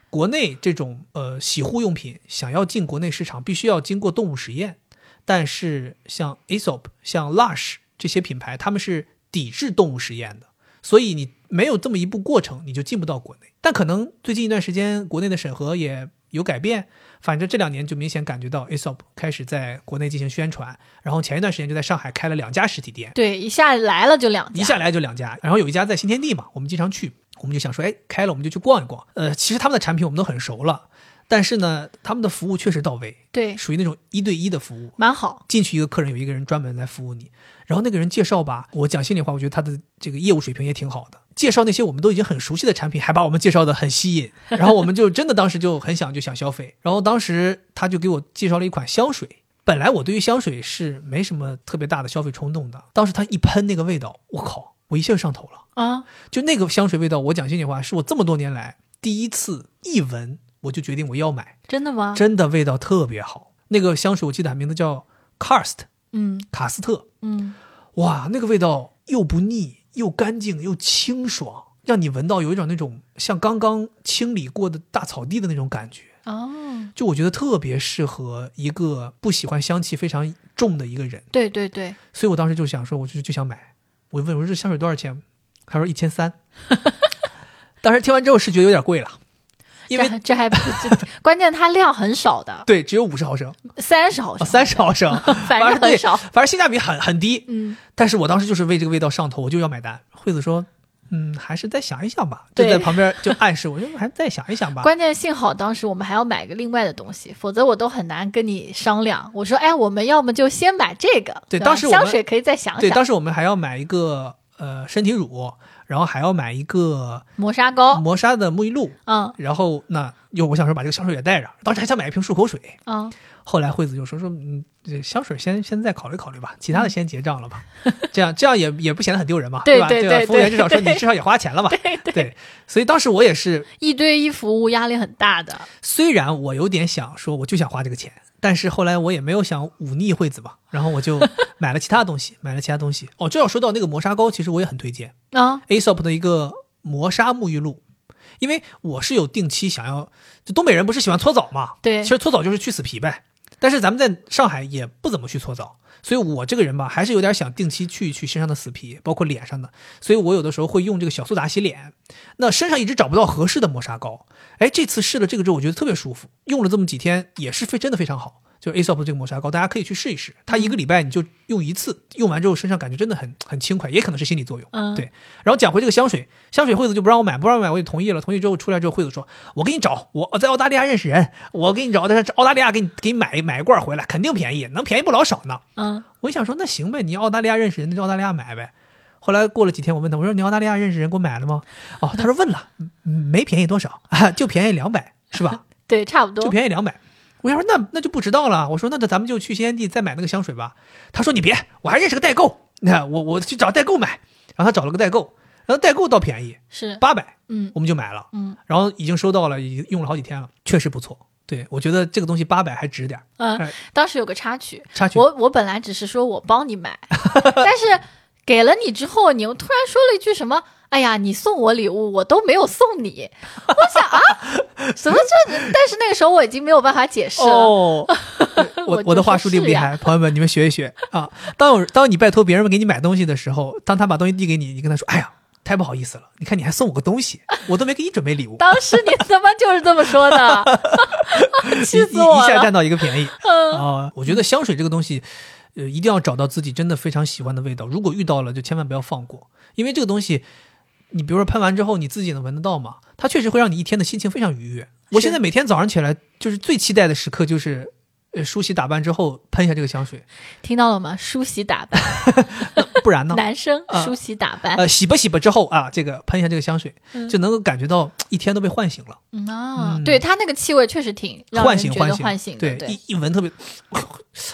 国内这种呃洗护用品想要进国内市场，必须要经过动物实验。但是像 Aesop、像 Lush 这些品牌，他们是抵制动物实验的，所以你没有这么一步过程，你就进不到国内。但可能最近一段时间国内的审核也有改变，反正这两年就明显感觉到 Aesop 开始在国内进行宣传，然后前一段时间就在上海开了两家实体店。
对，一下来了就两家，
一下来就两家，然后有一家在新天地嘛，我们经常去，我们就想说，哎，开了我们就去逛一逛。呃，其实他们的产品我们都很熟了，但是呢，他们的服务确实到位，
对，
属于那种一对一的服务。
蛮好，
进去一个客人，有一个人专门来服务你，然后那个人介绍吧，我讲心里话，我觉得他的这个业务水平也挺好的，介绍那些我们都已经很熟悉的产品，还把我们介绍的很吸引， 然后我们就真的当时就很想就想消费，然后当时他就给我介绍了一款香水。本来我对于香水是没什么特别大的消费冲动的，当时他一喷那个味道，我靠，我一下就上头了。
啊，
就那个香水味道，我讲心里话，是我这么多年来第一次一闻我就决定我要买，
真的吗？
真的味道特别好。那个香水我记得名字叫 Karst，
嗯
卡斯特，
嗯，
哇，那个味道又不腻，又干净，又清爽，让你闻到有一种那种像刚刚清理过的大草地的那种感觉。
哦，
就我觉得特别适合一个不喜欢香气非常重的一个人，
对对对，
所以我当时就想说，我就就想买。我问我说这香水多少钱？他说一千三。 当时听完之后是觉得有点贵了，因为
这这还不这关键它量很少的，
对只有五十毫升，哦
三十毫升，
三十毫升，
反正很少，
反正性价比很很低。
嗯，
但是我当时就是为这个味道上头，我就要买单。惠子说：“嗯，还是再想一想吧。”就
对
在旁边就暗示我，就还是再想一想吧。
关键幸好当时我们还要买个另外的东西，否则我都很难跟你商量。我说，哎，我们要么就先买这个，
对
吧
当时我们
香水可以再想
对，
想，
当时我们还要买一个呃身体乳，然后还要买一个
磨砂膏，
磨砂的沐浴露，
嗯
然后那又我想说把这个香水也带上，当时还想买一瓶漱口水。
嗯，
后来惠子就说说，嗯，这香水先先再考虑考虑吧，其他的先结账了吧， 这样这样也也不显得很丢人嘛，
嗯对
吧？
对
对吧？
对
服务员
对
至少说你至少也花钱了嘛，
对对，
对。所以当时我也是
一对一服务压力很大的，
虽然我有点想说，我就想花这个钱，但是后来我也没有想忤逆惠子嘛，然后我就买了其他东西，买了其他东西。哦，这要说到那个磨砂膏，其实我也很推荐
啊
Aesop 的一个磨砂沐浴露，因为我是有定期想要，就东北人不是喜欢搓澡嘛，
对
其实搓澡就是去死皮呗，但是咱们在上海也不怎么去搓澡。所以，我这个人吧，还是有点想定期去一去身上的死皮，包括脸上的。所以我有的时候会用这个小苏打洗脸。那身上一直找不到合适的磨砂膏，哎，这次试了这个之后，我觉得特别舒服，用了这么几天也是非真的非常好。就是 Aesop 这个磨砂膏，大家可以去试一试，它一个礼拜你就用一次，用完之后身上感觉真的很很轻快，也可能是心理作用。
嗯
对。然后讲回这个香水，香水惠子就不让我买，不让我买我就同意了。同意之后出来之后，惠子说：“我给你找，我在澳大利亚认识人，我给你找，在澳大利亚给你给你买买一罐回来，肯定便宜，能便宜不老少呢。”
嗯
我一想说，那行呗，你澳大利亚认识人，那就澳大利亚买呗。后来过了几天，我问他，我说你澳大利亚认识人给我买了吗？哦，他说问了，嗯没便宜多少 啊，就便宜两百，是吧？
对，差不
就
多，
便宜两百。我想说那那就不知道了。我说那咱们就去新天地再买那个香水吧。他说你别，我还认识个代购，那我我去找代购买。然后他找了个代购，然后代购倒便宜，
是，
八百，
嗯
我们就买了。
嗯
然后已经收到了，已经用了好几天了，确实不错。对我觉得这个东西八百还值点儿。
嗯
哎。
当时有个插曲，
插曲，
我我本来只是说我帮你买，但是给了你之后，你又突然说了一句什么？哎呀，你送我礼物，我都没有送你。我想啊，怎么这？ 但是那个时候我已经没有办法解释了。
哦，
啊 我
我
就
我的话
说
术厉不
是
厉
呀
害？朋友们，你们学一学啊！当有当你拜托别人给你买东西的时候，当他把东西递给你，你跟他说：“哎呀，太不好意思了，你看你还送我个东西，我都没给你准备礼物。
当时你他妈就是这么 说的，
一”
气
一
死我
一下
了！嗯
占到一个 便宜啊！我觉得香水这个东西，呃，一定要找到自己真的非常喜欢的味道。如果遇到了，就千万不要放过，因为这个东西，你比如说喷完之后，你自己能闻得到嘛？它确实会让你一天的心情非常愉悦。我
是
现在每天早上起来，就是最期待的时刻就是。呃，梳洗打扮之后喷一下这个香水，
听到了吗？梳洗打扮，
不然 呢？
男生
啊
梳洗打扮。
呃，洗吧洗吧之后啊，这个喷一下这个香水，
嗯
就能够感觉到一天都被唤醒了，
嗯啊，
嗯
对他那个气味确实挺让人
唤醒
觉得
醒
唤醒的，
对，
对，
一一闻特别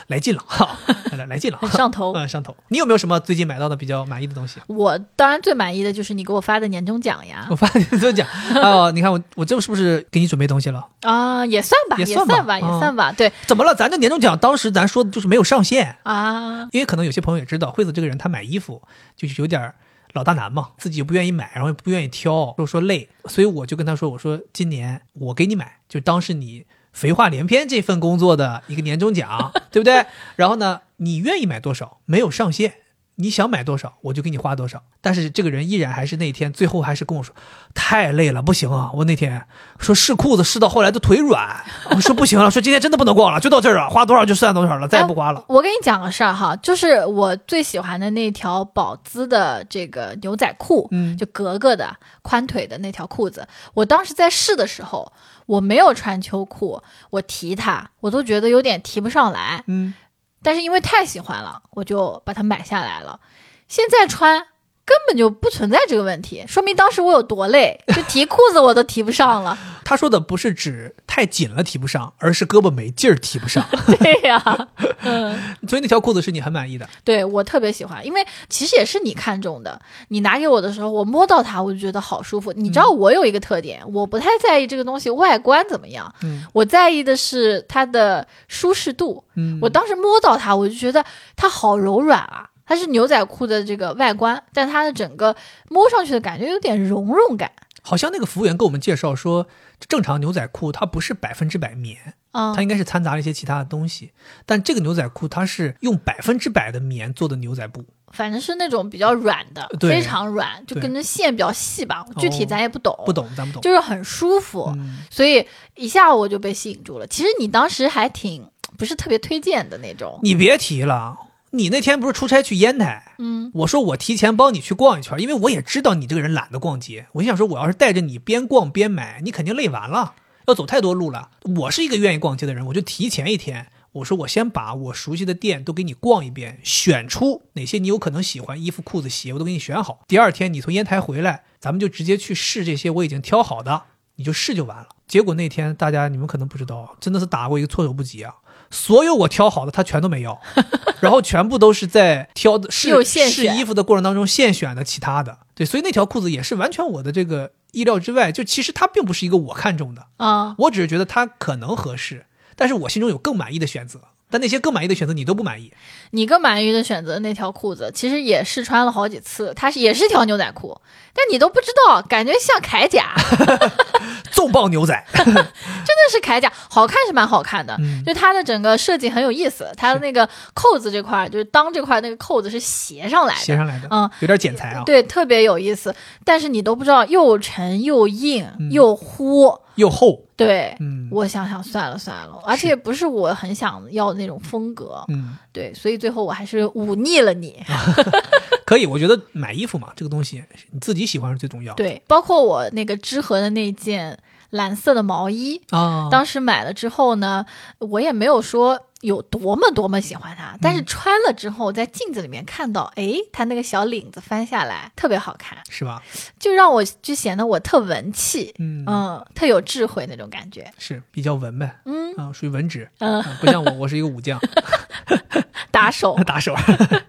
来劲了，哈，来来劲了，
很上头。
嗯，上头。你有没有什么最近买到的比较满意的东 西？啊
我当然最满意的就是你给我发的年终奖呀
我，发现就讲，哦，你看我我这是不是给你准备东西了？
啊，也算吧，
也
也
算吧
吧，也
嗯
算吧，对
怎么了？咱这年终奖当时咱说的就是没有上限，
啊，
因为可能有些朋友也知道，惠子这个人，她买衣服就是有点儿老大难嘛，自己又不愿意买，然后又不愿意挑，又说累，所以我就跟她说，我说今年我给你买，就当是你肥话连篇这份工作的一个年终奖， 对不对？然后呢，你愿意买多少没有上限。你想买多少，我就给你花多少。但是这个人依然还是那天，最后还是跟我说，太累了，不行啊！我那天说试裤子试到后来都腿软，我说不行了，说今天真的不能逛了，就到这儿啊了，花多少就算多少了，再也不花了。
我跟你讲个事儿哈，就是我最喜欢的那条宝姿的这个牛仔裤，
嗯
就格格的宽腿的那条裤子，我当时在试的时候，我没有穿秋裤，我提它，我都觉得有点提不上来，
嗯，
但是因为太喜欢了，我就把它买下来了。现在穿根本就不存在这个问题，说明当时我有多累，就提裤子我都提不上了。
他说的不是指太紧了提不上，而是胳膊没劲儿提不上。
对呀、
所以那条裤子是你很满意的。
对我特别喜欢，因为其实也是你看中的。你拿给我的时候，我摸到它，我就觉得好舒服。你知
嗯
道我有一个特点，我不太在意这个东西外观怎么样，
嗯
我在意的是它的舒适度。
嗯，
我当时摸到它，我就觉得它好柔软啊。它是牛仔裤的这个外观，但它的整个摸上去的感觉有点绒绒感
好像那个服务员跟我们介绍说，正常牛仔裤它不是百分之百棉，
啊、
它应该是掺杂了一些其他的东西。但这个牛仔裤它是用百分之百的棉做的牛仔布，
反正是那种比较软的，
对
非常软，就
对哦
跟着线比较细吧。具体咱也不懂，
不懂咱不懂。
就是很舒服。
嗯，
所以一下我就被吸引住了。其实你当时还挺不是特别推荐的那种，
你别提了，你那天不是出差去烟台？
嗯，
我说我提前帮你去逛一圈，因为我也知道你这个人懒得逛街。我想说，我要是带着你边逛边买，你肯定累完了，要走太多路了。我是一个愿意逛街的人，我就提前一天，我说我先把我熟悉的店都给你逛一遍，选出哪些你有可能喜欢衣服、裤子、鞋，我都给你选好。第二天你从烟台回来，咱们就直接去试这些我已经挑好的，你就试就完了。结果那天大家你们可能不知道，啊真的是打过一个措手不及啊！所有我挑好的他全都没 要，然后全部都是在挑的试
又现
试
选
衣服的过程当中现选的其他的。对，所以那条裤子也是完全我的这个意料之外，就其实它并不是一个我看中的，
啊、
我只是觉得它可能合适，但是我心中有更满意的选择。但那些更满意的选择你都不满意，
你更满意的选择那条裤子，其实也试穿了好几次，它是也是条牛仔裤，但你都不知道，感觉像 铠甲，
重磅牛 仔，
真的是铠甲，好看是蛮好看的。
嗯
就它的整个设计很有意思，它的那个扣子这块儿，就是裆这块儿那个扣子是斜上来的，
写上来的，
嗯，
有点剪裁啊，
对，特别有意思。但是你都不知道，又沉又硬、
嗯
又呼，
又厚，
对，
嗯
我想想，算了算了，而且不是我很想要的那种风格，
嗯，啊
对，所以最后我还是忤逆了你。
可以。我觉得买衣服嘛，这个东西你自己喜欢是最重要的。
对，包括我那个知和的那件蓝色的毛衣，
啊，
当时买了之后呢，我也没有说有多么多么喜欢它，但
嗯
是穿了之后，在镜子里面看到，哎，它那个小领子翻下来特别好看，
是吧？
就让我就显得我特文气，
嗯
嗯，特有智慧那种感觉，
是比较文呗，
嗯
啊，属于文职，
嗯，
啊不像我，我是一个武将
打手
打手。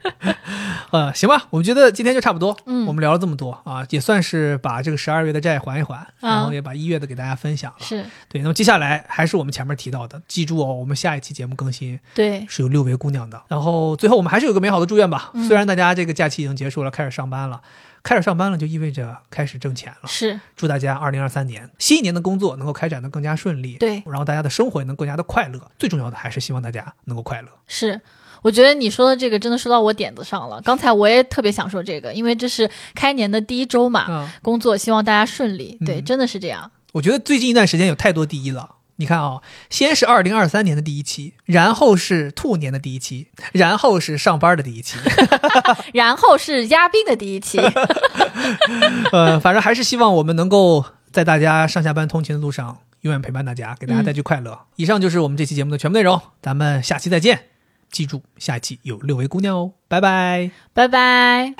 呃，行吧，我们觉得今天就差不多，
嗯
我们聊了这么多啊，也算是把这个十二月的债还一还，
啊
然后也把一月的给大家分享了。
是
对，那么接下来还是我们前面提到的，记住哦，我们下一期节目更新
对，
是有六位姑娘的。然后最后我们还是有个美好的祝愿吧，
嗯
虽然大家这个假期已经结束了，开始上班了，开始上班了，就意味着开始挣钱了。
是
祝大家二零二三年新一年的工作能够开展的更加顺利，
对，
然后大家的生活也能更加的快乐。最重要的还是希望大家能够快乐。
是。我觉得你说的这个真的说到我点子上了。刚才我也特别想说这个，因为这是开年的第一周嘛，
嗯，
工作希望大家顺利。对，
嗯
真的是这样。
我觉得最近一段时间有太多第一了。你看啊、先是二零二三年的第一期，然后是兔年的第一期，然后是上班的第一期，
然后是嘉宾的第 一期，
呃，反正还是希望我们能够在大家上下班通勤的路上，永远陪伴大家，给大家带去快乐。以上就是我们这期节目的全部内容，咱们下期再见。记住，下一期有六位姑娘哦，拜拜。
拜拜。